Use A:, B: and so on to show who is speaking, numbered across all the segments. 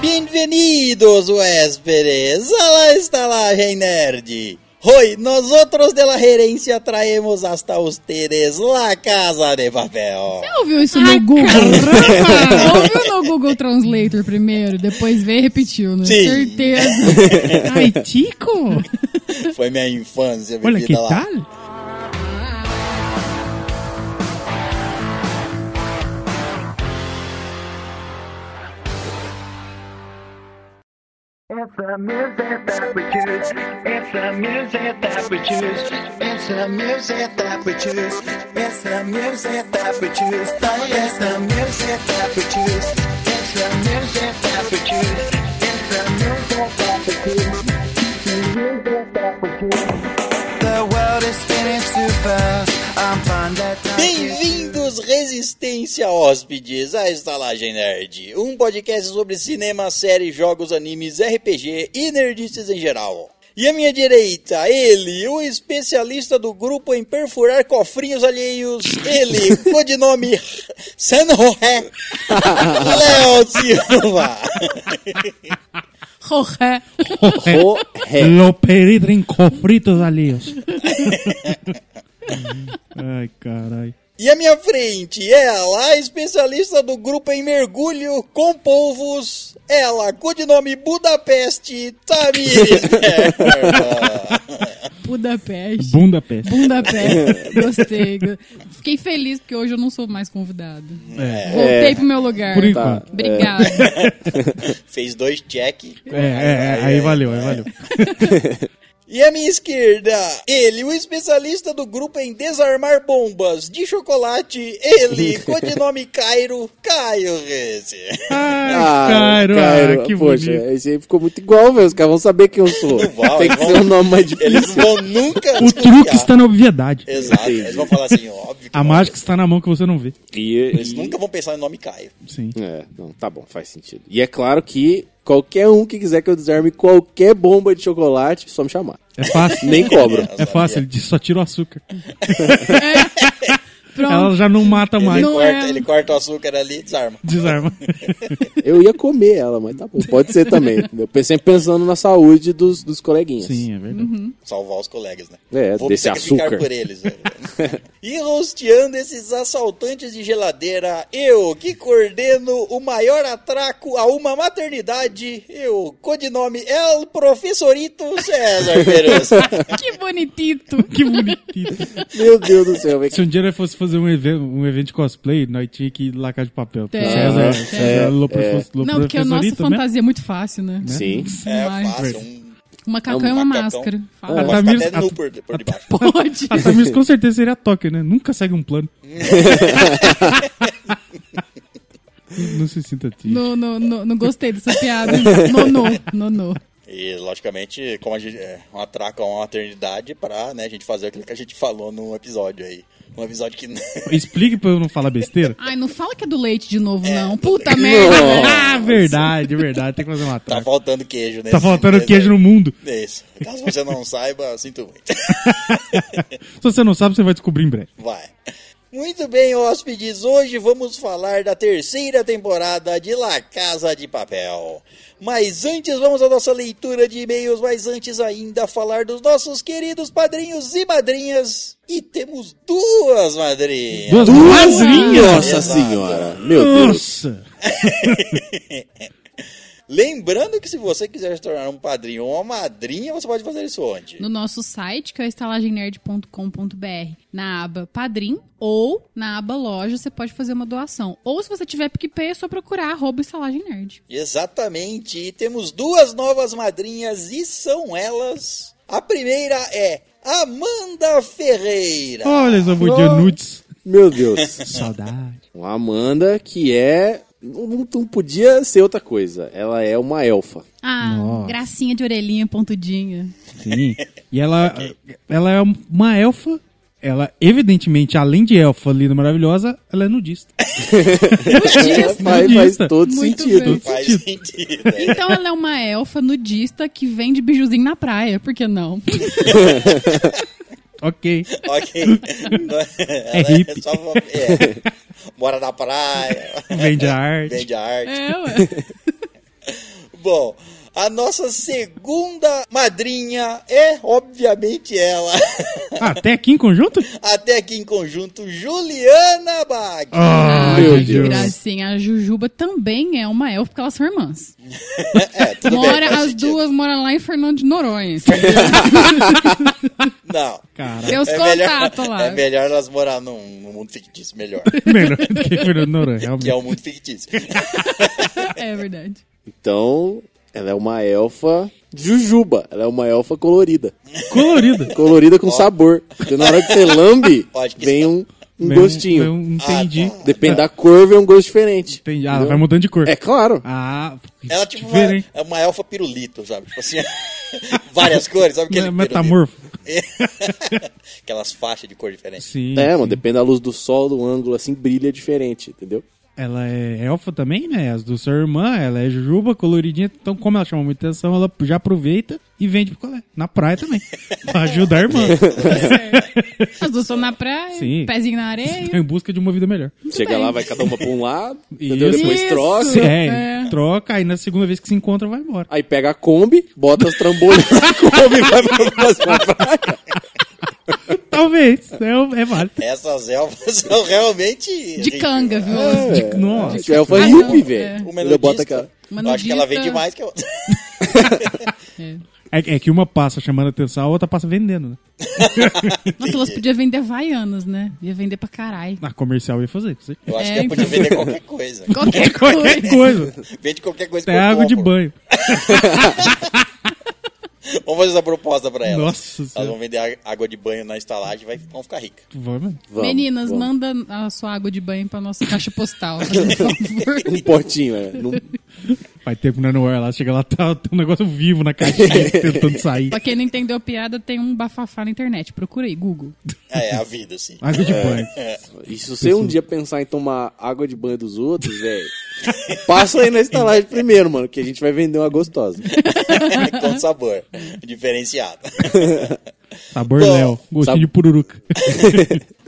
A: Bem-vindos, huéspedes! Olá, está lá, Nerd! Oi, nós outros de la gerência traemos hasta ustedes la casa de papel.
B: Você ouviu isso no Google? ouviu no Google Translator primeiro, depois veio e repetiu, né?
A: Sim.
B: Certeza.
C: Ai, Tico!
A: Foi minha infância
C: Olha que
A: vivida
C: tá
A: lá.
C: tal?
D: It's the music that we choose. It's the music that we choose. It's the music that we choose. It's the music that we choose. It's the music that we choose. It's the music that we choose. It's the music that we choose. It's the music that we choose. The world is spinning too fast. I'm fine that time is-
A: Bem-vindos, Resistência Hóspedes, à Estalagem Nerd, um podcast sobre cinema, séries, jogos, animes, RPG e nerdices em geral. E à minha direita, ele, o especialista do grupo em perfurar cofrinhos alheios, ele, codinome Sanroé, Léo Silva.
B: Jorge.
C: Lo perito em cofritos alheios. Ai, caralho.
A: E à minha frente, ela, a especialista do grupo em mergulho com polvos, ela, codinome Budapeste, Tamires É. Bergman.
B: Budapeste.
C: Bunda peste.
B: Budapeste. Gostei. Fiquei feliz porque hoje eu não sou mais convidado.
C: É.
B: Voltei pro meu lugar. Tá.
C: Por enquanto.
B: Obrigada.
A: Fez dois check.
C: É, é, é, aí valeu, aí valeu.
A: E à minha esquerda, ele, o especialista do grupo em desarmar bombas de chocolate, ele, codinome Cairo, Caio Reze.
C: Ai,
E: Ah,
C: Cairo,
E: Cairo,
C: ah, que
E: poxa,
C: bonito.
E: esse aí ficou muito igual, velho. Os caras vão saber quem eu sou.
A: vão,
E: Tem que
A: vão.
E: ser um nome mais
A: Eles
E: difícil.
A: vão nunca
C: O truque está na obviedade.
A: Exato, eles vão falar assim, óbvio que
C: A
A: não.
C: mágica é está na mão que você não vê.
E: E,
A: Eles
E: e-
A: nunca vão pensar no nome Caio.
C: Sim.
E: É, não, tá bom, faz sentido. E é claro que qualquer um que quiser que eu desarme qualquer bomba de chocolate, só me chamar.
C: É fácil.
E: Nem cobro.
C: É fácil, ele só tira o açúcar. Ela
B: Pronto.
C: já não mata
A: Ele,
C: mais.
B: Não
A: corta,
B: é.
A: ele corta o açúcar ali e desarma.
C: Desarma.
E: Eu ia comer ela, mas tá bom, pode ser também. entendeu? Eu sempre pensando na saúde dos, dos coleguinhas.
C: Sim, é verdade.
A: salvar os colegas, né?
E: É,
A: Vou
E: desse
A: me sacrificar
E: açúcar.
A: por eles. velho. e rosteando esses assaltantes de geladeira, eu que coordeno o maior atraco a uma maternidade, eu, codinome El Professorito César Pereira.
B: Que bonitito.
C: Que bonitinho.
E: Meu Deus do céu, velho.
C: Se um dia nós fosse fazer um evento, um evento de cosplay, nós tinha que ir lá Casa de papel. Porque
B: É,
C: César,
B: é,
C: César Lopre- Lopre-
B: Não, porque o nosso
C: Professorito, né?
B: fantasia é muito fácil, né?
E: Sim.
A: É
B: Demais.
A: fácil, um...
B: Um macacão e uma
A: Um macacão.
B: máscara.
A: Ela
C: Ah,
B: Fala.
C: tá.
A: vai
C: Tamires-
A: ficar até nu
C: a-
A: por, por debaixo.
B: Pode.
C: A Tamiris Ah, com certeza seria Tóquio, né? Nunca segue um plano. Não se sinta triste.
B: Não, não, não, não gostei dessa piada. Nonô, nonô.
A: E, logicamente, como a gente é, um atraco a uma maternidade pra né, a gente fazer aquilo que a gente falou num episódio aí. Um episódio que...
C: Explique pra eu não falar besteira.
B: Ai, não fala que é do leite de novo, não. Puta merda.
C: Ah, verdade, verdade. Tem que fazer uma
A: tá
C: troca.
A: faltando né? queijo nesse...
C: Tá faltando queijo no mundo.
A: Isso. Caso você não saiba, sinto muito.
C: Se você não sabe, você vai descobrir em breve.
A: Vai. Muito bem, hóspedes. Hoje vamos falar da terceira temporada de La Casa de Papel. Mas antes, vamos à nossa leitura de e-mails. Mas antes, ainda, falar dos nossos queridos padrinhos e madrinhas. E temos duas madrinhas.
C: Duas madrinhas!
E: Nossa
A: Exato.
E: senhora, meu Deus.
C: Nossa!
A: Lembrando que se você quiser se tornar um padrinho ou uma madrinha, você pode fazer isso onde?
B: No nosso site, que é o estalagemnerd.com.br, na aba Padrim ou na aba Loja, você pode fazer uma doação. Ou se você tiver PicPay, é só procurar arroba estalagem nerd.
A: Exatamente. E temos duas novas madrinhas e são elas. A primeira é Amanda Ferreira.
C: Olha essa budia nudes.
E: Meu Deus.
C: Saudade.
E: Uma Amanda que é. Não, não- não podia ser outra coisa. Ela é uma elfa.
B: Ah,
C: Nossa.
B: gracinha de orelhinha pontudinha.
C: Sim. E ela, ela é uma elfa. Ela, evidentemente, além de elfa linda maravilhosa, ela é nudista.
E: É, faz, faz
C: Nudista.
E: todo
B: Muito
E: sentido.
B: bem.
A: Faz
C: sentido.
A: sentido. né?
B: Então ela é uma elfa nudista que vende bijuzinho na praia, por que não?
C: Ok.
A: ok.
C: É hippie.
A: só uma- é. Mora na praia.
C: Vende a arte.
A: Vende arte.
B: É, ué.
A: Bom, a nossa segunda madrinha é, obviamente, ela.
C: Ah, até aqui em conjunto?
A: Até aqui em conjunto, Juliana Bag.
C: Ah,
E: Meu
C: Juju.
E: Deus.
B: Gracinha, a Jujuba também é uma elfa, porque elas são irmãs.
A: É, tudo bem,
B: Mora,
A: faz
B: as
A: sentido.
B: duas moram lá em Fernando de Noronha. entendeu?
A: Não.
C: Cara,
B: Tem os
A: É melhor,
B: contatos lá.
A: é melhor elas morar num, num mundo fictício, melhor.
C: melhor do que Fernando Noronha,
A: que é
C: realmente.
A: um mundo fictício.
B: É verdade.
E: Então, ela é uma elfa jujuba. Ela é uma elfa colorida.
C: Colorido.
E: Colorida com sabor. Então, na hora que você lambe,
A: Pode que
E: vem um, um
C: Mesmo-
E: gostinho.
C: eu Entendi.
A: Ah, tá.
E: Depende da cor, vem um gosto diferente.
C: Entendi. Ah, ela
E: Entendeu?
C: vai mudando de cor.
E: É claro.
C: Ah,
A: Ela tipo uma,
C: diferente.
A: é uma elfa pirulito, sabe? Tipo assim, várias cores, sabe aquele
C: Né,
A: pirulito?
C: metamorfo.
A: Aquelas faixas de cor diferente.
C: Sim.
E: É, mano,
C: sim.
E: depende da luz do sol, do ângulo, assim, brilha diferente, entendeu?
C: Ela é elfa também, né? As do sua irmã, ela é jujuba, coloridinha. Então, como ela chama muita atenção, ela já aproveita e vende pro colé. Na praia também. pra ajudar a irmã.
B: As duas estão na praia,
C: Sim.
B: pezinho na areia.
C: em busca de uma vida melhor.
E: Chega
B: bem.
E: lá, vai cada uma pra um lado, entendeu?
C: Isso.
E: Depois
B: Isso.
E: troca.
B: Sim.
C: É,
B: É.
C: troca, aí na segunda vez que se encontra, vai embora.
E: Aí pega a Kombi, bota as trambolhas na Kombi e vai pra próxima praia.
C: Talvez. É, é válido.
A: Essas elfas são realmente.
B: De canga, viu?
A: Ah,
E: É.
C: De- nossa.
E: Gente, elfa
B: Ah,
E: hippie,
B: não, é.
E: velho.
A: O
E: Ele bota
A: melodista.
E: aquela...
A: Eu acho que ela vende
B: Menudista.
A: mais que a outra.
C: É, é que uma passa chamando atenção, a outra passa vendendo, né?
B: Nossa, elas podiam vender vaianas, né? Ia vender pra caralho.
C: Na comercial ia fazer. Você...
A: Eu acho
B: É,
A: que ela podia
B: então.
A: vender qualquer coisa.
B: Qualquer coisa.
C: Qualquer coisa.
A: Vende qualquer coisa
C: Até
A: eu
C: água de
A: compro.
C: banho.
A: Vamos fazer essa proposta pra elas.
C: Nossa
A: Elas
C: Senhora.
A: vão vender a- água de banho na estalagem e vai- vão ficar ricas.
C: Vai, mano.
E: Vamos,
B: Meninas,
E: vamos.
B: manda a sua água de banho pra nossa caixa postal, por favor.
E: Um potinho, é. Num-
C: Vai terminando o ar lá, chega lá, tá, tá um negócio vivo na caixinha tentando sair.
B: pra quem não entendeu a piada, tem um bafafá na internet. Procura aí, Google.
A: É, é a vida, assim.
C: Água de banho.
E: E se você um dia pensar em tomar água de banho dos outros, velho, passa aí na estalagem primeiro, mano, que a gente vai vender uma gostosa.
A: Com sabor. Diferenciado.
C: Sabor
A: Bom,
C: Léo. Gostinho
E: sabe-
C: de pururuca.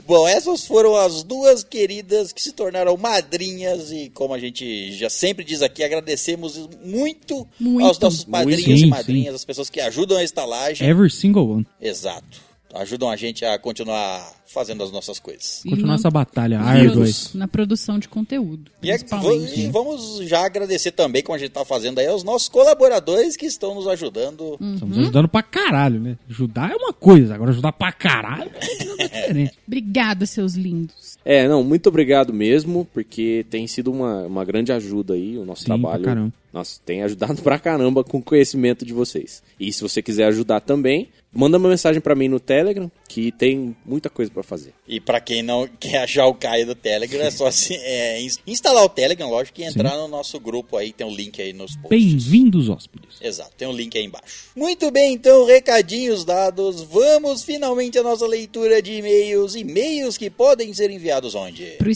A: Bom, essas foram as duas queridas que se tornaram madrinhas e, como a gente já sempre diz aqui, agradecemos muito,
B: Muito.
A: aos nossos padrinhos
C: Sim, É.
A: e
C: sim.
A: madrinhas, as pessoas que ajudam a estalagem.
C: Every single one.
A: Exato. Ajudam a gente a continuar fazendo as nossas coisas.
C: Continuar
B: E
C: essa batalha
B: na-
C: árdua aí.
B: Na produção de conteúdo.
A: E, é-
B: principalmente.
A: e vamos já agradecer também, como a gente está fazendo aí, aos nossos colaboradores que estão nos ajudando.
B: Hum.
C: Estamos ajudando pra caralho, né? Ajudar é uma coisa, agora ajudar pra caralho é uma coisa diferente.
B: Obrigada, seus lindos.
E: É, não, muito obrigado mesmo, porque tem sido uma, uma grande ajuda aí o nosso
C: Sim, pra
E: trabalho.
C: caramba.
E: Nossa, tem ajudado pra caramba com o conhecimento de vocês. E se você quiser ajudar também, manda uma mensagem pra mim no Telegram, que tem muita coisa pra fazer.
A: E para quem não quer achar o Caio do Telegram, é só se, é, ins- instalar o Telegram, lógico, e entrar no nosso grupo aí, tem um link aí nos posts.
C: Bem-vindos, hóspedes.
A: Exato, tem um link aí embaixo. Muito bem, então, recadinhos dados, vamos finalmente à nossa leitura de e-mails. E-mails que podem ser enviados onde?
B: Pro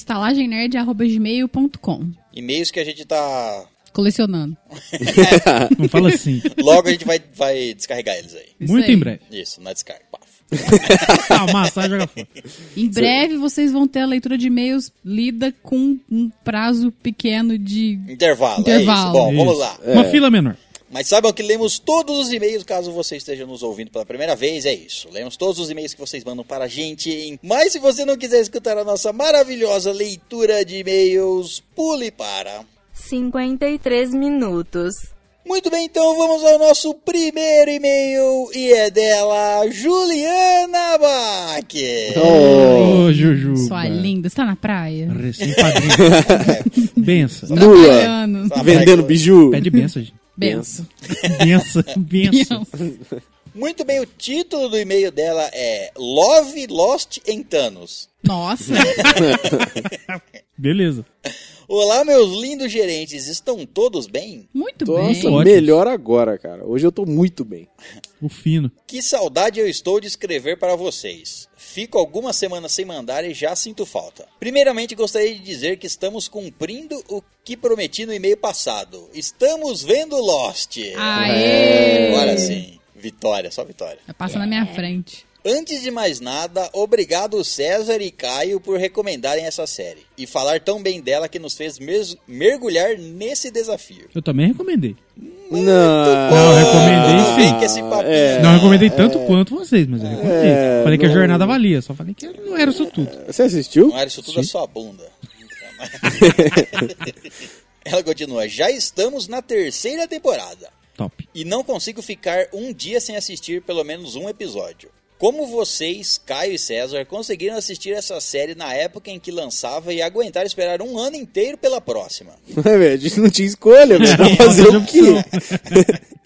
B: estalagemnerd.gmail.com
A: E-mails que a gente tá.
B: Colecionando.
A: Ah.
C: Não fala assim.
A: Logo a gente vai, vai descarregar eles aí.
B: Isso
C: Muito
B: aí.
C: em breve. Tá,
A: Isso, na descarga. Paf.
C: Amassar e jogar fora.
B: Em breve vocês vão ter a leitura de e-mails lida com um prazo pequeno de.
A: Intervalo, é isso.
B: Intervalo.
A: Bom, vamos
C: Isso.
A: lá.
C: Uma fila menor.
A: Mas saibam que lemos todos os e-mails, caso você esteja nos ouvindo pela primeira vez, é isso. Lemos todos os e-mails que vocês mandam para a gente. hein? Mas se você não quiser escutar a nossa maravilhosa leitura de e-mails, pule para
F: 53 minutos.
A: Muito bem, então vamos ao nosso primeiro e-mail e é dela Juliana Bach.
E: Então,
A: É.
C: Ô, Juju.
B: Sua linda, você tá na praia?
C: Recém-padrinho. Benção.
E: Nua!
B: Trabalhando.
A: Tá,
E: Vendendo
A: vai,
E: biju!
C: Pede benção, gente.
B: Benção.
C: Benção, benção.
B: Benção.
A: Muito bem, o título do e-mail dela é Love Lost em Thanos.
B: Nossa.
C: Beleza.
A: Olá, meus lindos gerentes, estão todos bem?
B: Muito
E: Nossa,
B: bem.
C: ótimo.
E: melhor agora, cara. Hoje eu tô muito bem.
C: O fino.
A: Que saudade eu estou de escrever para vocês. Fico algumas semanas sem mandar e já sinto falta. Primeiramente, gostaria de dizer que estamos cumprindo o que prometi no e-mail passado. Estamos vendo Lost.
B: Aê!
A: É,
B: É.
A: Agora sim. Vitória, só vitória. É.
B: Passa na minha frente.
A: Antes de mais nada, obrigado César e Caio por recomendarem essa série e falar tão bem dela que nos fez mes- mergulhar nesse desafio.
C: Eu também recomendei.
E: Não,
C: Não, recomendei
A: Tudo
C: sim. É.
A: bem que Ah, esse papinho.
C: Não recomendei tanto quanto vocês, mas eu recomendei. falei que a jornada valia, só falei que não era isso tudo.
E: É, Você assistiu?
A: Não era isso tudo é a sua bunda. Ela continua. Já estamos na terceira temporada
C: Top.
A: e não consigo ficar um dia sem assistir pelo menos um episódio. Como vocês, Caio e César, conseguiram assistir essa série na época em que lançava e aguentar esperar um ano inteiro pela próxima?
E: É, velho, a gente não tinha escolha, velho. Pra fazer o quê?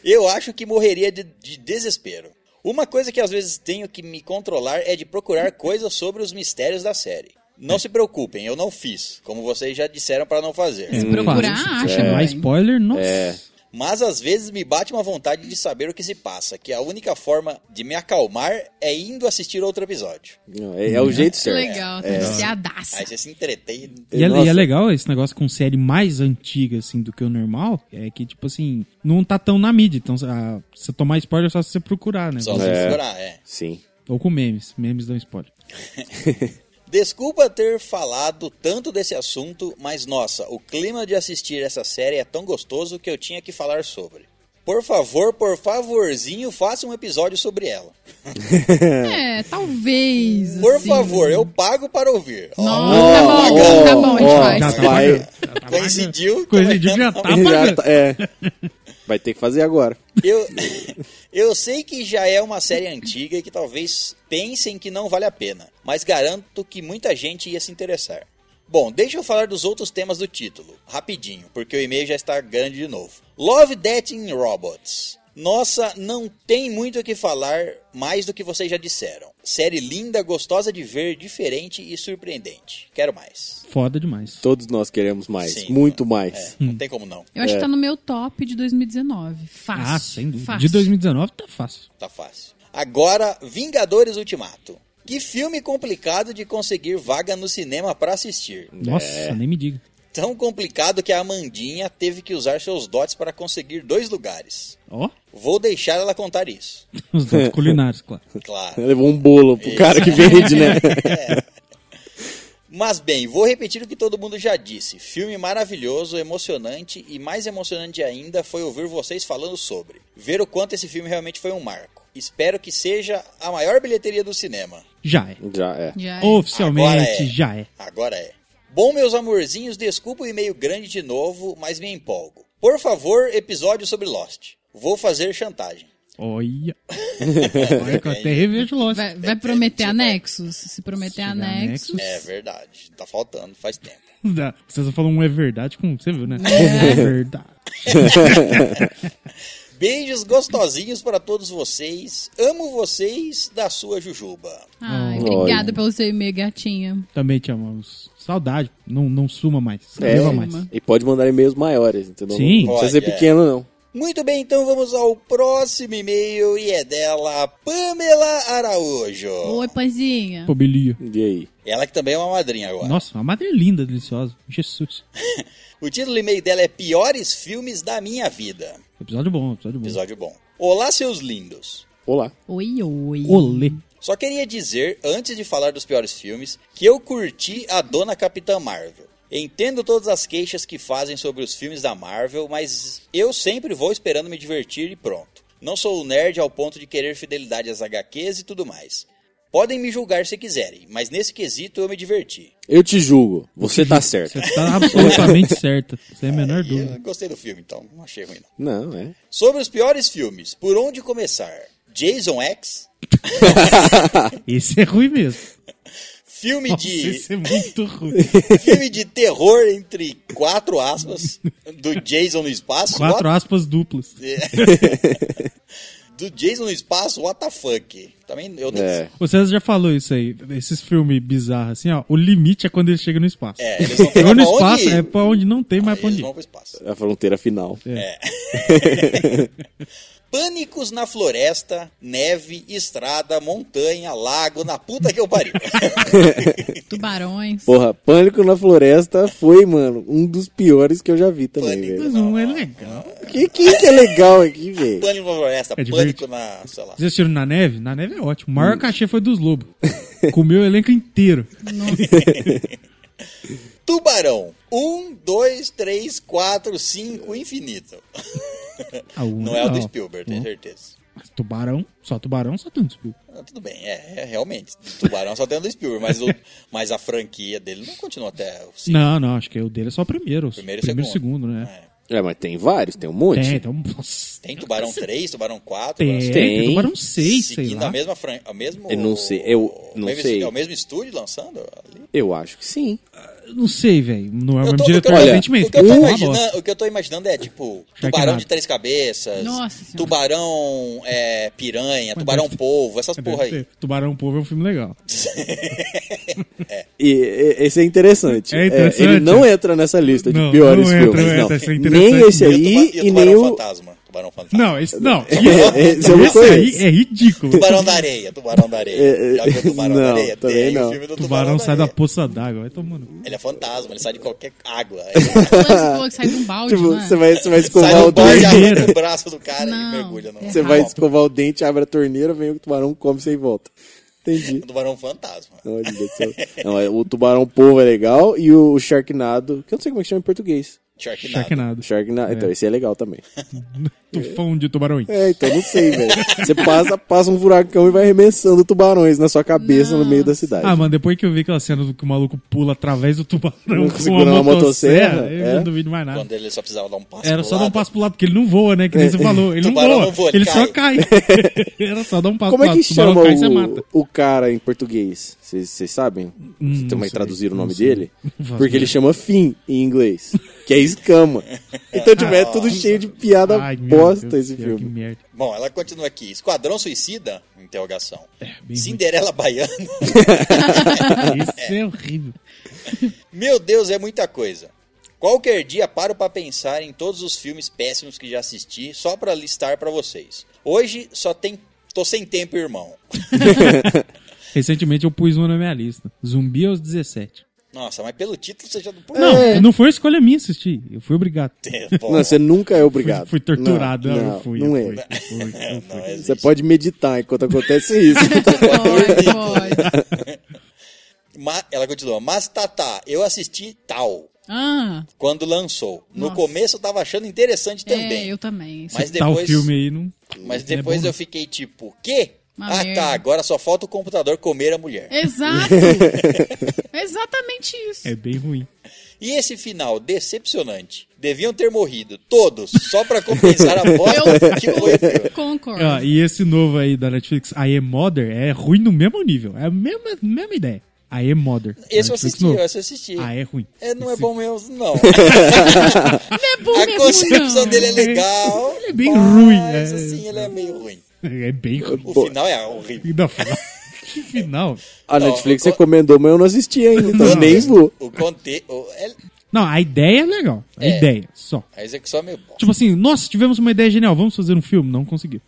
A: Eu acho que morreria de, de desespero. Uma coisa que às vezes tenho que me controlar é de procurar coisas sobre os mistérios da série. Não se preocupem, eu não fiz, como vocês já disseram para não fazer.
C: Hum.
B: Se procurar, acha,
C: É.
B: mano.
C: Mais spoiler, nossa.
A: Mas às vezes me bate uma vontade de saber o que se passa, que a única forma de me acalmar é indo assistir outro episódio.
E: Não, é, é o jeito
B: Que
E: certo.
B: legal,
A: É.
B: tá viciadaça.
A: Aí você se entretém.
C: E é,
E: Nossa.
C: e é legal esse negócio com série mais antiga, assim, do que o normal. É que, tipo assim, não tá tão na mídia. Então, ah, se você tomar spoiler, é só se você procurar, né?
A: Só se
E: É.
A: segurar, é.
E: Sim.
C: Ou com memes. Memes dão spoiler.
A: Desculpa ter falado tanto desse assunto, mas nossa, o clima de assistir essa série é tão gostoso que eu tinha que falar sobre. Por favor, por favorzinho, faça um episódio sobre ela.
B: É, talvez.
A: Por
B: assim.
A: favor, eu pago para ouvir. Ó,
B: Nossa, tá bom,
E: Ó,
B: tá bom, a gente
E: ó,
B: faz.
C: Já
E: Já
C: tá
E: vai.
C: pagando.
A: coincidiu.
C: Coincidiu que já tá
E: Já
C: pagando.
E: tá- é. Vai ter que fazer agora.
A: Eu, eu sei que já é uma série antiga e que talvez pensem que não vale a pena, mas garanto que muita gente ia se interessar. Bom, deixa eu falar dos outros temas do título, rapidinho, porque o e-mail já está grande de novo. Love, Death and Robots. Nossa, não tem muito o que falar mais do que vocês já disseram. Série linda, gostosa de ver, diferente e surpreendente. Quero mais.
C: Foda demais.
E: Todos nós queremos mais.
A: Sim.
E: muito mais.
A: É, não tem como não.
B: Eu acho que tá no meu top de 2019. Fácil.
C: Ah, sem dúvida.
B: Fácil.
C: De 2019 tá fácil.
A: Tá fácil. Agora, Vingadores Ultimato. Que filme complicado de conseguir vaga no cinema pra assistir.
C: Nossa, nem me diga.
A: Tão complicado que a Amandinha teve que usar seus dotes para conseguir dois lugares.
C: Ó,
A: Vou deixar ela contar isso.
C: os dados culinários, claro.
A: Claro.
E: Levou um bolo pro cara que vende, né?
A: Mas bem, vou repetir o que todo mundo já disse. Filme maravilhoso, emocionante e mais emocionante ainda foi ouvir vocês falando sobre. Ver o quanto esse filme realmente foi um marco. Espero que seja a maior bilheteria do cinema.
C: Já é.
E: Já é.
B: Já é.
C: Oficialmente,
A: Agora é.
C: já é.
A: Agora é. Bom, meus amorzinhos, desculpa o e-mail grande de novo, mas me empolgo. Por favor, episódio sobre Lost. Vou fazer chantagem. É
C: Olha. Olha que eu até revejo Lost.
B: Vai, vai prometer anexos? Se prometer anexos.
A: É verdade, tá faltando, faz tempo.
C: Dá. Você só falou um é verdade com... Você viu, né? É verdade.
A: Beijos gostosinhos para todos vocês. Amo vocês da sua Jujuba.
B: Ai,
E: Olha.
B: obrigada pelo seu e-mail, gatinha.
C: Também te amamos. Saudade. Não, não suma mais. Não
E: É.
C: viva mais.
E: E pode mandar e-mails maiores, entendeu?
C: Sim.
E: Não precisa
A: Pode,
E: ser
A: é.
E: pequeno, não.
A: Muito bem, então vamos ao próximo e-mail e é dela, Pamela Araújo.
B: Oi, pãezinha.
C: Pobelia.
E: E aí?
A: Ela que também é uma madrinha agora.
C: Nossa, uma madre linda, deliciosa. Jesus.
A: O título do e-mail dela é Piores Filmes da Minha Vida.
C: Episódio bom, episódio bom.
A: Episódio bom. Olá, seus lindos.
E: Olá.
B: Oi, oi.
C: Olê.
A: Só queria dizer, antes de falar dos piores filmes, que eu curti a Dona Capitã Marvel. Entendo todas as queixas que fazem sobre os filmes da Marvel, mas eu sempre vou esperando me divertir e pronto. Não sou um nerd ao ponto de querer fidelidade às HQs e tudo mais. Podem me julgar se quiserem, mas nesse quesito eu me diverti.
E: Eu te julgo. Você tá certo.
C: Você tá absolutamente certa. Sem a menor
A: E
C: dúvida.
A: eu gostei do filme, então não achei ruim. Não.
E: Não, é.
A: Sobre os piores filmes, por onde começar? Jason X?
C: Esse é ruim mesmo.
A: Filme
C: Nossa,
A: de.
C: esse é muito ruim.
A: Filme de terror entre quatro aspas do Jason no espaço.
C: Quatro
A: what-
C: aspas duplas.
A: Do Jason no espaço, what the fuck? Também eu nem.
E: É.
A: É.
C: O César já falou isso aí. Esses filmes bizarros, assim, ó. O limite é quando ele chega no espaço.
A: É, eles vão
C: Chegou
A: pra
C: no
A: onde
C: espaço,
A: ir.
C: é pra onde não tem mais
A: Aí
C: pra
A: eles
C: onde ir.
A: vão pro espaço.
E: A fronteira final.
A: Pânicos na floresta, neve, estrada, montanha, lago, na puta que eu pariu.
B: Tubarões.
E: Porra, Pânico na Floresta foi, mano, um dos piores que eu já vi também,
A: Pânico.
E: velho.
C: Mas um é legal.
E: O que, que que é legal aqui, velho?
A: pânico na floresta,
C: É
A: pânico
C: divertido.
A: na. sei lá.
C: Vocês assistiram na neve? Na neve é ótimo. O maior cachê foi dos lobos. Comeu o elenco inteiro.
A: Tubarão. Um, dois, três, quatro, cinco, infinito.
C: Ah, o-
A: Não é o do
C: ah,
A: Spielberg, tenho certeza.
C: Mas tubarão, só tubarão, só tanto Spielberg.
A: Ah, tudo bem, é, é, realmente. Tubarão só tem o do Spielberg, mas, o- mas a franquia dele não continua até o cinco.
C: Não, não, acho que o dele é só o primeiro. o
A: Primeiro
C: Primeiro
A: e
C: e
A: segundo.
C: segundo, né?
A: É.
E: É, mas tem vários, tem um monte.
C: Tem, então. Nossa,
A: Tem Tubarão 3, Tubarão 4,
C: tem,
A: Tubarão
C: tem,
E: Tem.
C: tubarão 6, sei
A: seguindo
C: lá.
A: a mesma fran... a mesmo
E: Eu não sei, eu
A: o
E: não
A: mesmo
E: sei.
A: É o mesmo estúdio lançando ali?
E: Eu acho que sim.
C: Não sei, velho. Não é o
A: Eu
C: mesmo
A: tô- eu
C: diretor,
A: tô-
E: olha,
C: evidentemente.
A: O que, eu tô
C: Porra, bosta.
A: imaginando, o que eu tô imaginando é tipo tubarão
C: Sharknado.
A: de três cabeças,
B: Nossa Senhora.
A: tubarão é, piranha,
C: Mas
A: tubarão
C: deve ter-
A: polvo, essas porra aí.
C: Tubarão Povo é um filme legal.
E: E, e- esse é interessante.
C: É interessante.
E: ele não entra nessa lista de
C: Não,
E: piores
C: não entra,
E: filmes.
C: não
E: não.
C: entra, esse é
E: nem
C: interessante.
E: esse
A: E o
E: aí
A: tuba-
E: e,
A: e o tubarão
E: nem o.
A: fantasma, tubarão fantasma.
C: Não, é esse não.
E: Esse eu não
C: Esse aí
E: conheço.
C: é ridículo.
A: Tubarão da areia, tubarão da
E: É,
A: areia.
E: é,
A: Já viu tubarão da
E: não,
A: areia?
E: também
A: Tem o
E: não.
A: filme do tubarão,
C: Tubarão sai da
A: areia.
C: poça d'água, vai tomando.
A: Ele é fantasma, ele sai de qualquer água.
B: Lance que sai de um balde,
E: Tipo,
B: não
C: né?
B: é?
E: você vai, você vai
A: sai
E: escovar
A: do
E: o
A: banho,
E: dente.
A: arranca
C: torneira.
A: o braço do cara
B: Não,
A: e mergulha.
C: é
A: No...
E: Você
B: errado.
E: vai escovar o dente, abre a torneira, vem o tubarão, come sem volta. Entendi.
A: O tubarão fantasma.
E: Olha só. Não, é- o tubarão povo é legal e o Sharknado, que eu não sei como é que chama em português.
A: Sharknado.
C: Chacanado.
E: Sharknado, então esse é legal também.
C: Tufão de tubarões.
E: É, então não sei, velho. Você passa, passa um furacão e vai arremessando tubarões na sua cabeça no meio da cidade.
C: Ah, mano, depois que eu vi aquela cena do que o maluco pula através do tubarão com
E: Segurando
C: uma
E: uma
C: motosserra,
E: motosserra,
C: eu
E: é.
C: não duvido mais nada.
A: Quando ele só precisava dar um passo
C: Era
A: pro
C: só dar um
A: lado.
C: passo pro lado, porque ele não voa, né? Que
E: É.
C: nem você falou. Ele não
A: Tubarão
C: voa,
A: não voa, ele
C: ele só cai. Era só dar um passo
E: Como
C: pro
E: é
C: lado.
E: que
C: tubarão
E: chama
C: cai e você mata.
E: o, o cara em português? Vocês vocês sabem?
C: Hum,
E: Vocês também
C: não sei,
E: traduziram o
C: não
E: nome
C: sei.
E: dele?
C: Não faço
E: Porque ele
C: ideia.
E: chama fim em inglês, que é escama. Então, tipo, é tudo cheio de piada
C: Ai, meu
E: bosta
C: Deus
E: esse
C: do céu, Que
E: filme.
C: merda.
A: Bom, ela continua aqui. Esquadrão Suicida? Interrogação.
C: É, bem
A: Cinderela Baiana?
C: Isso é horrível.
A: Meu Deus, é muita coisa. Qualquer dia paro pra pensar em todos os filmes péssimos que já assisti, só pra listar pra vocês. Hoje só tem... Tô sem tempo, irmão.
C: Recentemente eu pus um na minha lista. Zumbi aos 17.
A: Nossa, mas pelo título você já não...
E: É.
A: pôs.
C: Não, não foi escolha minha assistir. Eu fui obrigado.
A: Bom,
E: Não, você nunca é obrigado.
C: Fui torturado.
E: Não,
C: Não,
E: não,
C: eu fui.
E: não
C: eu
E: é.
C: fui, eu fui, eu fui.
A: não
E: Você
A: existe.
E: pode meditar enquanto acontece isso.
B: Pode, pode.
A: Ma- Ela continua. Mas, Tata, eu assisti tal,
B: Ah,
A: quando lançou. No
B: Nossa.
A: começo eu tava achando interessante
B: é,
A: também.
B: eu também.
A: Mas
C: Tá o
A: depois...
C: filme aí, não.
A: Mas
C: não é
A: depois
C: bom,
A: eu fiquei tipo, quê?
B: Uma
A: ah
B: merda.
A: tá, agora só falta o computador comer a mulher.
B: Exato! Exatamente isso.
C: não. É bem ruim.
A: E esse final decepcionante. Deviam ter morrido todos, só pra compensar a bosta que foi. o filme.
B: Concordo.
C: Ó, É. Ah, e esse novo aí da Netflix, I Am Mother, é ruim no mesmo nível. É a mesma, mesma ideia. I Am Mother.
A: Esse eu
C: Netflix
A: assisti,
C: novo.
A: eu assisti.
C: Ah, é ruim.
A: É, não é
C: Esse-
A: bom mesmo, não.
B: Não é bom
A: A
B: mesmo,
A: concepção
B: não.
A: dele é legal.
C: Ele é bem ruim,
A: Mas
C: é.
A: assim, ele é meio ruim.
C: É bem ruim.
A: O
E: Pô.
A: final é horrível.
C: Ainda fala- Que final.
E: A
A: Não,
E: Netflix
A: eu tô-
E: recomendou, mas eu não assisti ainda, então
C: Não.
E: nem vou.
A: O conte... o- é-
C: Não, a ideia é legal. A
A: É.
C: ideia, só.
A: A execução é meio bosta.
C: Tipo assim, nossa, tivemos uma ideia genial, vamos fazer um filme. Não conseguiu.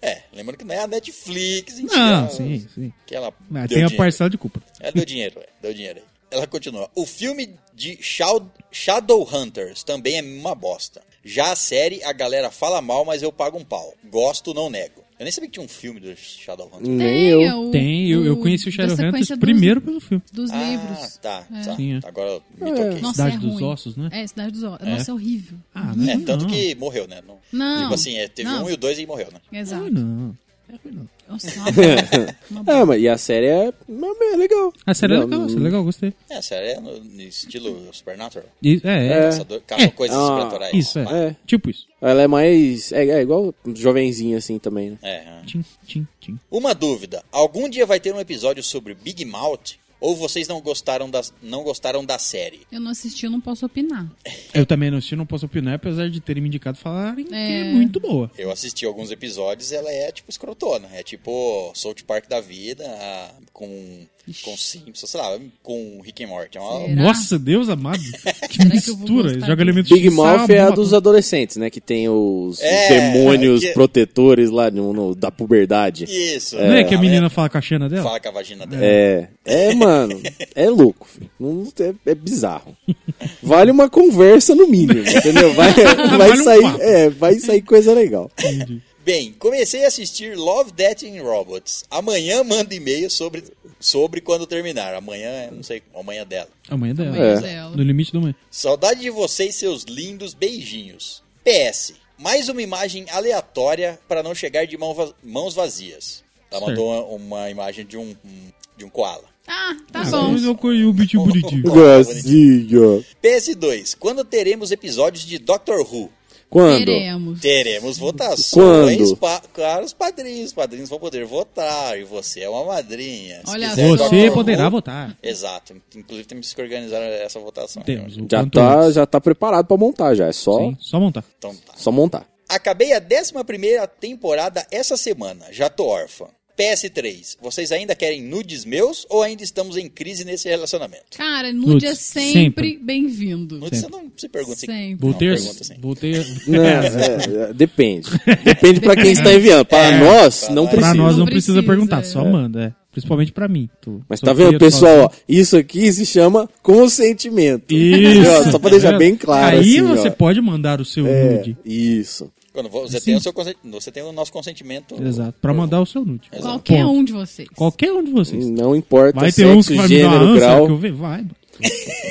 A: É, lembrando que não é a Netflix em si,
C: Não,
A: ela-
C: Ah, sim, sim.
A: Que ela deu
C: Mas tem a
A: dinheiro.
C: parcela de culpa.
A: Ela deu dinheiro, é, deu dinheiro aí. Ela continua. O filme de Shadow, Shadowhunters também é uma bosta. Já a série, a galera fala mal, mas eu pago um pau. Gosto, não nego. Eu nem sabia que tinha um filme do Shadowhunters.
C: Hum.
E: Nem eu.
B: o-
C: Tem, eu, eu
B: o-
C: conheci o
B: da
C: Shadowhunters
B: sequência dos-
C: primeiro pelo filme.
B: Dos
A: ah,
B: livros.
A: tá,
B: É.
A: tá.
C: Sim, é.
A: Agora eu me toquei.
B: Nossa,
C: Cidade
B: é
C: dos
B: ruim.
C: Ossos, né?
B: É, Cidade dos Ossos. Nossa, é horrível.
C: Ah, não
A: É,
C: ruim,
A: tanto
C: não.
A: que morreu, né? Não,
B: Não.
A: Tipo assim, é, teve
B: Não.
A: um e o dois e morreu, né?
C: Não é
B: Exato.
C: ruim, não. É ruim, não.
B: Nossa, uma bosta. Uma bosta.
E: Ah, mas e a série é, mas é legal.
C: A série é
E: Não,
C: legal, a
E: não-
C: série é legal, gostei.
A: É, a série é no, no estilo Supernatural.
C: E- Hum. é, é.
A: Caçador, caçam
C: É.
A: coisas
E: Ah,
A: sobrenaturais.
C: Isso,
A: Vai.
C: é.
E: É.
C: Tipo isso.
E: Ela é mais. É, é igual jovenzinha assim também, né?
A: É, é.
C: Tchim, tchim, tchim.
A: Uma dúvida: algum dia vai ter um episódio sobre Big Mouth? Ou vocês não gostaram da, não gostaram da série?
B: Eu não assisti, eu não posso opinar.
C: Eu também não assisti, não posso opinar, apesar de terem me indicado falarem que é
B: É.
C: muito boa.
A: Eu assisti alguns episódios, ela é tipo escrotona. É tipo South Park da vida, a- com, com Simpsons, sei lá, com Rick and Morty. É uma-
B: Será?
C: Nossa, Deus amado. Que
B: Será que eu vou
C: mistura.
B: gostar
C: Joga
B: disso?
C: elementos
E: Big
C: de sal,
E: Mouth é a
C: bomba,
E: dos
C: tudo.
E: adolescentes, né? Que tem os, os
A: É,
E: demônios
A: que-
E: protetores lá no- no- da puberdade.
A: Isso.
C: Não é que a
A: ela
C: menina fala com a Xena dela?
A: fala com a vagina dela.
E: É, é, mano, é louco, filho. Não- é, é bizarro. Vale uma conversa no mínimo, entendeu? Vai, vai
C: Vale um
E: sair,
C: papo.
E: é, vai sair coisa legal.
C: Entendi.
A: Bem, comecei a assistir Love, Death and Robots. Amanhã mando e-mail sobre, sobre quando terminar. Amanhã, é, não sei, amanhã dela.
C: Amanhã dela.
B: Amanhã
E: É.
B: dela.
C: No limite do amanhã.
A: Saudade de vocês, seus lindos beijinhos. PS, mais uma imagem aleatória para não chegar de mão va- mãos vazias. Ela
C: Certo.
A: mandou uma, uma imagem de um, um- de um koala.
B: Ah, tá
C: Ah,
B: bom.
C: mas eu conheci um bichinho bonitinho.
E: Gracinha.
A: PS2, quando teremos episódios de Doctor Who?
E: Quando?
B: Teremos.
A: Teremos votações
E: Quando?
A: pa- para os padrinhos. Os padrinhos vão poder votar e você é uma madrinha. Se
B: Olha
A: quiser
B: só.
A: Doctor
C: Você
A: Who-
C: poderá votar.
A: Exato. Inclusive temos que organizar essa votação.
C: Temos. o
E: Já
C: quanto
E: tá,
C: antes.
E: já tá preparado pra montar já, é só,
C: Sim, só montar.
A: Então tá.
E: só montar.
A: Acabei a 11 temporada essa semana, já tô órfã. PS3, vocês ainda querem nudes meus ou ainda estamos em crise nesse relacionamento?
B: Cara, nude é
C: Nudes,
B: sempre,
C: sempre.
B: bem-vindo.
A: Nudes você não se pergunta. assim. Se...
B: Sempre.
C: Vou
A: Não,
C: ter.
A: pergunta assim.
C: Vou ter.
E: Não, é, é, depende. Depende pra quem está enviando. Pra
A: É,
E: nós,
A: pra
E: não
A: nós.
C: Pra
E: precisa.
C: nós não,
B: Não
C: precisa,
B: precisa,
C: perguntar,
B: é.
C: só manda, é. Principalmente pra mim. Tô-
E: Mas
C: sou
E: tá vendo,
C: preto,
E: pessoal? Ó,
C: sozinho.
E: isso aqui se chama consentimento.
C: Isso.
E: Ó, Só
C: tá
E: pra deixar
C: vendo?
E: bem claro.
C: Aí
E: assim, ó.
C: você pode mandar o seu
E: É,
C: nude.
E: isso.
A: Quando vo- você tem, o seu consen- você tem o nosso consentimento.
C: Exato. Pra mandar o seu nude.
A: Exato.
B: Qualquer
C: Ponto.
B: um de vocês.
C: Qualquer um de vocês.
E: Não importa
C: Vai ter
E: sexo,
C: uns que vai me dar
E: Hum, gênero,
C: uma ânsia,
E: grau.
C: que eu ver, vai. mano.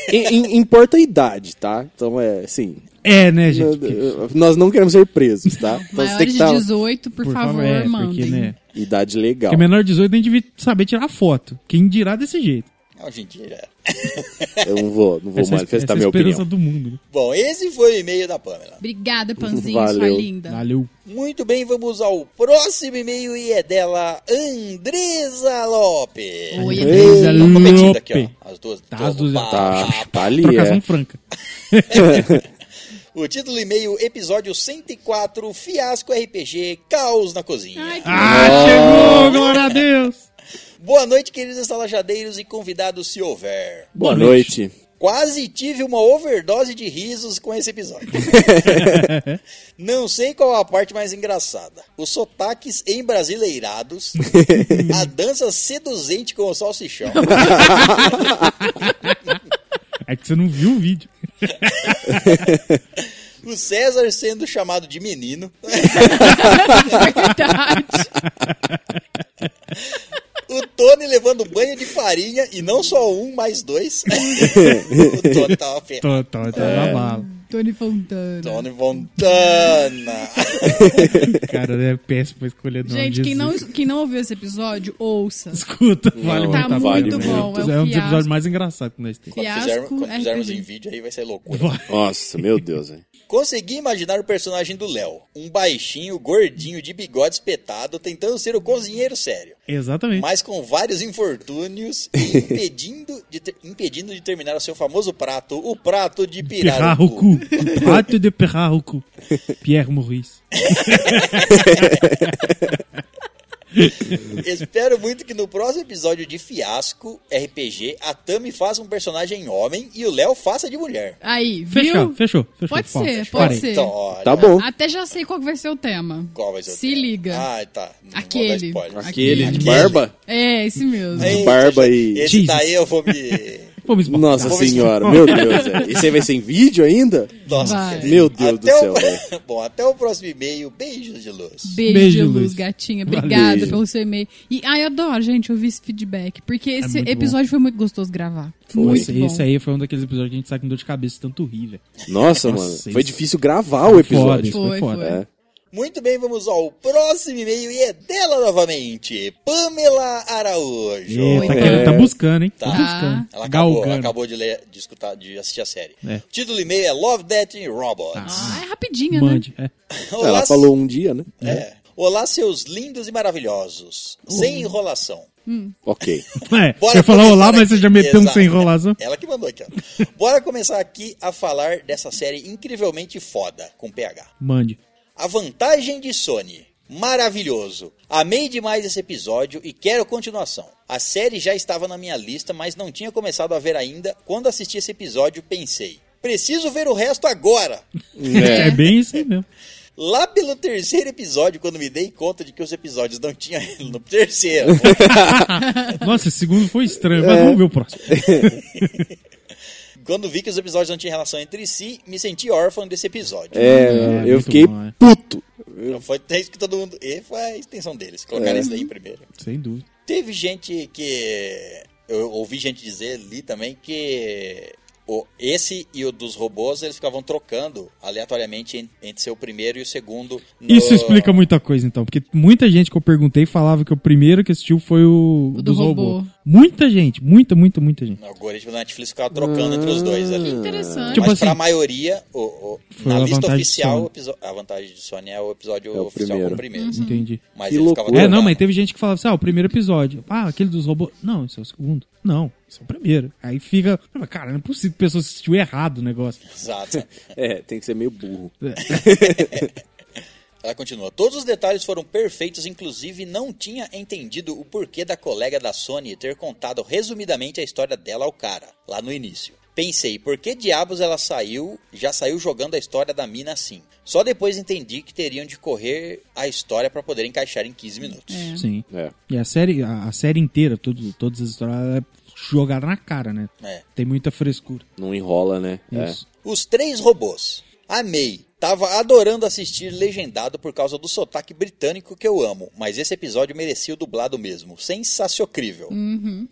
E: I- i- Importa a idade, tá? Então é assim.
C: É, né, gente? Porque-
E: n- Nós não queremos ser presos, tá? Então você tem
B: Maiores
E: que
B: de
E: estar.
B: 18, por, favor,
C: é,
B: mandem.
C: Porque, né,
E: Idade legal.
C: porque menor de 18 a gente devia saber tirar foto. Quem dirá desse jeito?
A: Ah, Hoje em dia já era.
E: Eu não vou, não vou
C: Essa é- essa é
E: manifestar
C: a
E: minha
C: esperança
E: opinião.
C: do mundo. né?
A: Bom, esse foi o e-mail da Pamela.
B: Obrigada, Panzinho,
E: Valeu.
B: sua linda.
C: Valeu.
A: Muito bem, vamos ao próximo e-mail e é dela Andresa Lopes.
B: Oi,
E: Ei,
B: Andresa.
A: Tá competindo aqui,
C: Lope.
A: ó. As duas.
C: Tá, as duas-
A: Pá,
E: Tá,
A: pá,
E: tá ali,
C: Trocação
E: é.
C: franca.
A: O título do e-mail, episódio 104, Fiasco RPG, Caos na Cozinha.
B: Ai, que
C: Ah, chegou! Glória a Deus!
A: Boa noite, queridos estalajadeiros e convidados, se houver.
E: Boa noite.
A: Quase tive uma overdose de risos com esse episódio. Não sei qual a parte mais engraçada. Os sotaques embrasileirados, a dança seduzente com o salsichão,
C: É que você não viu o vídeo.
A: o César sendo chamado de menino,
B: É verdade.
A: O Tony levando banho de farinha e não só um, mas dois. o Tony tava ferrado.
C: Tô, tô, tô
E: É.
C: na bala.
B: Tony Fontana.
A: Tony Montana.
C: Cara, é péssimo escolher nome.
B: Gente, quem
C: Jesus.
B: não, quem não ouviu esse episódio, ouça.
C: Escuta, vale muito
E: Não, tá
C: a
E: muito
C: pena.
B: bom, é o
C: É um dos
B: fiasco.
C: episódios mais engraçados que nós temos.
A: Quando, fizer, quando
B: RPG.
A: fizermos em vídeo, aí vai ser loucura.
E: Nossa, meu Deus, velho.
A: Consegui imaginar o personagem do Léo. Um baixinho, gordinho, de bigode espetado, tentando ser o cozinheiro sério.
C: Exatamente.
A: Mas com vários infortúnios e impedindo de, ter- impedindo de terminar o seu famoso prato, o prato de pirarucu.
C: Pirrarucu. Pato de Pirrarucu. Pierre Maurice.
A: Espero muito que no próximo episódio de Fiasco RPG, a Tami faça um personagem homem e o Léo faça de mulher.
B: Aí, viu?
C: Fechou, fechou, fechou.
B: Pode
C: Fala,
B: ser,
C: fala
B: pode
C: aí.
B: ser.
A: Então, olha,
E: Tá bom.
B: Até já sei qual que vai ser o tema.
A: Qual vai ser o
B: Se
A: tema?
B: liga.
A: Ah, tá. Não vou dar
B: Aquele.
A: spoiler.
E: Aquele de
A: Aquele.
E: barba?
B: É, esse mesmo.
A: Eita,
E: barba
A: já-
E: e-
A: Esse
C: Jesus.
A: daí eu vou me...
C: Vamos embora.
E: Nossa
A: Vamos-
E: senhora, meu Deus, velho. Isso aí vai ser em vídeo ainda?
A: Nossa,
B: Vai.
A: que-
E: Meu Deus do
A: até
E: céu,
A: o-
C: né?
E: velho.
A: Bom, até o próximo e-mail. Beijos de luz.
B: Beijo,
C: Beijo,
B: de luz,
C: Luz.
B: gatinha.
C: Valeu.
B: Obrigada
E: Beijo.
B: pelo seu e-mail. E, ai, eu adoro, gente, ouvir esse feedback. Porque esse
C: É muito
B: episódio foi muito gostoso gravar.
C: Pô,
B: Muito
C: Tá. esse,
B: bom.
C: esse aí foi um daqueles episódios que a gente sai com dor de cabeça de tanto rir, velho.
E: Nossa,
C: Nossa,
E: mano.
C: isso-
E: Foi difícil gravar o
C: Foda,
E: episódio.
C: isso foi
B: Foi,
C: foda.
B: foi.
E: É.
A: Muito bem, vamos ao próximo e-mail e é dela novamente. Pamela Araújo.
C: Ih, tá,
B: Oi,
C: querendo-
E: é.
C: tá buscando, hein?
A: Tá.
C: Tá, buscando.
A: Ela acabou, ela
C: Galgando.
A: acabou de, ler, de, escutar, de assistir a série.
C: É.
A: O título do e-mail é Love, Death and Robots.
B: Ah, é rapidinha,
C: Mande. É.
E: Ela falou um dia, né?
A: É. Olá, seus lindos e maravilhosos. Sem enrolação.
E: Ok.
C: É,
A: Bora
C: você falou
A: começar
C: olá, mas
A: aqui.
C: você já meteu um
A: Exato.
C: sem enrolação.
A: Ela que mandou aqui, ó. Bora começar aqui a falar dessa série incrivelmente foda, com PH.
C: Mande.
A: A vantagem de Sony. Maravilhoso. Amei demais esse episódio e quero continuação. A série já estava na minha lista, mas não tinha começado a ver ainda. Quando assisti esse episódio, pensei: preciso ver o resto agora.
C: É, bem isso aí mesmo.
A: Lá pelo terceiro episódio, quando me dei conta de que os episódios não tinham no terceiro, É.
C: Nossa, esse segundo foi estranho, mas vamos ver o próximo.
A: Quando vi que os episódios não tinham relação entre si, me senti órfão desse episódio.
E: É, eu
C: muito
E: fiquei
C: bom, é.
E: puto.
A: Não foi até isso que todo mundo. E foi a extensão deles. Colocaram isso daí primeiro.
C: Sem dúvida.
A: Teve gente que. Eu ouvi gente dizer, li também, que o, esse e o dos robôs eles ficavam trocando aleatoriamente en- entre seu primeiro e o segundo. no-
C: Isso explica muita coisa, então. Porque muita gente que eu perguntei falava que o primeiro que assistiu foi o,
B: O do
C: dos robôs.
B: robô.
C: Muita gente, muita, muita, muita gente.
A: O algoritmo da Netflix ficava trocando entre os dois ali.
B: Interessante.
C: Tipo
A: Mas
C: assim-
A: pra maioria, o, o-
C: Foi
A: na
C: a
A: lista
C: vantagem de
A: oficial,
C: Sony.
A: o episo- a vantagem de Sony é o episódio
E: É o
A: oficial com
E: primeiro.
A: o primeiro.
C: Entendi.
A: Mas
E: Que
A: ele ficava
C: Uhum. É,
E: loucura.
A: trocando.
C: não, mas teve gente que falava assim, ah, o primeiro episódio. Ah, aquele dos robôs. Não, esse é o segundo. Não, esse é o primeiro. Aí fica, cara, não é possível que a pessoa assistiu errado o negócio. É,
A: Exato.
E: É, tem que ser meio burro.
A: Ela É, continua. Todos os detalhes foram perfeitos, inclusive não tinha entendido o porquê da colega da Sony ter contado resumidamente a história dela ao cara, lá no início. Pensei, por que diabos ela saiu, já saiu jogando a história da mina assim? Só depois entendi que teriam de correr a história pra poder encaixar em 15 minutos.
C: Sim.
E: É.
C: E a série, a, a série inteira, todo, todas as histórias, ela é jogada na cara, né?
A: É.
C: Tem muita frescura.
E: Não enrola, né? É.
C: Isso.
A: Os três robôs. Amei. Tava adorando assistir legendado por causa do sotaque britânico que eu amo, mas esse episódio merecia o dublado mesmo. Sensaciocrível.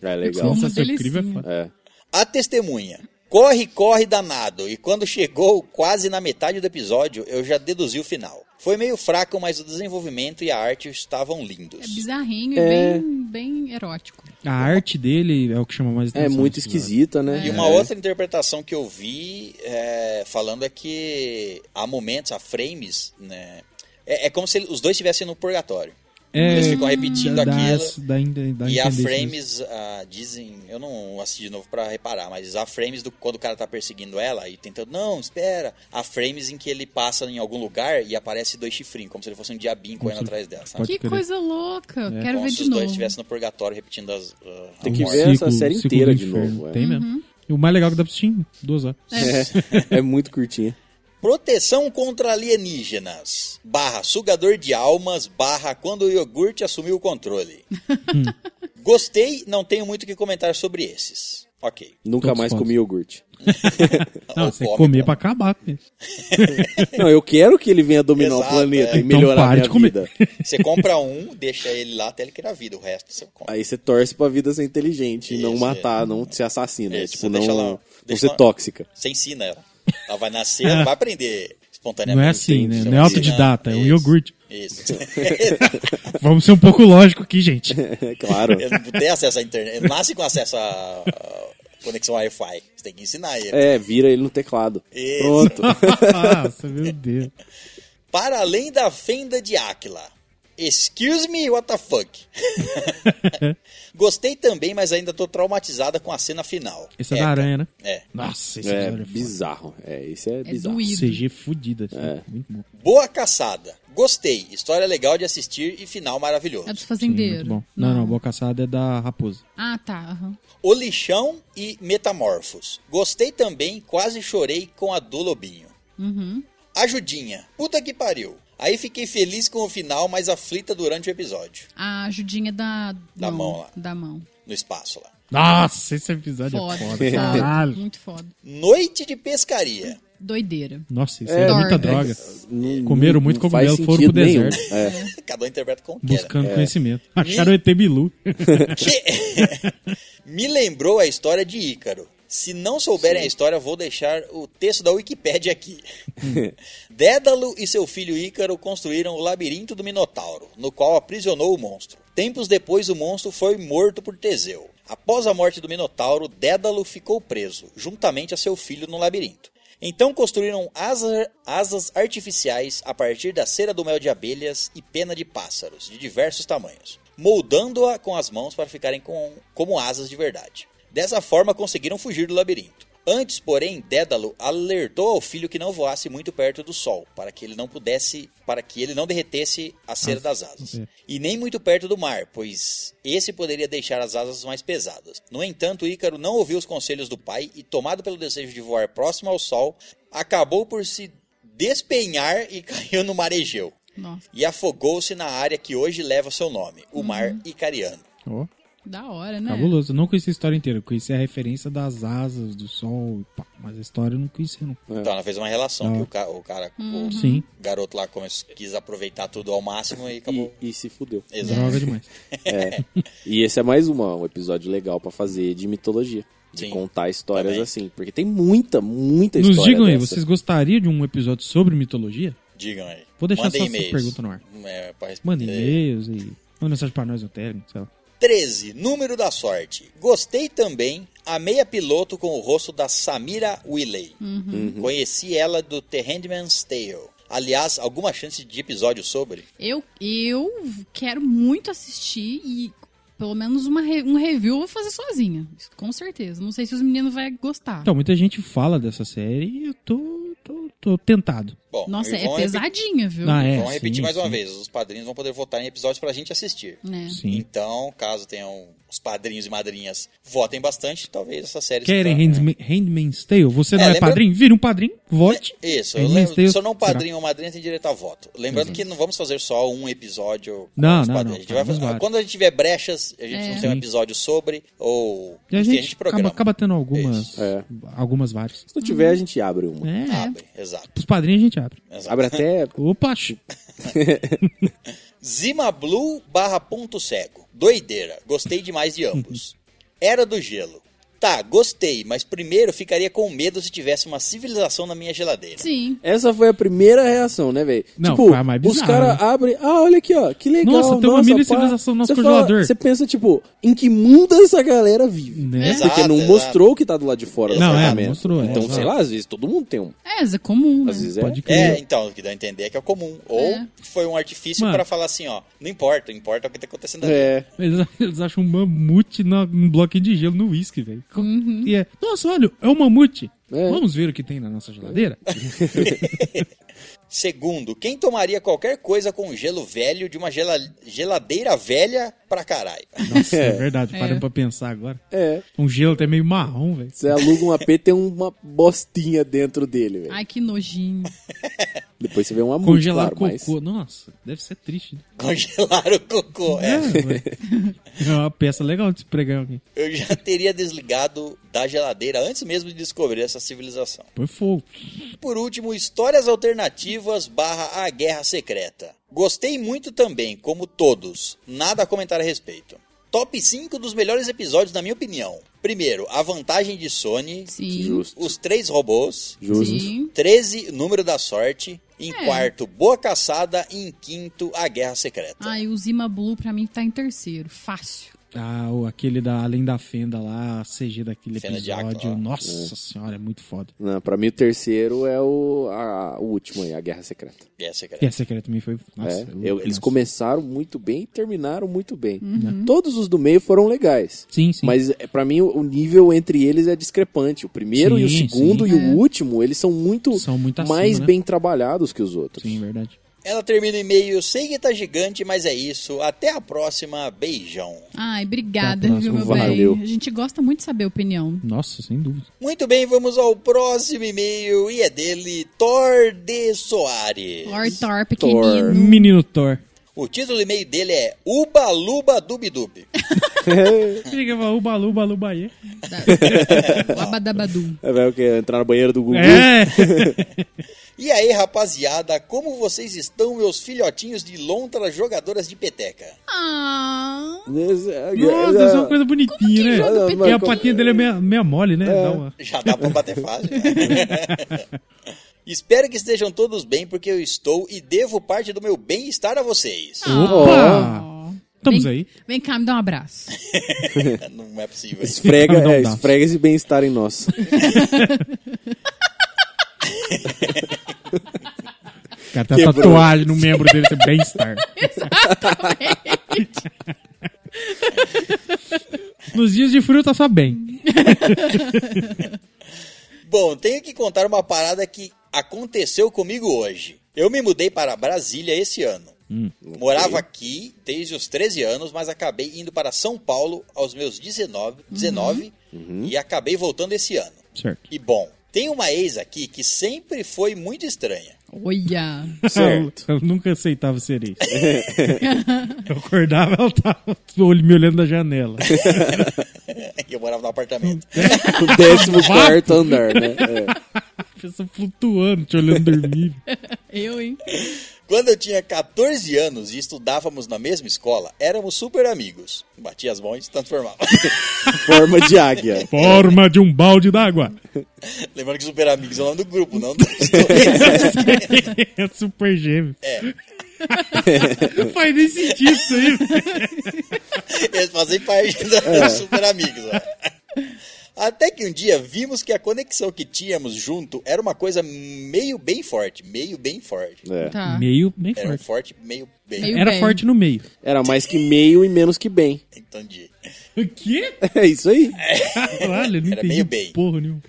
E: É legal.
B: Uma
C: Sensação incrível é
B: delicinha.
C: foda.
E: É.
A: A testemunha. Corre, corre danado. E quando chegou quase na metade do episódio, eu já deduzi o final. Foi meio fraco, mas o desenvolvimento e a arte estavam
B: É
A: lindos.
B: bizarrinho
A: É.
B: e bem, bem erótico.
C: A arte dele é o que chama mais
E: É
C: atenção.
E: muito
C: nesse episódio.
E: esquisita, né?
A: E uma
E: É.
A: outra interpretação que eu vi é, falando é que há momentos, há frames, né? É, é como se os dois estivessem no purgatório. Eles ficam repetindo
C: É, dá, dá
A: aquilo.
C: essa- dá inde- dá
A: E há
C: entender isso
A: frames, ah, dizem, eu não assisti de novo pra reparar, mas há frames do quando o cara tá perseguindo ela e tentando, não, espera. Há frames em que ele passa em algum lugar e aparece dois chifrinhos, como se ele fosse um diabinho correndo atrás dela, sabe?
C: Pode
B: Que
C: crer. É.
B: coisa louca. Quero
A: como
B: ver
A: se
B: de
A: os dois
B: novo. É
A: estivessem no purgatório repetindo as. ah,
E: Tem
A: a
E: que
A: morte.
E: ver. essa série
C: ciclo
E: inteira
C: do
E: de
C: inferno.
E: novo, é.
C: Tem mesmo. E o mais legal é que dá pra assistir em duas horas.
E: É, é muito curtinha.
A: Proteção contra alienígenas, barra sugador de almas, barra quando o iogurte assumiu o controle. Gostei, não tenho muito o que comentar sobre esses. Ok.
E: Nunca
C: Todos
E: mais
C: fodas.
E: comi iogurte.
C: Não,
A: Ou
C: você
A: come,
C: comer
A: então.
C: pra acabar. filho.
E: Não, eu quero que ele venha dominar
A: Exato,
E: o planeta
A: é.
E: e
C: Então
E: melhorar
C: para
E: a minha
C: de comer.
E: vida.
A: Você compra um, deixa ele lá até ele querer a vida, o resto você compra.
E: Aí você torce pra vida ser inteligente, e não
A: Isso, é.
E: matar, não ser assassina.
A: Isso,
E: tipo, não,
A: deixa lá,
E: não
A: deixa
E: ser
A: lá.
E: tóxica.
A: Você ensina ela. Ela vai nascer, ela vai aprender
C: Não
A: espontaneamente.
C: é assim, né?
A: Você
C: Não é
A: vai
C: autodidata, é um
A: ensinar.
C: iogurte.
A: Isso.
C: Vamos ser um pouco lógico aqui, gente.
E: É claro.
A: Ele não tem acesso à internet. Ele nasce com acesso à à conexão Wi-Fi. Você tem que ensinar ele.
E: É, vira ele no teclado.
A: Isso.
E: Pronto.
C: Nossa, meu Deus.
A: Para além da fenda de Áquila. Excuse me, what the fuck? Gostei também, mas ainda tô traumatizada com a cena final.
C: Esse é, da aranha, né?
A: É.
C: Nossa, esse
E: É
C: episódio é foda.
E: bizarro. É, esse é
B: É
E: bizarro.
B: doído.
C: CG fudida. assim. Muito bom.
A: Boa caçada. Gostei. História legal de assistir e final maravilhoso.
B: É dos
C: Sim,
B: fazendeiros.
C: muito bom. Não, não, Boa Caçada é da Raposa.
B: Ah, tá. aham.
A: O Lixão e Metamorfos. Gostei também, quase chorei com a do Lobinho. Ajudinha. Puta que pariu. Aí fiquei feliz com o final, mas aflita durante o episódio.
B: A ajudinha da...
A: Da
B: não,
A: mão lá.
B: Da mão.
A: No espaço lá.
C: Nossa, esse episódio
B: Foda.
C: é
B: foda.
C: foda. Caralho.
B: Muito foda.
A: Noite de pescaria.
B: Doideira.
C: Nossa, isso
E: É,
C: é, muita
B: Dorgas.
C: droga.
E: Não-
C: Comeram muito
E: não faz
C: cogumelo, foram
E: sentido
C: pro
E: nenhum.
C: deserto.
E: É.
A: Cada um interpreta como quer.
C: Buscando conhecimento. Acharam o ET Bilu.
A: Que- Me lembrou a história de Ícaro. Se não souberem a história, vou deixar o texto da Wikipédia aqui. Dédalo e seu filho Ícaro construíram o labirinto do Minotauro, no qual aprisionou o monstro. Tempos depois, o monstro foi morto por Teseu. Após a morte do Minotauro, Dédalo ficou preso, juntamente a seu filho no labirinto. Então construíram asa- asas artificiais a partir da cera do mel de abelhas e pena de pássaros, de diversos tamanhos, moldando-a com as mãos para ficarem com- como asas de verdade. Dessa forma, conseguiram fugir do labirinto. Antes, porém, Dédalo alertou ao filho que não voasse muito perto do sol, para que ele não pudesse, para que ele não derretesse a cera das asas.
C: ok.
A: E nem muito perto do mar, pois esse poderia deixar as asas mais pesadas. No entanto, Ícaro não ouviu os conselhos do pai e, tomado pelo desejo de voar próximo ao sol, acabou por se despenhar e caiu no mar Egeu.
B: Nossa.
A: E afogou-se na área que hoje leva seu nome, o mar Icariano.
C: Ó,
B: Da hora, né?
C: Cabuloso. Eu não conheci a história inteira. Eu conheci a referência das asas, do sol, e pá, mas a história eu não conheci, não.
A: Então ela fez uma relação
C: Não.
A: que o, ca- o cara, o
C: Sim.
A: garoto lá começou, quis aproveitar tudo ao máximo e acabou.
E: E, e se fudeu.
A: Exato.
C: Droga demais.
E: É. e esse é mais uma, um episódio legal pra fazer de mitologia. De
A: Sim.
E: contar histórias
A: Também.
E: assim. Porque tem muita, muita
C: Nos
E: história.
C: digam aí,
E: dessa.
C: vocês gostariam de um episódio sobre mitologia?
A: Digam aí.
C: Vou deixar
A: Mandem
C: só essa
A: e-mails.
C: pergunta no ar.
A: É, pra responder.
C: Mandem e-mails e manda mensagem pra nós no Telegram, sei lá.
A: 13. Número da sorte. Gostei também. Amei a piloto com o rosto da Samira Willey.
C: Uhum.
A: Uhum. Conheci ela do The Handman's Tale. Aliás, alguma chance de episódio sobre?
B: Eu, eu quero muito assistir e pelo menos uma re- um review eu vou fazer sozinha. Isso, Com certeza. Não sei se os meninos vão gostar.
C: Então, muita gente fala dessa série e eu tô, tô, tô tentado.
A: Bom,
B: Nossa,
A: e
B: é
A: vão repi-
B: pesadinha, viu?
C: Ah, é,
A: Vão repetir
C: sim,
A: mais uma
C: sim.
A: vez. Os padrinhos vão poder votar em episódios pra gente assistir.
B: Né?
C: Sim.
A: Então, caso tenham os padrinhos e madrinhas votem bastante, talvez essa série...
C: Querem
A: se torne-
C: Handma- Handmaid's Tale? Você não
A: É,
C: é,
A: lembra- É.
C: padrinho? Vira um padrinho, vote.
A: Isso, eu
C: Handmaid's
A: lembro,
C: Tale
A: se eu não
C: É será- Uhum.
A: padrinho ou madrinha, tem direito a voto. Lembrando que não vamos fazer só um episódio com
C: Não,
A: os
C: não,
A: padrinhos.
C: não,
A: A gente vai
C: fazemos
A: fazer-
C: vários.
A: Quando a gente tiver brechas, a gente
B: É.
A: não tem um
C: Sim.
A: episódio sobre, ou
C: E a
A: enfim,
C: gente, acaba, acaba tendo algumas,
A: Isso.
E: É.
C: algumas várias.
E: Se não tiver, a gente abre uma.
C: É,
A: Abre, exato.
C: os padrinhos a gente abre.
A: exato.
E: Abre até.
C: Opa, chi-
A: Zima Blue barra ponto cego. Doideira. Gostei demais de ambos. Era do gelo. Tá, gostei, mas primeiro eu ficaria com medo se tivesse uma civilização na minha geladeira.
B: Sim.
E: Essa foi a primeira reação, né, velho?
C: Não,
E: tipo,
C: foi a mais
E: os
C: bizarra, né?
E: caras abrem. Ah, olha aqui, ó. Que legal.
C: Nossa, tem uma mini
E: pá."
C: civilização no nosso
E: Você fala-
C: congelador.
E: Você pensa, tipo, em que mundo essa galera vive?
C: Né?
A: Exato,
E: Porque não
A: exato.
E: mostrou o que tá do lado de fora do
A: Não, é, não
E: apartamento.
C: mostrou, é,
E: Então,
C: exato.
E: sei lá, às vezes todo mundo tem um.
B: É, mas é comum, né?
E: Às vezes é.
C: Pode
A: É,
C: crer.
A: então, o que dá a entender é que é o comum. Ou
B: É.
A: foi um artifício
C: Mano.
A: pra falar assim, ó, não importa, importa o que tá acontecendo ali.
E: É.
C: Eles, eles acham um mamute na, num bloquinho de gelo no uísque, velho. E é, nossa, olha, é um mamute.
E: É.
C: Vamos ver o que tem na nossa geladeira?
A: Segundo, quem tomaria qualquer coisa com gelo velho de uma gela- geladeira velha pra caralho?
C: Nossa, é
E: É.
C: verdade,
B: É.
C: parando pra pensar agora.
E: É.
C: Um gelo até meio marrom, velho.
E: Você aluga um AP tem uma bostinha dentro dele, velho.
B: Ai, que nojinho.
E: Depois você vê uma multa,
C: Congelar
E: claro, mas...
C: cocô. Nossa, deve ser triste, né?
A: Congelar o cocô. É.
C: velho. é uma peça legal de se pregar alguém.
A: Eu já teria desligado da geladeira antes mesmo de descobrir essa civilização.
C: Põe fogo.
A: E por último, histórias alternativas barra a guerra secreta. Gostei muito também, como todos. Nada a comentar a respeito. Top 5 dos melhores episódios, na minha opinião. Primeiro, a vantagem de Sony,
B: Sim.
E: Justo.
A: os três robôs,
E: Justo.
B: Sim.
A: 13, número da sorte. Em
B: É.
A: quarto, Boa Caçada. E em quinto, A Guerra Secreta.
B: Ai, o Zima Blue pra mim tá em terceiro. Fácil.
C: Ah, o- aquele da Além da Fenda lá, a CG daquele
A: Fenda de
C: episódio.
A: Acla, ó.
C: Nossa senhora, é muito foda.
E: Não, pra mim o terceiro é o, a- o último aí, a Guerra Secreta.
A: Guerra Secreta.
C: E a secreta também foi. Nossa,
E: É,
C: é
E: eu-
C: louco,
E: eles
C: nossa.
E: começaram muito bem e terminaram muito bem. Todos os do meio foram legais.
C: Sim, Uhum. sim.
E: Mas é, pra mim o o nível entre eles é discrepante. O primeiro e o
C: Sim,
E: segundo
C: sim.
E: e o último, eles são muito
C: São muito acima,
E: mais
C: né?
E: bem trabalhados que os outros.
C: Sim, é verdade.
A: Ela termina o e-mail, sei que tá gigante, mas é isso. Até a próxima, beijão.
B: Ai,
C: Até
B: obrigada,
C: a próxima.
B: viu, meu
E: Tá, Valeu.
B: bem? A gente gosta muito de saber a opinião.
C: Nossa, sem dúvida.
A: Muito bem, vamos ao próximo e-mail e é dele, Thor de Soares.
B: Ortor, pequenino.
C: Menino Thor.
A: O título do e-mail dele é Uba Luba Dubi Dubi.
C: Ele que falar uba luba lubaie.
B: O Abadabadu.
E: É, velho, que é entrar no banheiro do Google.
C: É!
A: E aí, rapaziada, como vocês estão, meus filhotinhos de lontras jogadoras de peteca?
B: Ah,
C: Nossa, isso é uma coisa bonitinha, né?
B: joga
E: o PT?
C: E a patinha dele é meia, meia mole, né? Dá uma-
A: Já dá pra bater fácil. né? Espero que estejam todos bem, porque eu estou e devo parte do meu bem-estar a vocês.
C: Opa! Ah. Estamos
B: Vem-
C: aí.
B: Vem cá, me dá um abraço.
A: Não é possível.
E: Esfrega,
C: Não
E: é,
C: dá.
E: esfrega esse bem-estar em nós.
C: O cara tem uma
E: Quebrou.
C: tatuagem no membro dele, é esse bem-estar. Nos dias de frio tá só bem.
A: Bom, tenho que contar uma parada que aconteceu comigo hoje. Eu me mudei para Brasília esse ano. Morava aqui desde os 13 anos, mas acabei indo para São Paulo aos meus 19, 19 e acabei voltando esse ano.
C: Certo.
A: E bom, tem uma ex aqui que sempre foi muito estranha.
B: Olha!
E: Certo.
C: Eu nunca aceitava ser isso. eu acordava, ela tava olh- me olhando da janela. É,
A: Eu morava no apartamento.
E: O décimo quarto andar, né? É.
C: A pessoa flutuando, te olhando dormir.
B: Eu, hein?
A: Quando eu tinha 14 anos e estudávamos na mesma escola, éramos super amigos. Batia as mãos, tanto formava.
E: Forma de águia.
C: Forma de um balde d'água.
A: Lembrando que super amigos é o nome do grupo, não do
C: é super gêmeo.
A: É,
C: Não faz nem sentido isso aí. velho.
A: Eles fazem parte da- dos super amigos. ó. Até que um dia vimos que a conexão que tínhamos junto era uma coisa meio bem forte. Meio bem forte.
E: É.
B: Tá.
C: Meio bem
A: Era um
C: forte.
A: forte, meio bem.
B: Meio-
C: Era
B: bem.
C: forte no meio.
E: Era mais que meio e menos que bem.
A: Entendi.
C: O quê?
E: É isso aí.
C: Caralho, eu não
A: Era
C: entendi
A: meio bem.
C: porra nenhuma.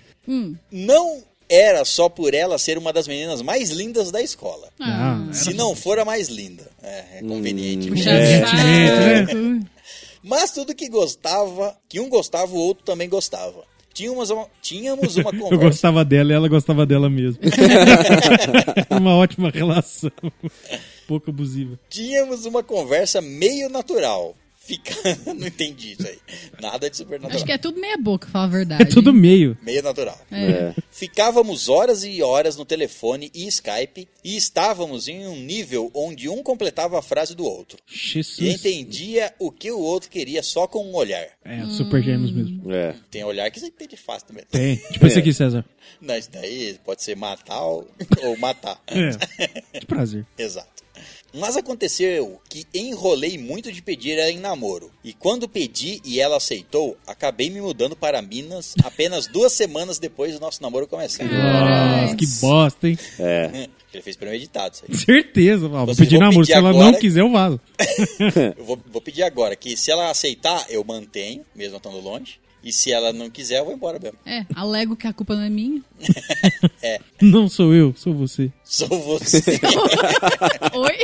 A: Não era só por ela ser uma das meninas mais lindas da escola.
B: Ah,
C: Ah,
A: Se não for a mais linda. É, é conveniente.
B: já
E: É.
C: né? Tá
B: sabe.
A: Mas tudo que gostava, que um gostava, o outro também gostava. Tínhamos uma, tínhamos uma
C: eu
A: conversa.
C: gostava dela e ela gostava dela mesmo. Uma ótima relação. Um Pouco abusiva.
A: Tínhamos uma conversa meio natural. Fica... Não entendi isso aí. Nada de supernatural.
B: Acho que é tudo meia boca, falar a verdade.
C: É tudo
B: hein?
C: meio.
A: Meio natural.
E: É.
A: Ficávamos horas e horas no telefone e Skype e estávamos em um nível onde um completava a frase do outro. E
C: Jesus.
A: entendia o que o outro queria só com um olhar.
C: É, super gêmeos mesmo.
E: É.
A: Tem olhar que você entende fácil também.
C: Tem. Tipo esse
E: É.
C: aqui, César.
A: Não, isso daí pode ser matar ou, ou matar.
C: É. De prazer.
A: Exato. Mas aconteceu que enrolei muito de pedir ela em namoro. E quando pedi e ela aceitou, acabei me mudando para Minas apenas duas semanas depois do nosso namoro começar.
C: Nossa, que bosta, hein?
E: É,
A: Ele fez premeditado isso aí.
C: Certeza. Ó, vou
A: Vocês
C: pedir
A: vão
C: namoro.
A: pedir
C: Se ela
A: agora?
C: não quiser, eu vazo.
A: Eu vou, vou pedir agora que se ela aceitar, eu mantenho, mesmo estando longe. E se ela não quiser, eu vou embora mesmo.
B: É, alego que a culpa não é minha.
C: Não sou eu, sou você.
A: Sou você.
B: Oi?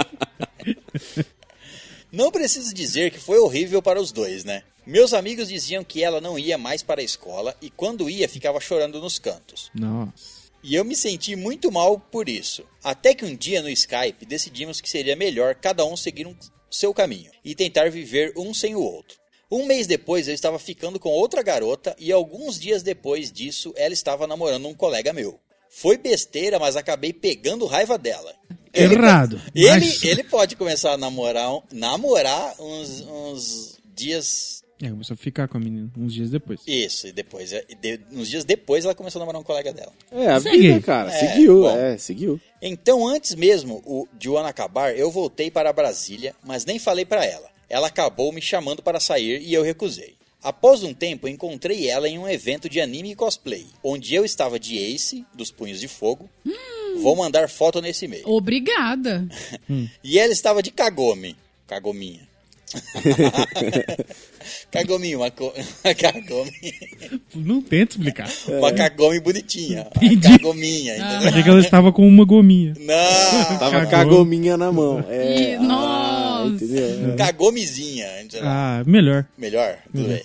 A: não preciso dizer que foi horrível para os dois, né? Meus amigos diziam que ela não ia mais para a escola e quando ia ficava chorando nos cantos.
C: Nossa.
A: E eu me senti muito mal por isso. Até que um dia no Skype decidimos que seria melhor cada um seguir um seu caminho e tentar viver um sem o outro. Um mês depois eu estava ficando com outra garota e alguns dias depois disso ela estava namorando um colega meu. Foi besteira, mas acabei pegando raiva dela.
C: Errado.
A: Ele,
C: mas-
A: ele pode começar a namorar, um- namorar uns, uns dias.
C: É, começou a ficar com a menina uns dias depois.
A: Isso, e depois. é, e de- uns dias depois ela começou a namorar um colega dela.
E: É, a
C: Segue.
E: vida, cara.
A: É,
E: seguiu,
A: bom.
E: é, seguiu.
A: Então, antes mesmo o, de o ano acabar, eu voltei para Brasília, mas nem falei para ela. Ela acabou me chamando para sair e eu recusei. Após um tempo, encontrei ela em um evento de anime e cosplay, onde eu estava de Ace, dos Punhos de Fogo.
C: Hum.
A: Vou mandar foto nesse e-mail.
B: Obrigada.
A: E ela estava de Kagome. Kagominha. Kagominha, uma, co- uma Kagome.
C: Não tenta explicar.
A: Uma Kagome bonitinha. Uma
C: É. Entendi. Ah.
A: Kagominha, entendeu?
C: Achei É que ela estava com uma gominha.
A: Não!
E: Tava
C: Cagou.
E: com a gominha na mão. É.
B: Ih, nossa.
E: entendeu?
A: Kagomizinha, entendeu?
C: Ah, melhor.
A: Melhor? Tudo bem.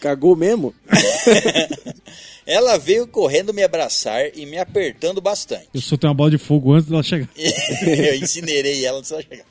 E: Cagou mesmo?
A: Ela veio correndo me abraçar e me apertando bastante.
C: Eu soltei uma bola de fogo antes dela chegar.
A: Eu incinerei ela antes dela chegar.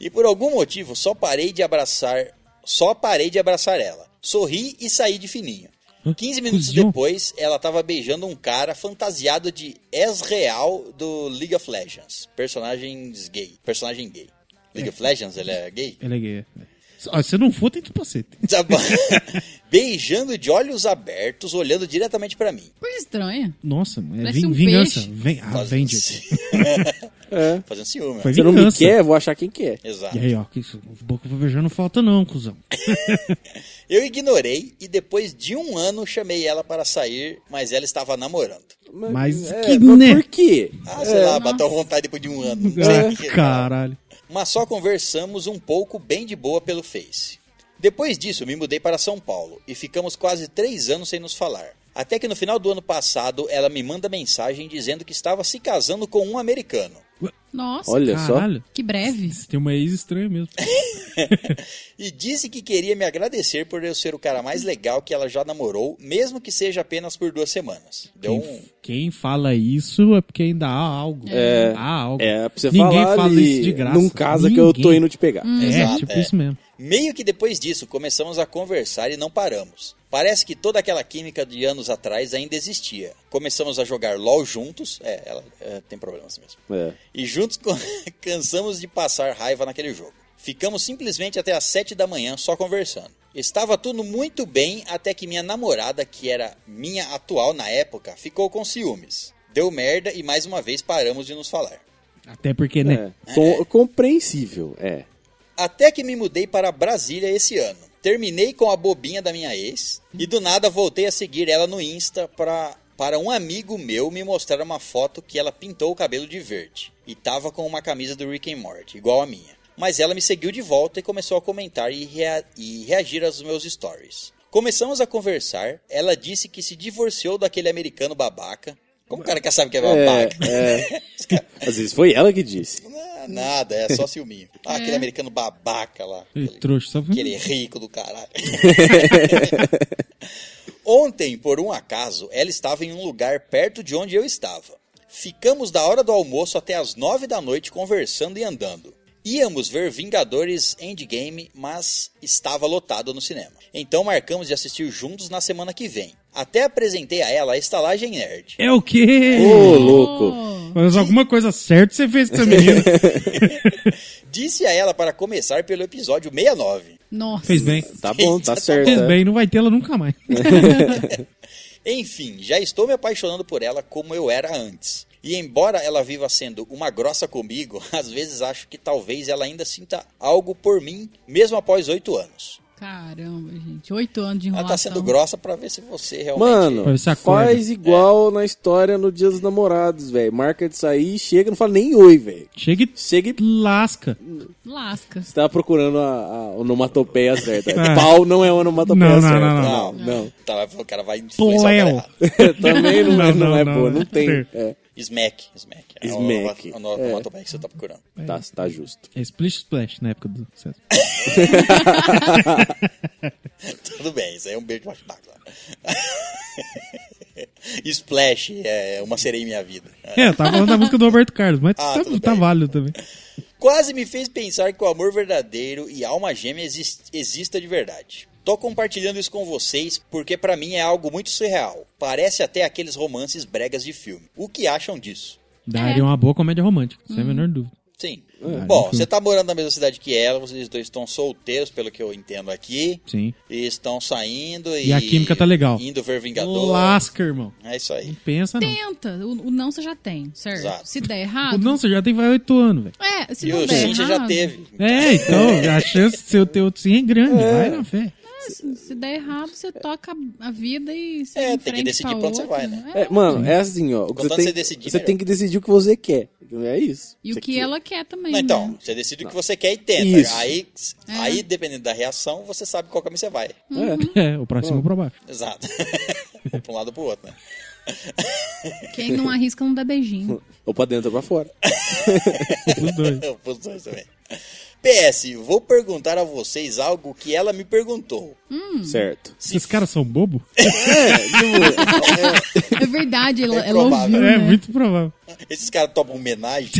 A: E por algum motivo só parei de abraçar, só parei de abraçar ela. Sorri e saí de fininho. 15 minutos
C: Cusão.
A: depois, ela tava beijando um cara fantasiado de Ezreal do League of Legends. Personagens gay. Personagem gay. League of Legends, ele é gay?
C: Ela é gay. é. Ó, se não for, tem que pacete.
A: Tá bom. Beijando de olhos abertos, olhando diretamente pra mim.
B: Coisa estranha.
C: Nossa, é
B: Parece
C: vin-
B: um
C: vingança.
B: peixe.
C: Vem, ah,
A: Fazendo
C: vende.
A: ci-
E: É.
A: Fazendo ciúme.
C: Foi
E: Você não me
C: vingança.
E: quer, vou achar quem quer.
A: Exato.
C: E aí, ó, que isso, o boca pra beijar não falta não, cuzão.
A: Eu ignorei e depois de um ano chamei ela para sair, mas ela estava namorando.
C: Mas
E: é,
C: que
E: mas
C: né?
E: por quê?
A: Ah, sei lá, bateu a vontade depois de um ano. Não sei o que.
C: Ah, caralho.
A: Mas só conversamos um pouco bem de boa pelo Face. Depois disso, me mudei para São Paulo e ficamos quase três anos sem nos falar. Até que no final do ano passado, ela me manda mensagem dizendo que estava se casando com um americano.
B: Nossa,
E: Olha
C: Caralho.
B: que breve.
C: Você tem uma ex estranha mesmo.
A: É E disse que queria me agradecer por eu ser o cara mais legal que ela já namorou, mesmo que seja apenas por duas semanas. Deu
C: Quem,
A: um.
C: quem fala isso é porque ainda há algo.
E: É.
C: Há algo.
E: só. É, pra você
C: Ninguém
E: falar
C: fala
E: ali,
C: isso de graça.
E: num casa que eu tô
C: Ninguém.
E: indo te pegar.
C: É,
A: Exato,
C: tipo
A: é.
C: isso mesmo.
A: Meio que depois disso, começamos a conversar e não paramos. Parece que toda aquela química de anos atrás ainda existia. Começamos a jogar LOL juntos. É, ela é, tem problemas mesmo.
E: É.
A: E juntos con- cansamos de passar raiva naquele jogo. Ficamos simplesmente até as 7 da manhã só conversando. Estava tudo muito bem até que minha namorada, que era minha atual na época, ficou com ciúmes. Deu merda e mais uma vez paramos de nos falar.
C: Até porque, né?
E: É. Com- compreensível, é.
A: Até que me mudei para Brasília esse ano. Terminei com a bobinha da minha ex e do nada voltei a seguir ela no Insta pra, para um amigo meu me mostrar uma foto que ela pintou o cabelo de verde e tava com uma camisa do Rick and Morty, igual a minha. Mas ela me seguiu de volta e começou a comentar e, rea- e reagir aos meus stories. Começamos a conversar, ela disse que se divorciou daquele americano babaca. Como o cara quer saber que é babaca?
E: É, Às vezes foi ela que disse.
A: Ah, Nada, é só ciúminho. Ah, aquele americano babaca lá.
C: Ele
A: Aquele-
C: trouxa, sabe?
A: Aquele é rico do caralho. Ontem, por um acaso, ela estava em um lugar perto de onde eu estava. Ficamos da hora do almoço até as nove da noite conversando e andando. Íamos ver Vingadores Endgame, mas estava lotado no cinema. Então marcamos de assistir juntos na semana que vem. Até apresentei a ela a estalagem nerd.
C: É o quê?
E: Ô, louco.
B: Oh,
C: Mas alguma coisa certa você fez com essa menina.
A: Disse a ela para começar pelo episódio 69.
B: Nossa.
C: fez bem.
E: Tá bom, tá certo.
C: Fez
E: é.
C: bem, não vai ter ela nunca mais.
A: Enfim, já estou me apaixonando por ela como eu era antes. E embora ela viva sendo uma grossa comigo, às vezes acho que talvez ela ainda sinta algo por mim, mesmo após oito anos.
B: Caramba, gente. Oito anos de
A: Ela
B: enrolação.
A: tá sendo grossa pra ver se você realmente.
E: Mano,
C: Mas você acorda.
E: faz igual na história no Dia dos Namorados, velho. Marca de sair, chega, não fala nem oi, velho.
C: Chega e
E: Chega e
C: lasca.
B: Lasca.
E: você tava procurando a, a onomatopeia certa.
C: É.
E: Pau não é onomatopeia
C: Não, não,
E: certa.
C: não,
A: não,
E: não.
A: Tá, o cara vai influenciar o cara
C: Pleo.
A: errado.
E: Também não, é-
C: Não,
E: não
C: não,
E: é
C: não,
E: boa, não
C: é.
E: tem. É,
A: Smack, smack. É o-
E: Smack,
A: O no-
E: é.
A: onomatopeia que você tá procurando.
E: tá, tá justo.
C: É Splish Splash na época do César.
A: Tudo bem, isso aí é um beijo debaixo d'água. Splash é uma sereia em minha vida.
C: É, eu tava falando da música do Roberto Carlos, mas
A: Ah, tudo
C: tá, tá
A: bem.
C: válido também.
A: Quase me fez pensar que o amor verdadeiro e alma gêmea exis- exista de verdade. Tô compartilhando isso com vocês porque pra mim é algo muito surreal. Parece até aqueles romances bregas de filme. O que acham disso?
C: Daria uma boa comédia romântica, sem a menor dúvida.
A: Sim. Bom,
C: sim.
A: você tá morando na mesma cidade que ela, vocês dois estão solteiros, pelo que eu entendo aqui.
C: Sim.
A: E estão saindo e.
C: E a química tá legal.
A: Indo ver Vingador.
C: Lasca, irmão.
A: É isso
C: Não
A: aí.
C: pensa, não.
B: Tenta. O, o não você já tem, certo?
A: Exato.
B: Se der
C: O
B: errado.
C: não, você já tem vai oito anos, velho.
B: É, se
A: E
B: não
A: o
B: der
A: sim você
B: errado.
A: já teve.
C: É, então, a chance de você ter outro sim é grande. Vai na
B: é,
C: fé.
B: se, se der errado, você toca a vida e você
A: É, tem que decidir pra onde você vai, né?
E: É, mano, é assim, ó. Você,
A: Contanto
E: tem,
A: Então, você decidir,
E: você
A: melhor.
E: tem que decidir o que você quer. É isso.
B: E o
E: Você
B: que
E: quer-
B: ela quer também.
A: Não, então,
B: né?
A: você decide o que você quer e tenta.
E: Isso.
A: Aí,
B: É.
A: aí, dependendo da reação, você sabe qual caminho você vai.
E: É.
C: É, o próximo ou pra baixo.
A: Exato. Ou pra um lado ou pro outro, né?
B: Quem não arrisca não dá beijinho.
E: Ou pra dentro ou pra fora.
C: Os dois.
A: Eu pus dois também. PS, vou perguntar a vocês algo que ela me perguntou.
B: Hum.
E: Certo.
A: Se
C: Esses caras são bobo?
B: É verdade, ela,
A: É
B: ela ouviu,
A: provável.
C: É,
B: né?
C: muito provável.
A: Esses caras topam homenagem.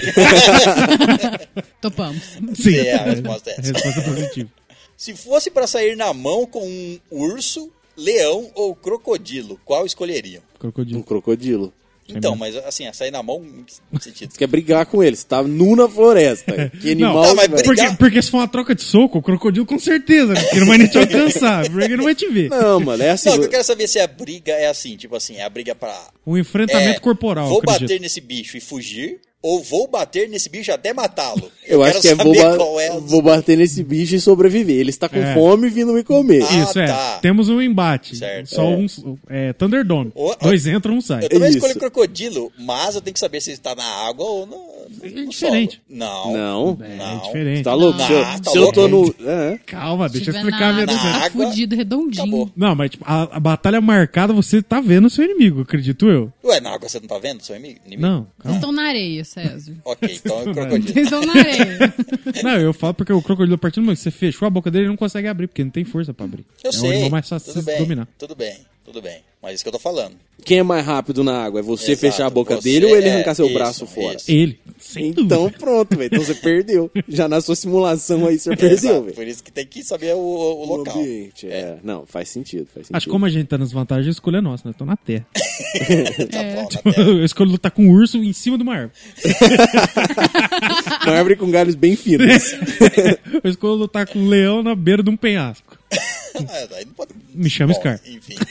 B: Topamos.
C: Sim.
A: É, a resposta é
C: A
A: essa.
C: resposta positiva.
A: Se fosse pra sair na mão com um urso, leão ou crocodilo, qual escolheriam?
E: Um
C: Crocodilo.
E: crocodilo.
A: Então, mas assim, a sair na mão, em que sentido?
E: Você quer brigar com ele. Você tá nu na floresta. Que
C: Não.
E: animal.
A: Tá, mas
E: que vai-
C: Porque,
A: Obrigado.
C: porque se for uma troca de soco, o crocodilo com certeza, né? porque não vai nem te alcançar, porque ele não vai te ver.
E: Não, mano, é assim.
A: Não, o que eu quero saber se a briga é assim, tipo assim, é a briga pra...
C: Um
A: É,
C: enfrentamento corporal,
A: Vou
C: eu acredito.
A: bater nesse bicho e fugir, ou vou bater nesse bicho até matá-lo.
E: Eu acho
A: quero
E: que é vou,
A: saber
E: ba-
A: qual é a-
E: vou bater nesse bicho e sobreviver. Ele está com
C: É.
E: fome vindo me comer.
A: Ah,
C: Isso, é.
A: tá.
C: Temos um embate.
A: Certo.
C: Só um. É, Thunderdome.
A: O-
C: Dois entram, um sai.
A: Eu também
E: É isso.
A: escolho crocodilo, mas eu tenho que saber se ele tá na água ou no,
C: É diferente.
A: Não.
E: Não.
C: É,
A: Não.
C: diferente.
E: Tá louco?
A: Não,
E: se eu,
A: tá
E: se eu tô no.
A: louco.
E: É.
C: Calma, deixa eu
B: Tiver
C: explicar a
B: na
C: minha
B: água, tá
C: defesa.
A: verdade.
B: Fudido, é redondinho.
A: Acabou.
C: Não, mas tipo, a, a batalha marcada, você tá vendo o seu inimigo, acredito eu.
A: Ué, na água você não tá vendo, seu inimigo? inimigo?
C: Não,
B: Vocês
C: calma.
B: estão na areia, César.
A: Ok, então é um crocodilo.
B: Vocês estão na areia.
C: Não, eu falo porque o crocodilo, a partir do momento que você fechou a boca dele, ele não consegue abrir, porque não tem força pra abrir.
A: Eu
C: é o
A: sei.
C: animal mais fácil de
A: tudo
C: se
A: bem,
C: dominar.
A: tudo bem, tudo bem. Mas é isso que eu tô falando.
E: Quem é mais rápido na água? É você
A: Exato,
E: fechar a boca
A: você
E: dele ou ele
A: é-
E: arrancar seu
A: isso,
E: braço fora?
A: isso.
C: Ele, sem
E: Então
C: dúvida.
E: pronto, velho. Então você perdeu. Já na sua simulação aí você perdeu,
A: Exato,
E: velho.
A: Por isso que tem que saber o, o
E: O
A: local.
E: ambiente, é. Não, faz sentido, faz sentido.
C: Acho que como a gente tá nas vantagens, a escolha é nossa, né? Tô na terra.
A: Tá
C: É.
A: bom, na terra.
C: Eu escolho lutar com um urso em cima de uma árvore. é-
E: Uma árvore com galhos bem finos.
C: Eu escolho lutar com um leão na beira de um penhasco.
A: Ah, aí não pode-
C: Me chama
A: Bom,
C: Scar.
A: Enfim.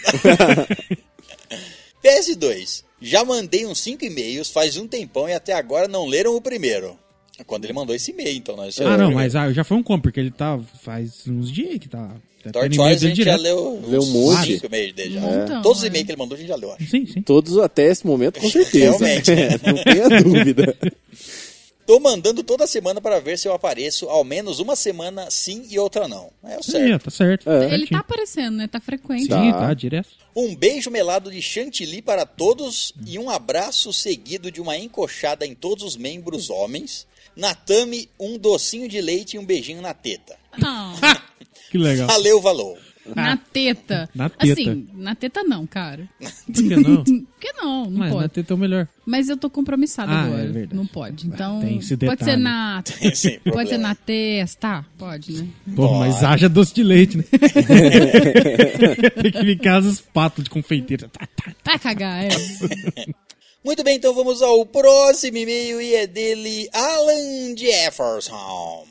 A: PS2. Já mandei uns 5 e-mails faz um tempão e até agora não leram o primeiro. É Quando ele mandou esse e-mail, então nós
C: Ah,
A: lemos o
C: não,
A: primeiro.
C: mas ah, já foi um combo, porque ele tá faz uns dias aí que tá. tá tendo
A: Tortoise
C: e-mail
A: Então, a
C: dele
A: gente já
C: direto.
A: leu,
E: Leu um
A: uns
E: monte.
A: cinco e-mails dele já.
B: Um montão,
A: Todos os
B: é.
A: e-mails que ele mandou a gente já leu, acho.
C: Sim, sim.
E: Todos até esse momento, com certeza.
A: Realmente.
E: É, não tenha dúvida.
A: Tô mandando toda semana para ver se eu apareço ao menos uma semana sim e outra não. É o certo.
C: Aí, ó, tá certo.
E: É.
B: Ele tá
C: Certinho.
B: aparecendo, né? Tá frequente.
C: Sim,
E: Tá.
C: tá, direto.
A: Um beijo melado de chantilly para todos e um abraço seguido de uma encoxada em todos os membros homens. Na tame, um docinho de leite e um beijinho na teta.
B: Ah,
C: Que legal.
A: Valeu, valor.
B: na teta.
C: Ah. Na teta.
B: Assim, na teta não, cara.
C: Por que não?
B: Por que não? Não
C: Mas na
B: pode.
C: teta é o melhor.
B: Mas eu tô compromissada
C: Ah,
B: agora.
C: é verdade.
B: Não pode.
C: Ah,
B: Então.
C: tem esse
B: pode ser
C: detalhe.
B: na.
A: Esse
B: Pode
A: problema.
B: ser na testa. Pode, né?
C: Pô, mas haja doce de leite, né? Tem que ficar as espátulas de confeiteira. Tá, tá.
B: Vai cagar, é.
A: Muito bem, então vamos ao próximo e-mail e é dele Alan Jefferson.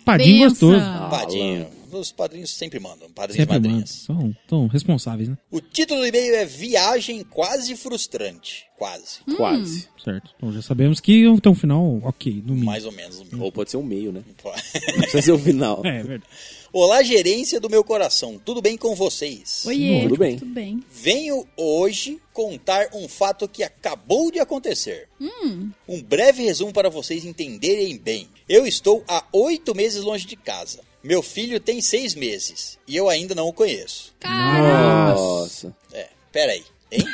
B: Pensa.
C: Padinho gostoso.
A: Padinho. Os padrinhos sempre mandam, padrinhos e
C: Sempre mano.
A: madrinhas.
C: São, são responsáveis, né?
A: O título do e-mail é Viagem Quase Frustrante. Quase.
E: Hum. Quase.
C: Certo. Então já sabemos que tem um final ok, no mínimo.
A: Mais ou menos
C: Hum.
A: o meu.
E: Ou pode ser um meio, né? Não precisa ser o final.
C: É, verdade.
A: Olá, gerência do meu coração. Tudo bem com vocês?
B: Oiê.
E: Tudo bem.
B: Tudo bem.
A: Venho hoje contar um fato que acabou de acontecer. Um breve resumo para vocês entenderem bem. Eu estou há oito meses longe de casa. Meu filho tem seis meses e eu ainda não o conheço.
B: Caramba.
E: Nossa.
A: É, peraí, hein?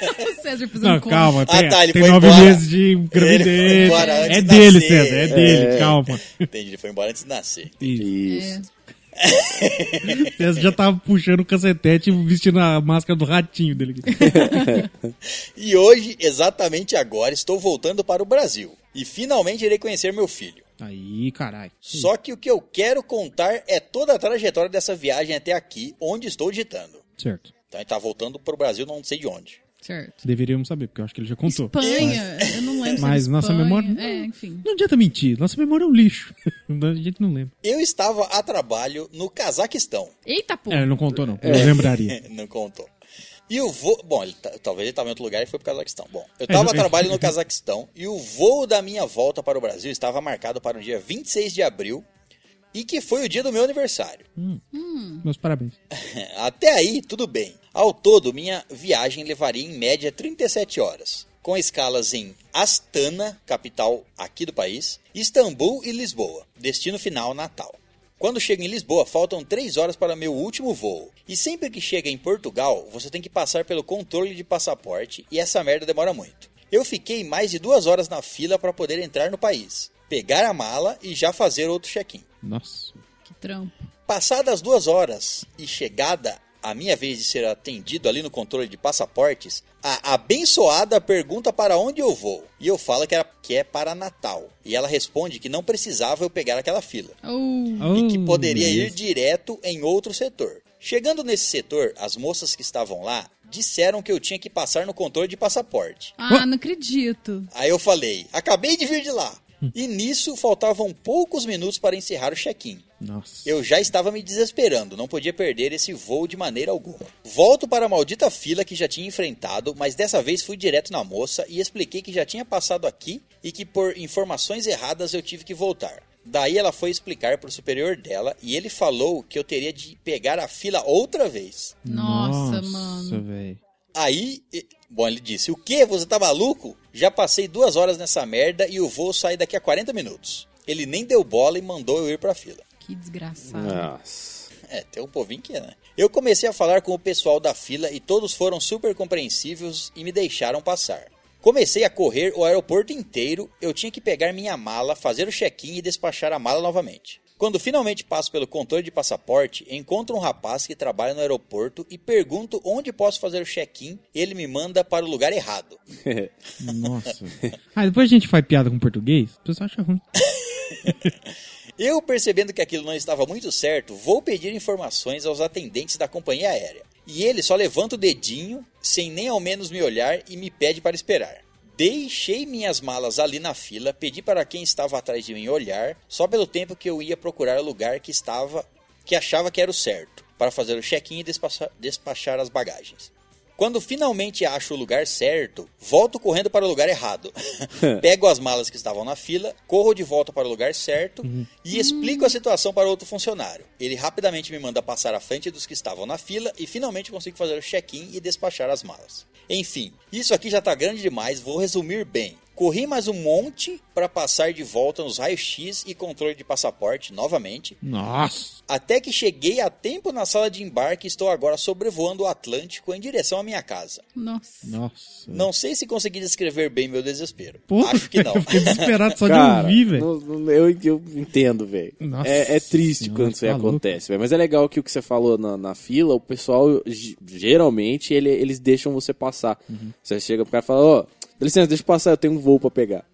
B: César fez um
C: Não,
B: conto.
C: calma, tem,
A: Ah, tá, ele
C: tem
A: foi
C: nove
A: embora.
C: meses de
A: Ele foi
C: gravidez.
A: embora antes
C: É
A: de
C: dele,
A: nascer.
C: César, é dele,
E: É.
C: calma.
A: Entendi, ele foi embora antes de nascer.
B: É,
E: Isso.
C: César já tava puxando o cacetete e vestindo a máscara do ratinho dele.
A: E hoje, exatamente agora, estou voltando para o Brasil. E finalmente irei conhecer meu filho.
C: Aí, caralho.
A: Só que o que eu quero contar é toda a trajetória dessa viagem até aqui, onde estou digitando.
C: Certo.
A: Então ele tá voltando pro Brasil, não sei de onde.
B: Certo.
C: Deveríamos saber, porque eu acho que ele já contou.
B: Espanha. Eu não lembro. se
C: Mas
B: era
C: nossa
B: Espanha.
C: memória-
B: É, enfim.
C: Não adianta mentir, nossa memória é um lixo. A gente não lembra.
A: Eu estava a trabalho no Cazaquistão.
B: Eita, pô.
C: É, ele não contou, não. Eu lembraria.
A: Não contou. E o voo. Bom, ele tá- talvez ele estava em outro lugar e foi pro Cazaquistão. Bom, eu
C: É,
A: estava a
C: eu-
A: trabalho no Cazaquistão e o voo da minha volta para o Brasil estava marcado para o dia 26 de abril e que foi o dia do meu aniversário.
C: Meus parabéns.
A: Até aí, tudo bem. Ao todo, minha viagem levaria em média 37 horas, com escalas em Astana, capital aqui do país, Istambul e Lisboa, destino final Natal. Quando chego em Lisboa, faltam 3 horas para meu último voo. E sempre que chega em Portugal, você tem que passar pelo controle de passaporte e essa merda demora muito. Eu fiquei mais de 2 horas na fila para poder entrar no país, pegar a mala e já fazer outro check-in.
C: Nossa.
B: Que trampo.
A: Passadas duas horas e chegada a minha vez de ser atendido ali no controle de passaportes, a abençoada pergunta para onde eu vou. E eu falo que, era, que é para Natal. E ela responde que não precisava eu pegar aquela fila.
B: Oh.
A: E que poderia
C: Oh,
A: ir direto em outro setor. Chegando nesse setor, as moças que estavam lá disseram que eu tinha que passar no controle de passaporte.
B: Ah, não acredito.
A: Aí eu falei, acabei de vir de lá. E nisso faltavam poucos minutos para encerrar o check-in.
C: Nossa.
A: Eu já estava me desesperando, não podia perder esse voo de maneira alguma. Volto para a maldita fila que já tinha enfrentado, mas dessa vez fui direto na moça e expliquei que já tinha passado aqui e que por informações erradas eu tive que voltar. Daí ela foi explicar para o superior dela e ele falou que eu teria de pegar a fila outra vez.
B: Nossa,
C: Nossa,
B: mano.
C: velho.
A: Aí, e- bom, ele disse: O que? Você tá maluco? Já passei duas horas nessa merda e o voo sai daqui a 40 minutos. Ele nem deu bola e mandou eu ir pra fila.
B: Que desgraçado.
E: Ah. Nossa.
A: É, tem um povinho que é, né? Eu comecei a falar com o pessoal da fila e todos foram super compreensíveis e me deixaram passar. Comecei a correr o aeroporto inteiro, eu tinha que pegar minha mala, fazer o check-in e despachar a mala novamente. Quando finalmente passo pelo controle de passaporte, encontro um rapaz que trabalha no aeroporto e pergunto onde posso fazer o check-in. Ele me manda para o lugar errado.
C: Nossa. ah, depois a gente faz piada com português, o pessoal acha ruim.
A: Eu, percebendo que aquilo não estava muito certo, vou pedir informações aos atendentes da companhia aérea. E ele só levanta o dedinho, sem nem ao menos me olhar, e me pede para esperar. Deixei minhas malas ali na fila, pedi para quem estava atrás de mim olhar, só pelo tempo que eu ia procurar o lugar que estava, que achava que era o certo, para fazer o check-in e despacha- despachar as bagagens. Quando finalmente acho o lugar certo, volto correndo para o lugar errado. Pego as malas que estavam na fila, corro de volta para o lugar certo e explico a situação para outro funcionário. Ele rapidamente me manda passar à frente dos que estavam na fila e finalmente consigo fazer o check-in e despachar as malas. Enfim, isso aqui já tá grande demais, vou resumir bem. Corri mais um monte para passar de volta nos raios-x e controle de passaporte novamente,
C: Nossa.
A: até que cheguei a tempo na sala de embarque e estou agora sobrevoando o Atlântico em direção à minha casa.
B: Nossa.
C: Nossa.
A: Não sei se consegui descrever bem meu desespero.
C: Porra,
A: Acho que não.
C: eu fiquei desesperado só
E: Cara,
C: de ouvir, velho.
E: não- não- eu, eu entendo, velho.
C: Nossa
E: É, é triste
C: senhora,
E: quando isso aí
C: tá louco.
E: acontece, velho. Mas é legal que o que você falou na, na fila, o pessoal, g- geralmente, ele- eles deixam você passar.
C: Uhum.
E: Você chega pro cara e fala, ó, dá licença, deixa eu passar, eu tenho um voo pra pegar.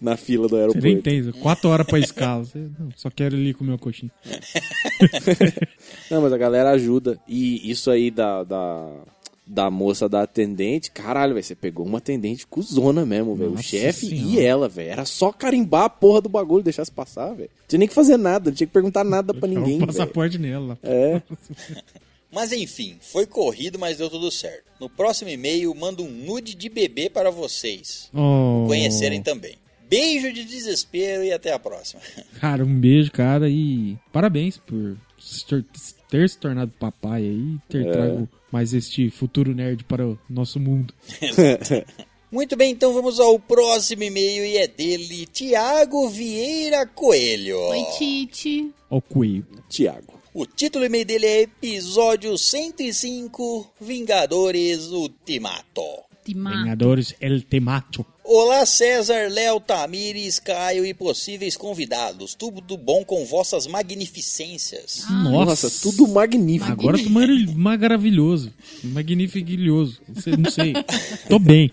E: Na fila do
C: Você nem
E: aeroporto.
C: entende. Quatro horas pra escala. Você, não, só quero ali comer uma coxinha. Tá,
E: Não, mas a galera ajuda. E isso aí da, da, da moça da atendente, caralho, velho, você pegou uma atendente cuzona mesmo, velho. O
C: Nossa
E: chefe e
C: Senhora.
E: ela, velho. Era só carimbar a porra do bagulho e deixar se passar, velho. Tinha nem que fazer nada, não tinha que perguntar nada pra
C: Tava
E: ninguém,
C: um
E: velho.
C: passaporte nela.
E: É.
A: Mas enfim, foi corrido, mas deu tudo certo. No próximo e-mail, mando um nude de bebê para vocês
C: Oh.
A: conhecerem também. Beijo de desespero e até a próxima.
E: então.
C: Cara, um beijo, cara, e parabéns por se tor- ter se tornado papai aí,
E: É.
C: ter trago mais este futuro nerd para o nosso mundo.
A: Muito bem, então vamos ao próximo e-mail e é dele, Tiago Vieira Coelho.
B: Oi, Tite.
C: Ó, o coelho.
E: Tiago.
A: O título do e-mail dele é Episódio 105 Vingadores Ultimato.
B: Te mato.
C: Vingadores El Temacho.
A: Olá, César, Léo, Tamires, Caio e possíveis convidados. Tudo bom com vossas magnificências.
E: Nossa, tudo magnífico.
C: Agora tô mar maravilhoso. Magnificilhoso. Não sei, não sei. Tô bem.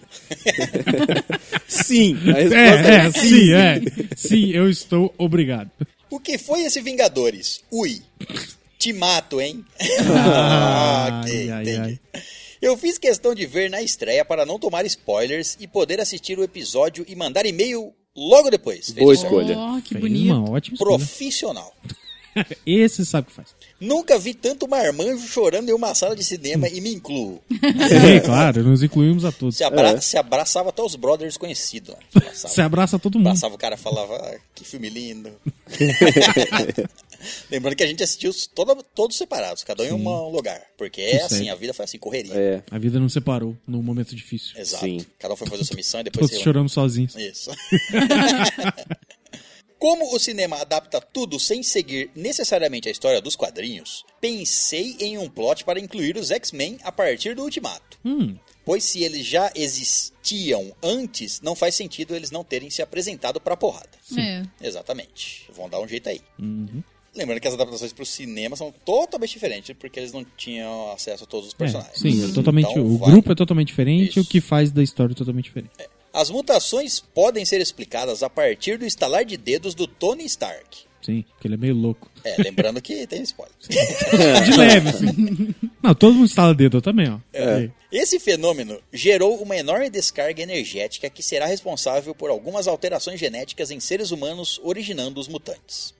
E: Sim, a
C: É,
E: resposta é,
C: é, sim, é. Sim, eu estou obrigado.
A: O que foi esse Vingadores? Ui. Te mato, hein?
C: Ah, Ai, ai, ai.
A: Eu fiz questão de ver na estreia para não tomar spoilers e poder assistir o episódio e mandar e-mail logo depois. Fez
E: Boa
A: certo.
E: escolha.
B: Ó, Ah, que
C: Fez
B: bonito.
C: Uma ótima escolha.
A: Profissional.
C: Esse sabe o que faz.
A: Nunca vi tanto marmanjo chorando em uma sala de cinema e me incluo.
C: Sim, claro, nos incluímos a todos.
A: Se, abra-
E: É.
A: se abraçava até os brothers conhecidos. né? lá. Abraçava.
C: Você abraça todo mundo.
A: Passava o cara e falava, "Ah, que filme lindo. Lembrando que a gente assistiu toda- todos separados, cada um em uma- um lugar. Porque é
C: Isso
A: assim,
C: aí.
A: a vida foi assim, correria.
E: É,
C: A vida não separou num momento difícil.
A: Exato.
E: Sim.
A: Cada um foi fazer sua missão e depois
C: Todos
A: se reuniu.
C: choramos sozinhos.
A: Isso. Como o cinema adapta tudo sem seguir necessariamente a história dos quadrinhos, pensei em um plot para incluir os X-Men a partir do Ultimato.
C: Hum,
A: Pois se eles já existiam antes, não faz sentido eles não terem se apresentado pra porrada.
B: É.
A: Exatamente. Vão dar um jeito aí.
C: Uhum.
A: Lembrando que as adaptações para o cinema são totalmente diferentes, porque eles não tinham acesso a todos os
C: é,
A: personagens.
C: sim, é totalmente.
A: Então,
C: o
A: vai.
C: grupo é totalmente diferente,
A: Isso.
C: o que faz da história é totalmente diferente.
A: As mutações podem ser explicadas a partir do estalar de dedos do Tony Stark.
C: Sim, porque ele é meio louco.
A: É, lembrando que tem spoiler.
C: De leve, assim. Não, todo mundo estala dedo, eu também, ó. É.
A: Esse fenômeno gerou uma enorme descarga energética que será responsável por algumas alterações genéticas em seres humanos, originando os mutantes.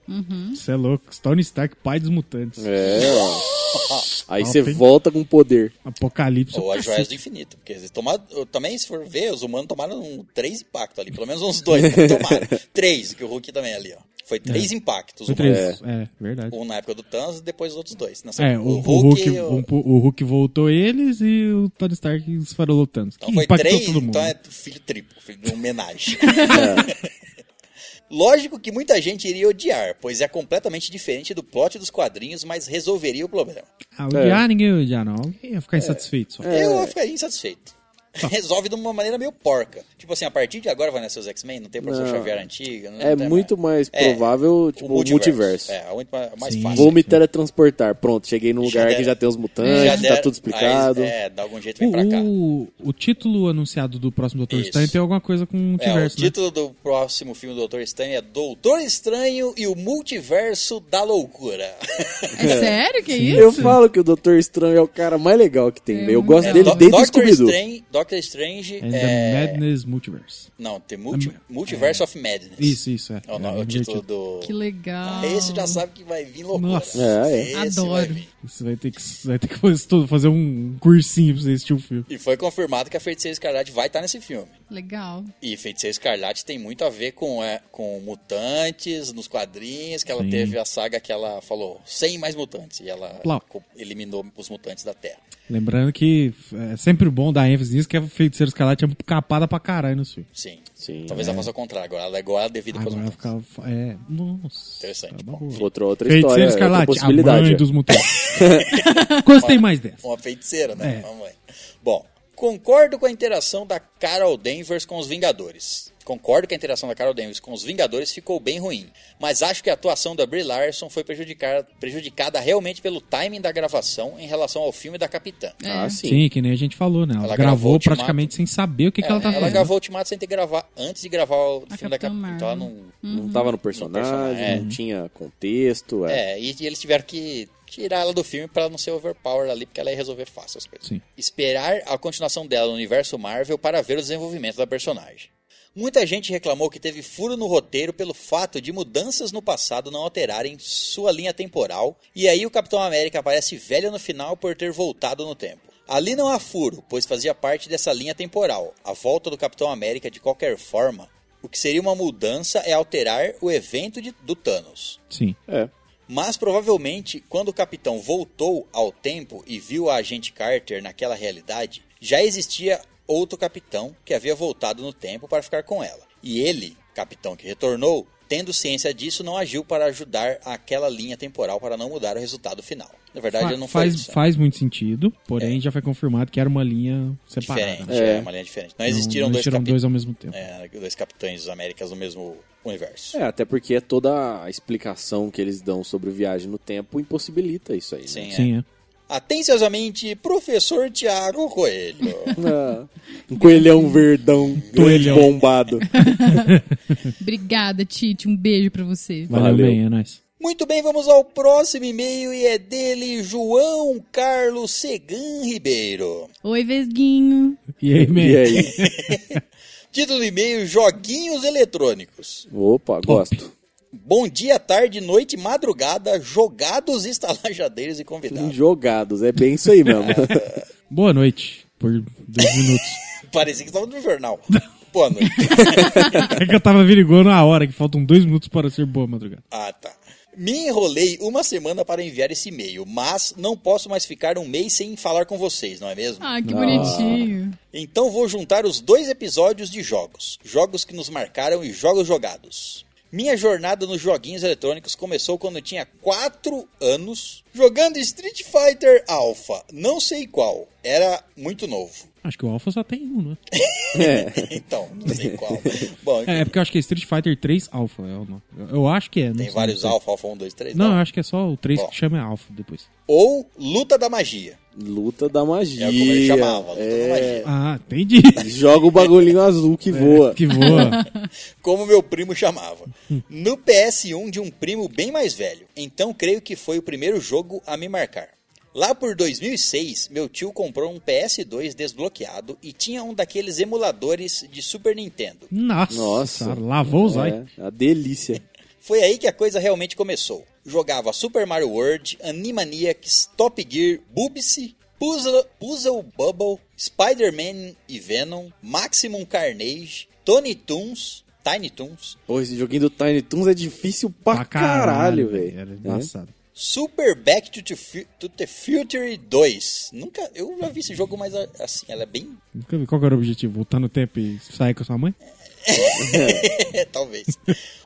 C: Você é louco. Tony Stark, pai dos mutantes.
E: é, ó. Aí
C: Top,
E: você
C: hein?
E: volta com poder.
C: Apocalipse.
A: Ou
C: o
A: as joias
C: cacete.
A: do infinito. Porque eles tomaram, eu também, se for ver, os humanos tomaram um, três impactos ali. Pelo menos uns dois né, tomaram. três, que o Hulk também é ali, ó. Foi três impactos.
C: Foi
A: um-
C: três. É, verdade.
A: Um na época do Thanos e depois os outros dois. Nessa-
C: É, o, o Hulk,
A: o-
C: o... o Hulk voltou eles e o Tony Stark esfarolou tanto.
A: Então
C: que
A: foi
C: impactou
A: três,
C: todo mundo.
A: então é filho triplo, filho de homenagem. Lógico que muita gente iria odiar, pois é completamente diferente do plot dos quadrinhos, mas resolveria o problema.
C: Ah, odiar ninguém ia odiar, não. Alguém ia
A: É.
C: ficar insatisfeito só.
E: É.
A: Eu ficaria insatisfeito. Resolve de uma maneira meio porca. Tipo assim, a partir de agora vai nascer os X-Men, não tem professor
E: Não.
A: Xavier antiga. Não
E: É
A: tem
E: muito mais
A: É,
E: provável,
A: o
E: tipo, o multiverso.
A: É, é muito ma- mais
C: Sim.
E: Vou
A: fácil.
E: me teletransportar. Pronto, cheguei num
A: Já
E: lugar que
A: deram-
E: já tem os
A: Já
E: mutantes, tá
A: deram-
E: tudo explicado.
A: Aí, é, de algum jeito vem pra cá.
C: O, o, o título anunciado do próximo Doutor
A: Isso.
C: Estranho tem alguma coisa com o
A: É, o
C: multiverso, né?
A: título do próximo filme do Doutor Estranho é Doutor Estranho e o Multiverso da Loucura.
B: É sério que isso?
E: Eu falo que o Doutor Estranho é o cara mais legal que tem.
B: É
E: velho. eu
B: muito legal.
E: gosto dele
A: Hum. Do-
E: desde
A: Doctor
E: Scooby-Doo.
A: Strange, Doctor Strange
C: And
A: é...
C: the Madness Multiverse.
A: Não, tem multi...
C: Am-
A: Multiverse of Madness.
C: Isso, isso, é.
A: É o, no-
C: É,
A: é o título do...
B: Que legal.
A: Ah, Esse já sabe que vai vir loucura.
C: Nossa.
E: É, é.
A: Esse vai
B: Adoro.
A: vir.
C: Você vai ter que, vai ter que fazer, fazer um cursinho pra você assistir o filme.
A: E foi confirmado que a Feiticeira Escarlate vai estar nesse filme.
B: Legal.
A: E Feiticeira Escarlate tem muito a ver com, é, com mutantes nos quadrinhos, que ela
C: Sim.
A: teve a saga que ela falou sem mais mutantes. E ela
C: Plau.
A: co- eliminou os mutantes da Terra.
C: Lembrando que é sempre bom dar ênfase nisso, que a Feiticeira Escarlate é capada pra caralho no filme.
A: Sim.
E: Sim, né?
A: Talvez ela faça o contrário. Agora ela é igual a devida para os
C: Agora vai
A: mutantes.
C: ficar... É, nossa.
A: Interessante,
C: tá
A: bom.
C: bom.
E: Outra, outra história,
C: Feiticeira
E: outra
C: Escarlate, a
E: possibilidade.
C: mãe
E: é.
C: dos mutantes. Gostei mais dessa.
A: Uma feiticeira, né?
C: É.
A: Vamos lá. Bom, concordo com a interação da Carol Danvers com os Vingadores. Concordo que a interação da Carol Danvers com os Vingadores ficou bem ruim, mas acho que a atuação da Brie Larson foi prejudicar- prejudicada realmente pelo timing da gravação em relação ao filme da Capitã.
B: É.
E: Ah,
C: Sim.
E: sim.
C: que nem a gente falou, né? Ela,
A: Ela
C: gravou
A: gravou Ultimato.
C: praticamente sem saber o que, que
A: É,
C: ela tá fazendo.
A: gravou o Ultimato sem ter que gravar antes de gravar o
B: A
A: filme da Capitã.
B: Capitã Marvel.
A: Então ela não.
E: Não tava no personagem,
A: personagem, é.
E: não tinha contexto. É.
A: É, e, e eles tiveram que tirar ela do filme pra ela não ser overpower ali, porque ela ia resolver fácil as coisas.
C: Sim.
A: Esperar a continuação dela no universo Marvel para ver o desenvolvimento da personagem. Muita gente reclamou que teve furo no roteiro pelo fato de mudanças no passado não alterarem sua linha temporal, e aí o Capitão América aparece velho no final por ter voltado no tempo. Ali não há furo, pois fazia parte dessa linha temporal. A volta do Capitão América, de qualquer forma, o que seria uma mudança é alterar o evento de- do Thanos.
C: Sim.
E: É.
A: Mas provavelmente, quando o capitão voltou ao tempo e viu a agente Carter naquela realidade, já existia outro capitão que havia voltado no tempo para ficar com ela. E ele, capitão que retornou, tendo ciência disso, não agiu para ajudar aquela linha temporal para não mudar o resultado final. Na verdade,
C: Fa-
A: não foi
C: faz,
A: isso. né?
C: faz muito sentido, porém já foi confirmado que era uma linha separada.
A: diferente,
C: né?
A: é. uma linha diferente. Não,
C: Não-
A: existiram,
C: não
A: dois,
C: existiram
A: capi-
C: dois ao mesmo tempo.
A: é, dois capitães Américas no mesmo universo.
E: É, até porque toda a explicação que eles dão sobre viagem no tempo impossibilita isso aí. né?
A: Sim, é.
C: Sim, é.
A: Atenciosamente, professor Tiago Coelho.
E: Ah, um coelhão verdão, grande
C: Coelhão.
E: bombado.
B: Obrigada, Tite. Um beijo pra você.
C: Valeu,
E: Valeu.
C: bem, é nóis.
A: Muito bem, vamos ao próximo e-mail e é dele João Carlos Segan Ribeiro.
B: Oi, Vesguinho.
C: E aí, man?
E: E aí?
A: Título do e-mail: Joguinhos Eletrônicos.
E: Opa, gosto.
A: Bom dia, tarde, noite, madrugada, jogados, estalajadeiros e convidados.
E: Jogados, é bem isso aí mesmo.
A: É.
C: Boa noite. Por dois minutos.
A: Parecia que estava no jornal. Boa noite.
C: é que eu tava averiguando a hora, que faltam dois minutos para ser boa madrugada.
A: Ah, tá. Me enrolei uma semana para enviar esse e-mail, mas não posso mais ficar um mês sem falar com vocês, não é mesmo?
B: Ah, que bonitinho.
A: Então vou juntar os dois episódios de jogos, jogos que nos marcaram e jogos jogados. Minha jornada nos joguinhos eletrônicos começou quando eu tinha 4 anos, jogando Street Fighter Alpha, não sei qual, era muito novo.
C: Acho que o Alpha só tem um, né?
A: Então, não sei qual. Bom,
C: É, é porque eu acho que é Street Fighter 3 Alpha. É o nome. Eu, eu acho que é. não
A: tem
C: sei,
A: vários
C: não sei.
A: Alpha, Alpha 1, 2,
E: Então,
A: 3.
C: Não, eu
A: não.
C: acho que é só o 3
A: Bom.
C: que chama Alpha depois.
A: Ou Luta da Magia,
E: Luta da magia. É.
A: é como ele chamava, Luta da Magia.
C: Ah, entendi.
E: Joga o bagulhinho azul que voa.
C: É. que voa.
A: como meu primo chamava. No PS1 de um primo bem mais velho, então creio que foi o primeiro jogo a me marcar. Lá por 2006, meu tio comprou um PS2 desbloqueado e tinha um daqueles emuladores de Super Nintendo.
C: Nossa.
E: Nossa.
C: Nossa. Lavou o zóio.
E: É, a delícia.
A: Foi aí que a coisa realmente começou. Jogava Super Mario World, Animaniacs, Top Gear, Bubsy, Puzzle, Puzzle Bubble, Spider-Man e Venom, Maximum Carnage, Tony Toons, Tiny Toons,
E: Pô, esse joguinho do Tiny Toons é difícil pra, caralho, velho.
C: Era
E: É.
C: embaçado.
A: Super Back to the, Fu- to the Future 2. Nunca, eu já vi esse jogo, mas a- assim, ela é bem...
C: Nunca vi. Qual que era o objetivo? Voltar no tempo e sair com a sua mãe?
A: É, talvez.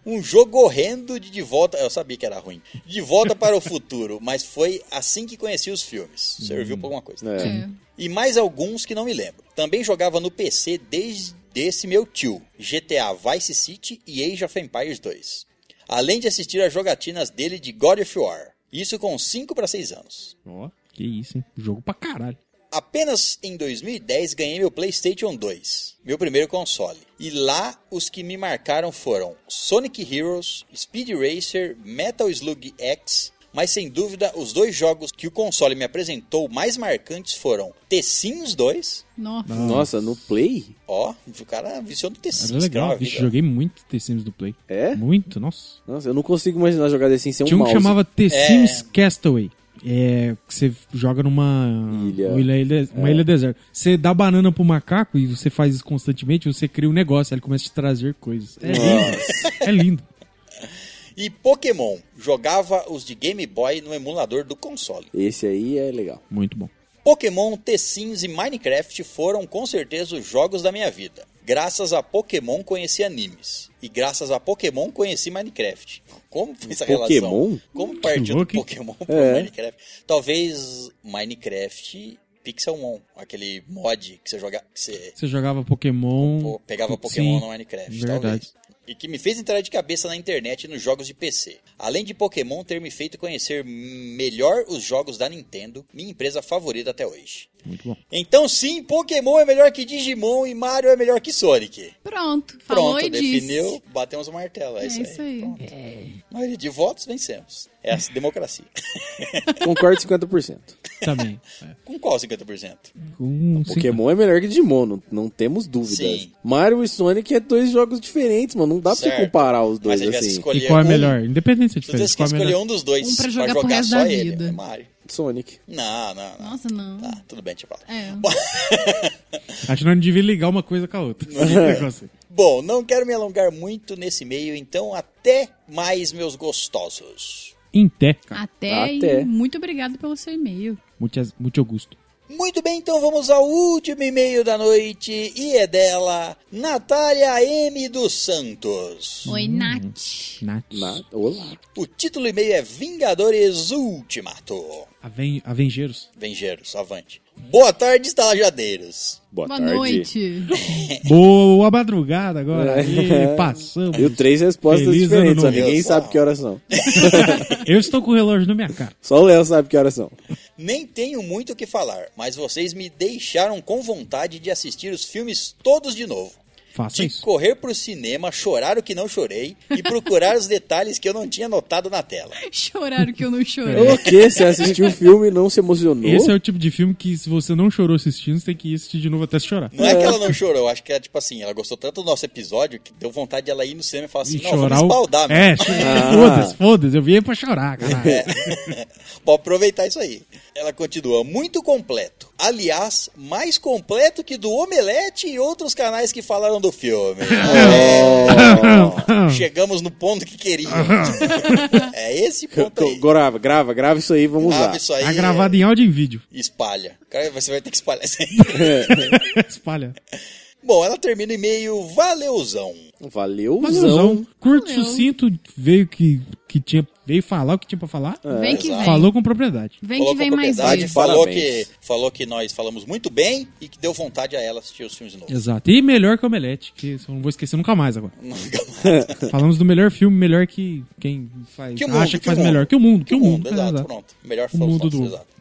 A: Um jogo horrendo de De Volta... Eu sabia que era ruim. De Volta para o Futuro, mas foi assim que conheci os filmes. Serviu pra alguma coisa.
E: É.
B: É.
A: E mais alguns que não me lembro. Também jogava no PC desde esse meu tio, GTA Vice City e Age of Empires 2. Além de assistir às jogatinas dele de God of War. Isso com 5 para 6 anos.
C: Ó, que isso, hein? Jogo pra caralho.
A: Apenas em 2010 ganhei meu PlayStation 2, meu primeiro console. E lá os que me marcaram foram Sonic Heroes, Speed Racer, Metal Slug X. Mas sem dúvida, os dois jogos que o console me apresentou mais marcantes foram The Sims 2
B: Nossa.
E: Nossa, no Play?
A: Ó, o cara viciou no
C: Era
A: tecido.
C: legal. Vixe, joguei muito The Sims do Play.
E: É?
C: Muito, nossa.
E: Nossa, eu não consigo imaginar jogar desse sem um
C: Tinha um que
E: mouse.
C: chamava The
A: É.
C: Sims Castaway. É, que você joga numa
E: Ilha.
C: uma ilha,
A: É.
C: uma ilha deserta. Você dá banana pro macaco e você faz isso constantemente, você cria um negócio, aí ele começa a te trazer coisas. É lindo. é lindo.
A: E Pokémon. Jogava os de Game Boy no emulador do console.
E: Esse aí é legal.
C: Muito bom.
A: Pokémon, The Sims e Minecraft foram com certeza os jogos da minha vida. Graças a Pokémon conheci animes. E graças a Pokémon conheci Minecraft. Como foi essa
E: Pokémon?
A: relação? Como partiu do
C: louco, hein?
A: Pokémon pro
E: É.
A: Minecraft? Talvez Minecraft Pixelmon. Aquele mod que você joga. Que você
C: Você jogava Pokémon.
A: Pô, pegava Pokémon
C: Sim,
A: no Minecraft,
C: verdade.
A: talvez. E que me fez entrar de cabeça na internet e nos jogos de PC. Além de Pokémon ter me feito conhecer melhor os jogos da Nintendo, minha empresa favorita até hoje.
C: Muito bom.
A: Então sim, Pokémon é melhor que Digimon e Mario é melhor que Sonic.
B: Pronto, falou
A: Pronto,
B: e disse.
A: definiu, batemos o martelo. É,
B: É
A: isso,
B: isso
A: aí.
B: aí.
A: Pronto. Maioria de votos, vencemos. É a democracia.
E: Concordo 50%.
C: Também. É.
A: Com qual 50%? Então,
C: Um, sim.
E: Pokémon é melhor que Digimon, não, não temos dúvidas.
A: Sim.
E: Mario e Sonic é dois jogos diferentes, mano. Não dá pra você
A: Certo.
E: comparar os
A: Mas
E: dois
A: se eu tivesse
E: assim.
A: escolhido
C: E qual é
A: um,
C: melhor? Independente se é
A: Se eu tivesse
C: diferente.
A: que
C: Qual é
A: escolher
C: melhor?
A: um dos dois
B: Um pra
A: pra
B: jogar
A: jogar,
B: pro resto
A: só
B: da
A: ele,
B: vida.
A: é Mario.
E: Sonic.
A: Não, não, não.
B: Nossa, não.
A: Tá, tudo bem, deixa pra lá.
B: É.
A: Bom, um.
C: Acho que nós não devia ligar uma coisa com a outra. Negócio.
A: Bom, não quero me alongar muito nesse meio, então até mais, meus gostosos.
C: Em té. cara.
B: Até,
E: Até.
B: e muito obrigado pelo seu e-mail.
C: Muitas- Muito Augusto.
A: Muito bem, então vamos ao último e-mail da noite e é dela, Natália M. dos Santos.
B: Oi, Nath.
C: Nath.
E: Na... Olá.
A: O título do e-mail é Vingadores Ultimato.
C: Aven... Avengeiros.
A: Vengeiros, avante. Boa tarde, estalajadeiros.
E: Boa,
B: Boa
E: tarde.
B: noite.
C: Boa madrugada agora.
E: É.
C: E passamos.
E: Deu três respostas
C: Feliz ano
E: diferentes, só
C: novo.
E: ninguém
A: Deus,
E: sabe
A: uau.
E: que horas são.
C: Eu estou com o relógio na minha cara.
E: Só o Léo sabe que horas são.
A: Nem tenho muito o que falar, mas vocês me deixaram com vontade de assistir os filmes todos de novo.
C: Faça
A: de
C: isso.
A: correr pro cinema, chorar o que não chorei e procurar os detalhes que eu não tinha notado na tela.
B: Choraram que eu não chorei.
E: O quê? Você assistiu o filme e não se emocionou?
C: É. Esse é o tipo de filme que, se você não chorou assistindo, você tem que ir assistir de novo até se chorar.
A: Não é que ela não chorou, acho que é tipo assim, ela gostou tanto do nosso episódio que deu vontade dela ir no cinema e falar assim,
C: E
A: não,
C: chorar.
A: vamos
C: o-
A: espaldar, né? Ah. É, meu.
C: é, cho- foda-se, foda-se. Eu vim pra chorar, caralho.
A: Pode aproveitar isso aí. Ela continua, muito completo. Aliás, mais completo que do Omelete e outros canais que falaram do filme. É. Chegamos no ponto que queria. é esse ponto aí.
E: Grava, grava, grava isso aí, vamos lá.
A: Grava isso aí. é
C: Tá gravado em áudio e em vídeo.
A: Espalha. Cara, você vai ter que espalhar isso aí. É.
C: Espalha.
A: Bom, ela termina o e-mail, valeuzão.
E: Valeu,
C: Valeuzão. Curto,
B: Valeu.
C: sucinto, veio que, que tinha. Veio falar o que tinha pra falar.
B: Vem
A: É,
B: que vem.
C: Falou com propriedade.
B: Vem
A: Falou
B: que
A: com
B: vem mais
A: propriedade,
B: vezes.
A: falou que,
E: Parabéns.
A: falou que nós falamos muito bem e que deu vontade a ela assistir os filmes de novo.
C: Exato. E melhor que o Omelete, que isso eu não vou esquecer nunca mais agora. Falamos do melhor filme, melhor que quem faz,
A: Que o mundo,
C: acha que,
A: que o
C: faz
A: mundo.
C: melhor. Que o mundo, que, o mundo. é
A: exato,
C: exato.
A: pronto. Melhor
C: O
A: falso,
C: mundo do-
A: exato.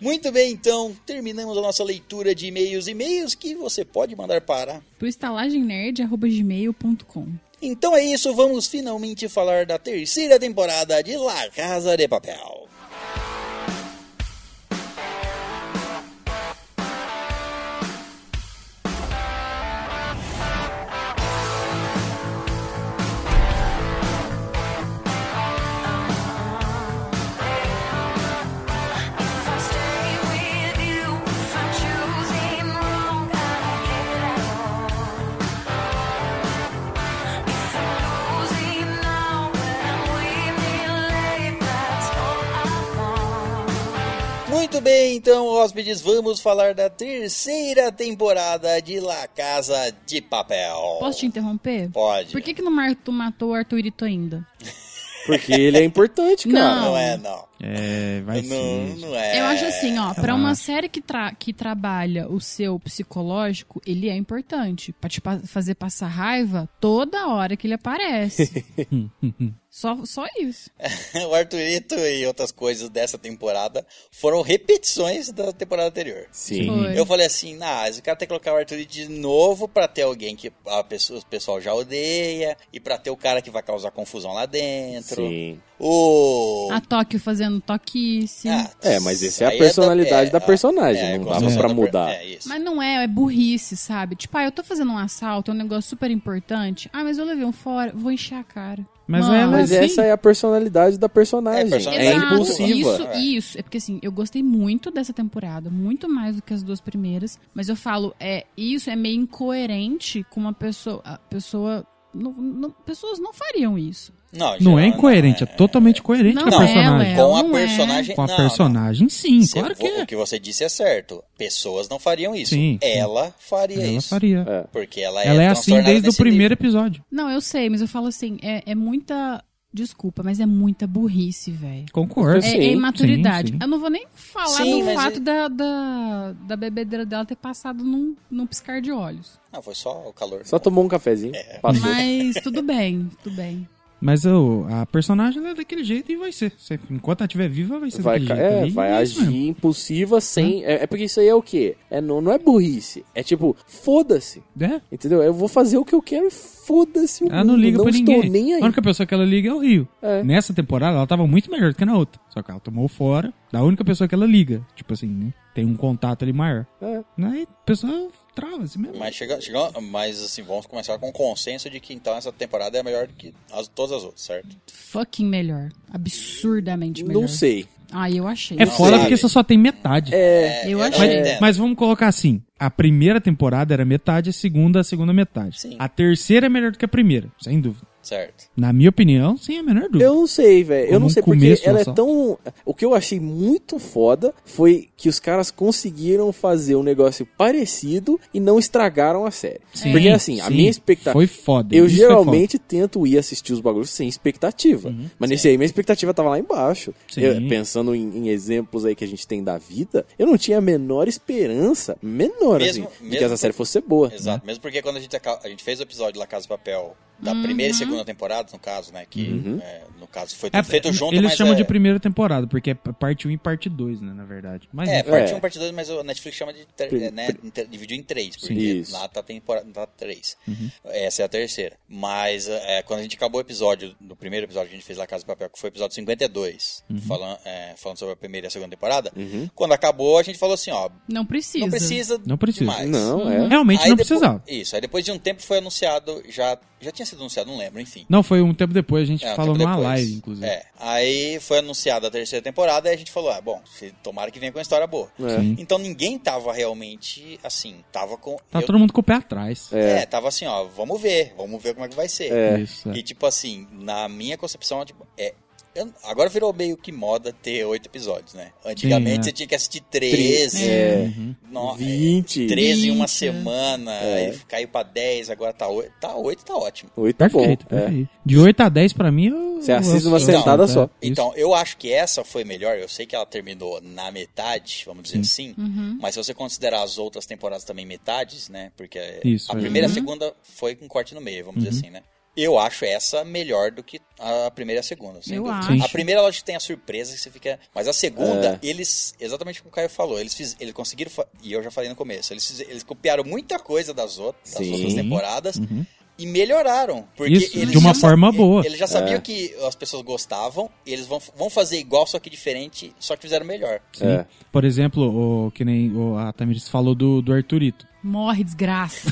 A: muito bem, então, terminamos a nossa leitura de e-mails. E-mails que você pode mandar para.
B: Pro estalagemnerd.gmail.com
A: Então é isso, vamos finalmente falar da terceira temporada de La Casa de Papel.
G: If I choose him wrong, I get out.
A: bem, então, hóspedes, vamos falar da terceira temporada de La Casa de Papel.
B: Posso te interromper?
A: Pode.
B: Por que, que não mar- tu matou o Arthurito ainda?
E: Porque ele é importante, cara.
A: Não é, não.
C: É, vai
A: não,
C: ser.
A: não é.
B: Eu acho assim, ó, pra uma
C: Ah.
B: série que, tra- que trabalha o seu psicológico, ele é importante. Pra te pa- fazer passar raiva toda hora que ele aparece. só, só isso. assim.
A: o Arthurito e outras coisas dessa temporada foram repetições da temporada anterior.
E: Sim.
B: Foi.
A: Eu falei assim, nah, esse cara tem que colocar o Arthurito de novo pra ter alguém que a pessoa, o pessoal já odeia e pra ter o cara que vai causar confusão lá dentro.
E: Sim.
A: O
B: A Tóquio fazendo toquice.
A: Ah,
E: É, mas essa é a
A: aí
E: personalidade da
A: a-
E: personagem,
A: a
E: não
A: construção
E: dava pra
A: da per-
E: mudar.
A: É, isso.
B: Mas não é, é burrice, sabe? Tipo, ah, eu tô fazendo um assalto, é um negócio super importante. Ah, mas eu levei um fora, vou encher a cara.
C: Mas
B: Mano,
C: ela-
E: Mas
C: Assim?
E: essa é a personalidade da personagem.
A: É,
E: É,
A: personalidade.
B: Exato,
E: impulsiva.
B: Isso, isso. É porque assim, eu gostei muito dessa temporada, muito mais do que as duas primeiras. Mas eu falo, é isso é meio incoerente com uma pessoa. a pessoa não- não- pessoas não fariam isso.
A: Não,
C: Não é
A: geral,
C: incoerente, é totalmente coerente
B: Não
C: com a
B: é,
C: personagem.
B: Léo.
A: Com a
B: Não é.
A: personagem.
C: Com a
A: não,
C: personagem, sim,
A: não. Cê-
C: claro que
A: vo-
C: é.
A: O que você disse é certo. Pessoas não fariam isso.
C: Sim, sim.
A: Ela faria
C: Ela
A: isso.
C: faria.
E: É.
A: Porque ela é
C: Ela é assim
A: transtornada
C: desde o
A: nesse
C: primeiro episódio.
B: Não, eu sei, mas eu falo assim, é, é muita. Desculpa, mas é muita burrice, velho.
C: Concordo.
B: É,
E: Sim,
B: é imaturidade.
C: Ah, sim, sim.
B: Eu não vou nem falar
A: Sim,
B: do
A: mas
B: fato
A: é-
B: da, da, da bebedeira dela ter passado num, num piscar de olhos.
A: nível. Não, Ah, foi só o calor.
E: Só tomou um cafezinho.
A: É.
E: Passou.
B: Mas tudo bem, tudo bem.
C: Mas ô, a personagem ela é daquele jeito e vai ser. Se- Enquanto ela estiver viva, vai ser
E: Vai,
C: daquele
E: ca-
C: jeito.
E: é,
C: E
E: vai
C: é isso
E: agir
C: mesmo.
E: impulsiva sem. É, é porque isso aí é o quê? É, não, não é burrice. É tipo, foda-se.
C: É.
E: Entendeu? Eu vou fazer o que eu quero e foda-se o
C: Ela Ah, não
E: mundo,
C: liga pra
E: estou
C: ninguém.
E: nem aí.
C: A única pessoa que ela liga é o Rio.
E: É.
C: Nessa temporada, ela tava muito melhor do que na outra. Só que ela tomou fora da única pessoa que ela liga. Tipo assim, né? Tem um contato ali maior.
E: É.
C: Aí a pessoa trava assim mesmo.
A: Mas, chega, chega- mas assim, vamos começar com o consenso de que então essa temporada é melhor que as- todas as outras, certo?
B: Fucking melhor. Absurdamente melhor.
E: Não sei.
B: Ah, eu achei.
C: É
B: Não sei.
C: foda
A: sabe.
C: porque você só tem metade.
E: É.
B: Eu
A: não
B: achei.
A: entendo.
C: Mas, mas vamos colocar assim: a primeira temporada era metade, a segunda, a segunda metade.
A: Sim.
C: A terceira é melhor do que a primeira, sem dúvida.
A: Certo.
C: Na minha opinião, sem a menor dúvida.
E: Eu não sei, velho.
C: Como
E: Eu não
C: um
E: sei, porque
C: começo,
E: ela é
C: só.
E: tão. O que eu achei muito foda foi que os caras conseguiram fazer um negócio parecido e não estragaram a série.
C: Sim,
E: porque assim, a
C: sim.
E: minha expectativa.
C: Foi foda.
E: Eu
C: isso foi
E: geralmente tento ir assistir os bagulhos sem expectativa. mas nesse aí, minha expectativa tava lá embaixo.
C: Uhum, Sim.
E: Eu- pensando em, em exemplos aí que a gente tem da vida, eu não tinha a menor esperança, menor
A: Mesmo-
E: assim, de
A: mesmo
E: que essa série fosse ser boa.
A: Exato. Mesmo porque quando a gente, aca- a gente fez o episódio de La Casa de Papel da primeira e segunda temporada, no caso, né? Que
E: Uhum.
A: é, no caso foi tudo
C: É,
A: feito junto,
C: Eles
A: mas
C: chamam
A: é,
C: de primeira temporada, porque é parte 1 e parte 2, né, na verdade. Mas
A: É,
C: enfim.
A: parte
E: É.
A: 1, parte 2, mas a Netflix chama de. ter-
E: Prim-
A: né, inter- dividiu em três, porque
E: Isso.
A: lá tá temporada. Tá três.
C: Uhum.
A: Essa é a terceira. Mas é, quando a gente acabou o episódio, do primeiro episódio que a gente fez lá Casa de Papel, que foi o episódio 52,
C: Uhum.
A: falando, é, falando sobre a primeira e a segunda temporada, quando acabou, a gente falou assim: ó,
B: Não precisa.
A: não precisa.
C: Não precisa.
A: Demais.
E: Não, é.
C: Realmente
A: Aí
C: não
A: depois-
C: precisava.
A: Isso, aí depois de um tempo foi anunciado, já, já tinha sido anunciado, não lembro, enfim.
C: Não, foi um tempo depois, a gente
A: É, um
C: falou
A: tempo
C: numa
A: depois.
C: live, inclusive.
A: É. Aí foi anunciada a terceira temporada e a gente falou: ah, bom, se- tomara que venha com uma história boa.
E: É.
C: Sim.
A: Então ninguém tava realmente assim, tava com.
C: Tá
A: eu-
C: todo mundo com o pé atrás.
A: é. tava assim, ó, vamos ver, vamos ver como é que vai ser.
C: Isso, é.
A: E tipo assim, na minha concepção, tipo, é. eu- agora virou meio que moda ter oito episódios, né? Antigamente
C: Sim, é.
A: você tinha que assistir 13.
E: É.
C: Uhum.
A: no-
E: 20.
A: 13 em uma
B: 20,
A: semana, aí caiu pra 10, agora tá 8. Tá 8, tá ótimo.
E: Oito tá bom.
C: Perfeito,
E: É.
C: perfeito. De 8 a 10 pra mim, eu...
E: Você assiste uma
C: eu-
E: sentada
C: é,
E: só.
C: isso.
A: Então, eu acho que essa foi melhor. Eu sei que ela terminou na metade, vamos dizer assim. Mas se você considerar as outras temporadas também metades, né? Porque
C: Isso,
A: a
C: é. Uhum.
A: primeira e a segunda foi com corte no meio, vamos dizer assim, né? Eu acho essa melhor do que a primeira e a segunda, sem
B: Eu
A: dúvida.
B: acho.
C: Sim.
A: A primeira, lógico, tem a surpresa que você fica. Mas a
C: É.
A: segunda, eles. Exatamente o que o Caio falou. Eles, fiz, eles conseguiram. fa- E eu já falei no começo. Eles, fiz- eles copiaram muita coisa das, out- das
E: Sim.
A: outras temporadas.
C: Uhum.
A: E melhoraram. Porque
C: Isso,
A: eles
C: de uma
A: já
C: forma
A: sa-
C: boa.
A: Eles já
E: É.
A: sabiam que as pessoas gostavam. E eles vão, vão fazer igual, só que diferente. Só que fizeram melhor.
C: Sim.
E: É.
C: Por exemplo, o, que nem o, a Tamiris falou do, do Arthurito.
B: Morre, desgraça.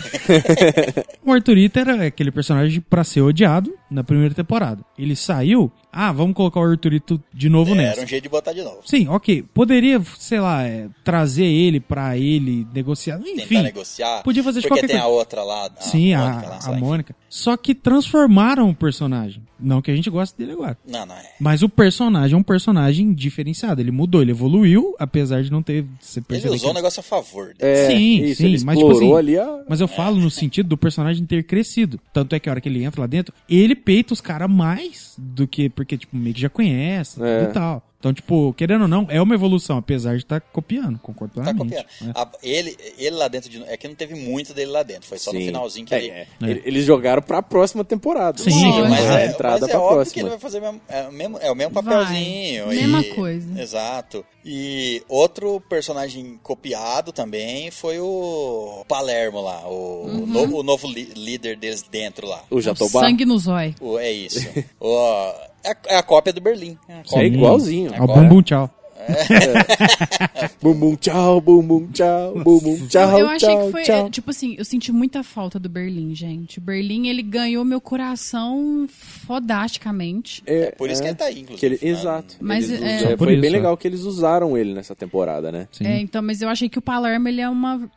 C: O Arthurito era aquele personagem pra ser odiado, na primeira temporada. Ele saiu, ah, vamos colocar o Arthurito de novo
A: Era
C: nessa.
A: um jeito de botar de novo.
C: Sim, ok. Poderia, sei lá, é, trazer ele pra ele negociar.
A: Tentar
C: Enfim,
A: negociar.
C: podia fazer de
A: Porque
C: qualquer
A: tem a
C: coisa.
A: outra lá. A
C: Sim, a,
A: Mônica lá, sei
C: a
A: lá, enfim.
C: Mônica. Só que transformaram o personagem. Não que a gente goste dele agora.
A: Não, não é.
C: Mas o personagem é um personagem diferenciado. Ele mudou, ele evoluiu, apesar de não ter. Você
A: Ele
C: percebe
A: usou
C: que-
A: um negócio a favor. dele.
E: É,
C: Sim,
E: isso,
C: sim,
E: ele
C: mas,
E: explorou
C: tipo assim,
E: ali a...
A: É.
C: Mas eu falo no sentido do personagem ter crescido. Tanto é que a hora que ele entra lá dentro, ele peita os caras mais do que. Porque, tipo, meio que já conhece tudo
E: É.
C: e tal. Então, tipo, querendo ou não, é uma evolução, apesar de estar copiando, concordo
A: Tá
C: plenamente.
A: copiando.
C: né?
A: A- ele, ele lá dentro de novo. É que não teve muito dele lá dentro. Foi só no
E: Sim.
A: finalzinho que
E: É,
A: ele.
E: é. Ele- Eles jogaram pra próxima temporada.
C: Sim,
E: Eles
B: Sim,
E: jogaram
A: mas
B: claro.
E: a
A: é,
E: entrada
A: mas é
E: pra
A: óbvio que ele
E: próxima.
A: vai fazer o mesmo- é o mesmo, é o mesmo
B: Vai.
A: papelzinho. e-
B: Mesma coisa.
A: Exato. E outro personagem copiado também foi o Palermo lá, o,
B: Uhum.
A: novo, o novo li- líder deles dentro lá.
E: O Jatobá
B: Sangue no zóio.
A: O- é isso. O- é, a, é a cópia do Berlim. É a
E: é
A: cópia.
E: igualzinho.
C: Ao
A: Agora-
C: bum bum tchau.
E: Bum bum tchau, bum bum tchau, bum bum tchau,
B: eu achei
E: tchau,
B: que foi.
E: tchau.
B: é, tipo assim, eu senti muita falta do Berlim, gente. O Berlim, ele ganhou meu coração fodasticamente.
E: É,
A: Por isso que ele tá aí, inclusive.
E: que ele-
A: né?
E: exato.
B: Mas,
E: Eles
B: é-
E: usam-
C: Só por
E: foi
C: isso,
E: bem
C: é.
E: legal que eles usaram ele nessa temporada, né?
C: Sim.
B: É, então, mas eu achei que o Palermo, ele é uma.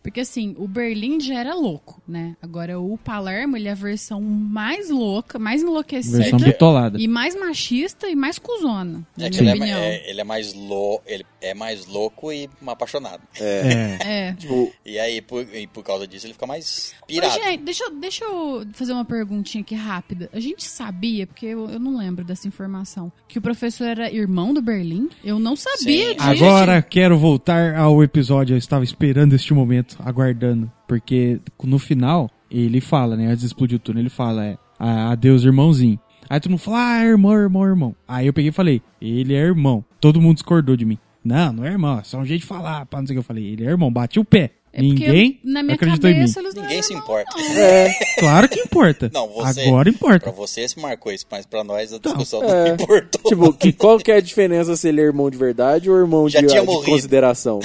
B: Porque assim, o Berlim já era louco, né? Agora o Palermo, ele é a versão mais louca, mais enlouquecida.
C: Versão bitolada.
B: E mais machista e mais cuzona, na
A: É que ele
B: minha
A: é, ma-
B: opinião.
A: é- ele é mais lou, ele é mais louco e apaixonado.
C: É.
B: É.
E: Tipo,
A: E aí, por, e por causa disso, ele fica mais
B: Mas,
A: pirado.
B: gente, deixa, eu- deixa eu fazer uma perguntinha aqui rápida. A gente sabia, porque eu, eu não lembro dessa informação, que o professor era irmão do Berlim? Eu não sabia
A: Sim.
B: disso.
C: Agora quero voltar ao episódio. Eu estava esperando este momento, aguardando. Porque no final, ele fala, né? Antes de explodir o túnel, ele fala: é, "Ah, adeus, irmãozinho. Aí todo mundo fala: ah, irmão, irmão, irmão. Aí eu peguei e falei: ele é irmão. Todo mundo discordou de mim. Não, não é irmão, é só um jeito de falar. Pá, não sei o que eu falei: ele é irmão, bati o pé.
B: É porque
C: Ninguém
B: na minha
C: acreditou em mim.
B: cabeça, eles não
A: Ninguém
B: eram
A: se
B: irmãos,
A: importa.
E: é,
C: Claro que importa.
A: Não, você-
C: Agora
A: Pra
C: importa. Então,
A: você se marcou isso, mas pra nós a discussão
E: é.
A: não importou.
E: tipo que, qual que é a diferença se ele é irmão de verdade ou irmão
A: Já
E: de,
A: tinha
E: de
A: morrido.
E: consideração?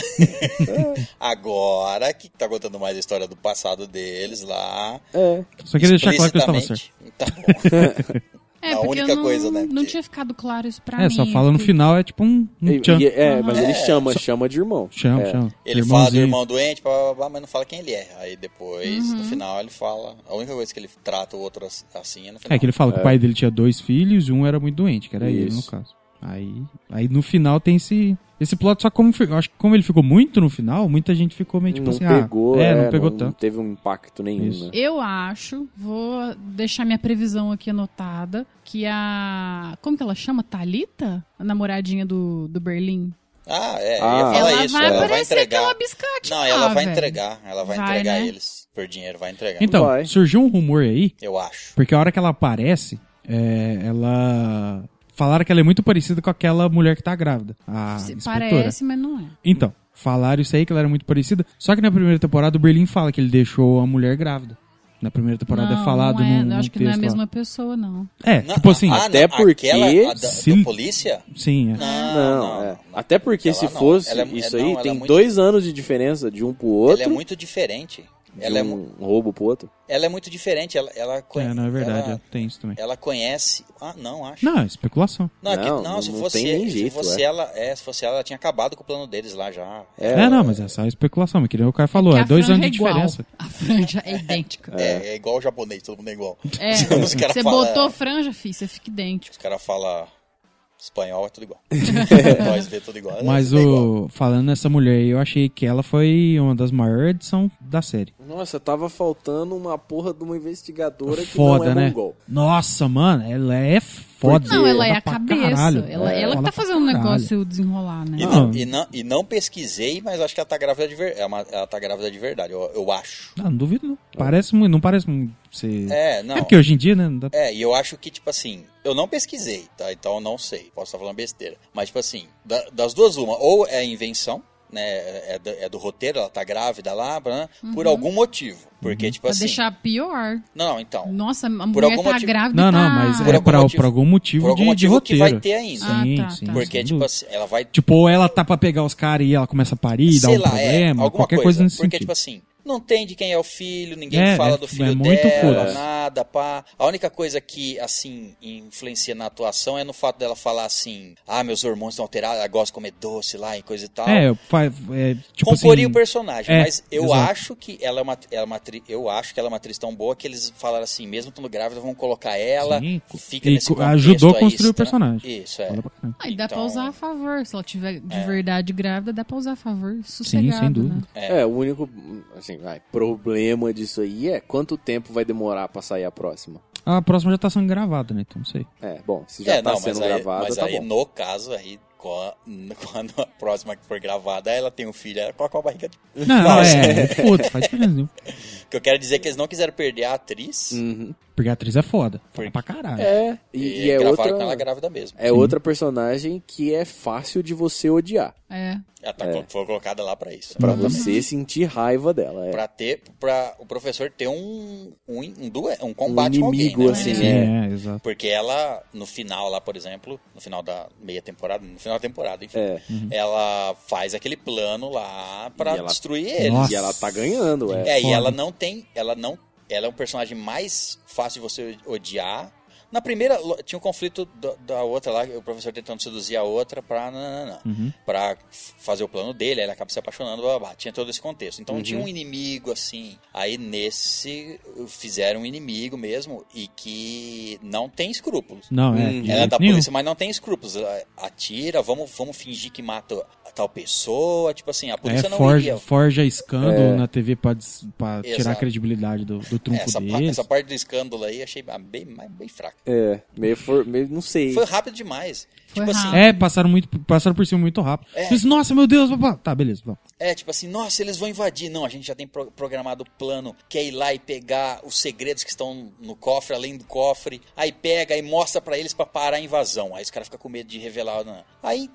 A: Agora que tá contando mais a história do passado deles lá.
E: É.
C: Só queria deixar claro que eu estava certo.
A: explicitamente. Tá bom.
B: É,
A: A
B: porque
A: única
B: eu não,
A: coisa, né,
B: não
A: porque-
B: tinha ficado claro isso pra mim.
C: É, só fala no
B: porque-
C: final, é tipo um, um
E: E-
C: tchan.
E: e- é, mas
A: É.
E: ele chama, chama de irmão.
C: Chama,
E: É.
C: chama.
A: Ele fala do
C: Irmãozinho.
A: irmão doente, blá, blá, blá, mas não fala quem ele é. Aí depois,
B: Uhum.
A: no final, ele fala. A única coisa que ele trata o outro ass- assim é no final.
C: É que ele fala que o pai dele tinha dois filhos e um era muito doente, que era ele, no
E: Isso.
C: caso. Aí, aí no final tem esse, esse plot, só como, fi- eu acho que como ele ficou muito no final, muita gente ficou meio tipo
E: não
C: assim,
E: pegou,
C: ah, é,
E: é,
C: não pegou tanto.
E: teve um impacto nenhum,
C: Isso.
E: né?
B: Eu acho, vou deixar minha previsão aqui anotada, que a. Como que ela chama? Thalita? A namoradinha do, do Berlim?
A: Ah, é.
E: Ah.
A: Ela,
B: ela
A: fala isso,
B: vai
A: ela vai
B: aparecer aquela
A: entregar.
B: biscate.
A: Não,
B: lá,
A: ela vai
B: velho.
A: entregar. Ela vai,
B: Vai,
A: entregar
B: né?
A: eles. Por dinheiro, vai entregar.
C: Então,
E: Vai.
C: surgiu um rumor aí,
A: Eu acho.
C: porque a hora que ela aparece, é, ela... Falaram que ela é muito parecida com aquela mulher que tá grávida, a
B: Se-
C: inspetora.
B: Parece, mas não é.
C: Então, falaram isso aí, que ela era muito parecida, só que na primeira temporada o Berlim fala que ele deixou a mulher grávida. Na primeira temporada é falado
B: não é,
C: num,
B: eu acho
C: num
B: que
C: texto
B: não é a
C: lá.
B: mesma pessoa, não.
C: É,
A: Não,
C: tipo assim,
A: ah,
E: até
A: não,
E: porque-
A: Aquela a da,
C: Sim.
A: da polícia?
C: sim, é.
A: Não,
E: Não,
A: não.
E: é. Até porque
A: Ela
E: se
A: não,
E: fosse
A: ela é-
E: isso
A: é, não,
E: aí,
A: ela é
E: tem
A: muito-
E: dois anos de diferença de um pro outro,
A: Ela é muito diferente.
E: de
A: Ela, é, mu-
E: um roubo pro outro.
A: ela é muito diferente. Ela, ela conhe-
C: É, não é verdade,
A: Ela,
C: é, tem isso também.
A: ela conhece. Ah, não, acho.
C: Não, é especulação.
A: Não, é que-
E: Não,
A: não, se
E: não
A: fosse,
E: tem nem
A: se
E: jeito,
A: fosse
E: é.
A: ela, é, se fosse ela, ela tinha acabado com o plano deles lá já.
E: É,
C: É, não, mas é só especulação, mas que nem o cara falou,
B: Porque
C: é
B: a
C: dois
B: franja
C: anos
B: é
C: de
B: igual.
C: diferença.
B: A franja é idêntica.
A: É, é igual o japonês, todo mundo é igual.
B: É.
A: Os cara
B: Você
A: fala-
B: botou franja, filho, você fica idêntico.
A: Os caras falam espanhol, é tudo igual. Nós vê tudo igual.
C: Mas
A: tudo é igual.
C: o falando nessa mulher aí, eu achei que ela foi uma das maiores edições da série.
E: Nossa, tava faltando uma porra de uma investigadora que
C: foda,
E: não é
C: né?
E: mongol.
C: Nossa, mano, ela é foda.
B: Não, ela é
C: Foda
B: a
C: pra
B: cabeça.
C: caralho.
B: Ela,
C: É,
B: ela que
C: foda
B: tá
C: pra
B: fazendo o
C: caralho.
B: negócio desenrolar, né?
A: E não,
C: Ah.
A: e, não, e não pesquisei, mas acho que ela tá grávida de verdade. Ela tá grávida de verdade, eu, eu acho.
C: Não, não duvido não. Parece muito, não parece muito ser... É,
A: É, não.
C: porque hoje em dia, né, não dá...
A: É, e eu acho que, tipo assim, eu não pesquisei, tá? Então eu não sei, posso estar falando besteira. Mas, tipo assim, da- das duas, uma, ou é invenção, né? É do, é do roteiro, ela tá grávida lá, blá, blá, por
C: Uhum.
A: algum motivo. Porque, tipo
B: Pra
A: assim.
B: deixar pior.
A: Não, não, então.
B: Nossa, a
A: Por
B: mulher
A: algum
B: tá
A: motivo-
B: grávida
C: Não,
B: e tá...
C: não, mas
A: Por
C: é
A: algum
C: pra,
A: motivo-
C: por algum motivo
A: por algum
C: de,
A: motivo
C: de
A: que
C: roteiro.
A: vai ter ainda.
C: Sim,
B: Ah, tá,
C: sim.
B: tá.
A: Porque,
C: sem
A: tipo
C: dúvida.
A: assim, ela vai
C: Tipo, ou ela tá pra pegar os caras e ela começa a parir, dá um problema, qualquer coisa, nesse
A: é, porque,
C: sentido.
A: tipo assim, Não tem de quem é o filho, ninguém
C: É,
A: fala
C: é-
A: do
C: é
A: filho
C: muito
A: dela,
C: foda-se.
A: nada, pá. A única coisa que, assim, influencia na atuação é no fato dela falar assim: ah, meus hormônios estão alterados, ela gosta de comer doce lá e coisa e tal.
C: É, fa- é, tipo
A: Comporia
C: assim...
A: o personagem,
C: é,
A: mas eu
C: exato.
A: acho que ela é uma, ela é uma atri- eu acho que ela é uma atriz tão boa que eles falaram assim, mesmo estando grávida, vamos colocar ela,
C: Sim,
A: fica
C: e
A: nesse
C: co-
A: contexto
C: ajudou a
A: aí,
C: construir o
A: estran-
C: personagem.
A: Isso, é.
C: Fala pra caramba.
B: Ah, e dá pra
A: Então- é.
B: usar a favor. Se ela tiver de verdade grávida, dá pra usar a favor. Sossegado,
C: sem dúvida.
B: Né?
E: É, o único assim, vai, problema disso aí é quanto tempo vai demorar pra sair a próxima.
C: A próxima já tá sendo gravada, né? Então não sei.
E: É, bom, se já
A: é,
E: tá
A: não,
E: sendo
A: mas aí,
E: gravada,
A: mas
E: tá
A: aí,
E: bom.
A: no caso, aí, com a- quando a próxima que for gravada, ela tem um filho, ela coloca a barriga.
C: Não, é, foda, faz diferença nenhuma.
A: O que eu quero dizer é que eles não quiseram perder a atriz,
E: Uhum.
C: Porque a atriz é foda.
A: Porque-
C: Foda pra caralho.
E: É, e,
A: e,
E: e é
A: gravaram
E: outra,
A: com ela grávida mesmo.
E: é outra personagem que é fácil de você odiar.
B: É.
A: Ela tá, foi colocada lá pra isso.
C: Uhum.
E: Pra você sentir raiva dela. É.
A: Pra ter, pra o professor ter um, um, um, due- um
E: um
A: combate
E: inimigo,
A: com alguém, né?
E: assim,
C: Sim,
E: é.
C: é, exato.
A: Porque ela, no final lá, por exemplo, no final da meia temporada, no final da temporada, enfim,
E: É.
A: ela faz aquele plano lá pra
E: E ela-
A: destruir eles.
C: Nossa.
E: E ela tá ganhando, é.
A: É, e
C: Foda.
A: ela não tem. Ela não. Ela é um personagem mais fácil de você odiar. Na primeira, lo- tinha um conflito da, da outra lá, o professor tentando seduzir a outra pra, nananã,
C: Uhum.
A: pra f- fazer o plano dele, aí ela acaba se apaixonando, blá, blá, blá. tinha todo esse contexto. Então tinha
C: Uhum.
A: um inimigo, assim, aí nesse fizeram um inimigo mesmo, e que não tem escrúpulos.
C: Não, é.
E: Hum.
C: de
A: Ela é da
C: jeito nenhum.
A: polícia, mas não tem escrúpulos. Ela Atira, vamos, vamos fingir que mata a tal pessoa, tipo assim, a polícia
C: É,
A: não
C: forja,
A: iria. É.
C: forja escândalo na TV pra, des- pra tirar a
A: Exato.
C: credibilidade do, do trunfo
A: Essa, pa-
C: deles.
A: essa parte do escândalo aí achei ah, bem, mas bem fraca.
E: É, meio, for, meio não sei.
A: Foi rápido demais.
B: Foi
A: tipo assim,
B: rápido.
C: É, passaram, muito, passaram por cima muito rápido.
A: É.
C: Mas, Nossa, meu Deus, papá. Tá, beleza, vamos.
A: é tipo assim, nossa, eles vão invadir. Não, a gente já tem pro- programado o plano, que é ir lá e pegar os segredos que estão no cofre, além do cofre. Aí pega e mostra pra eles pra parar a invasão. Aí os caras ficam com medo de revelar. né? Aí,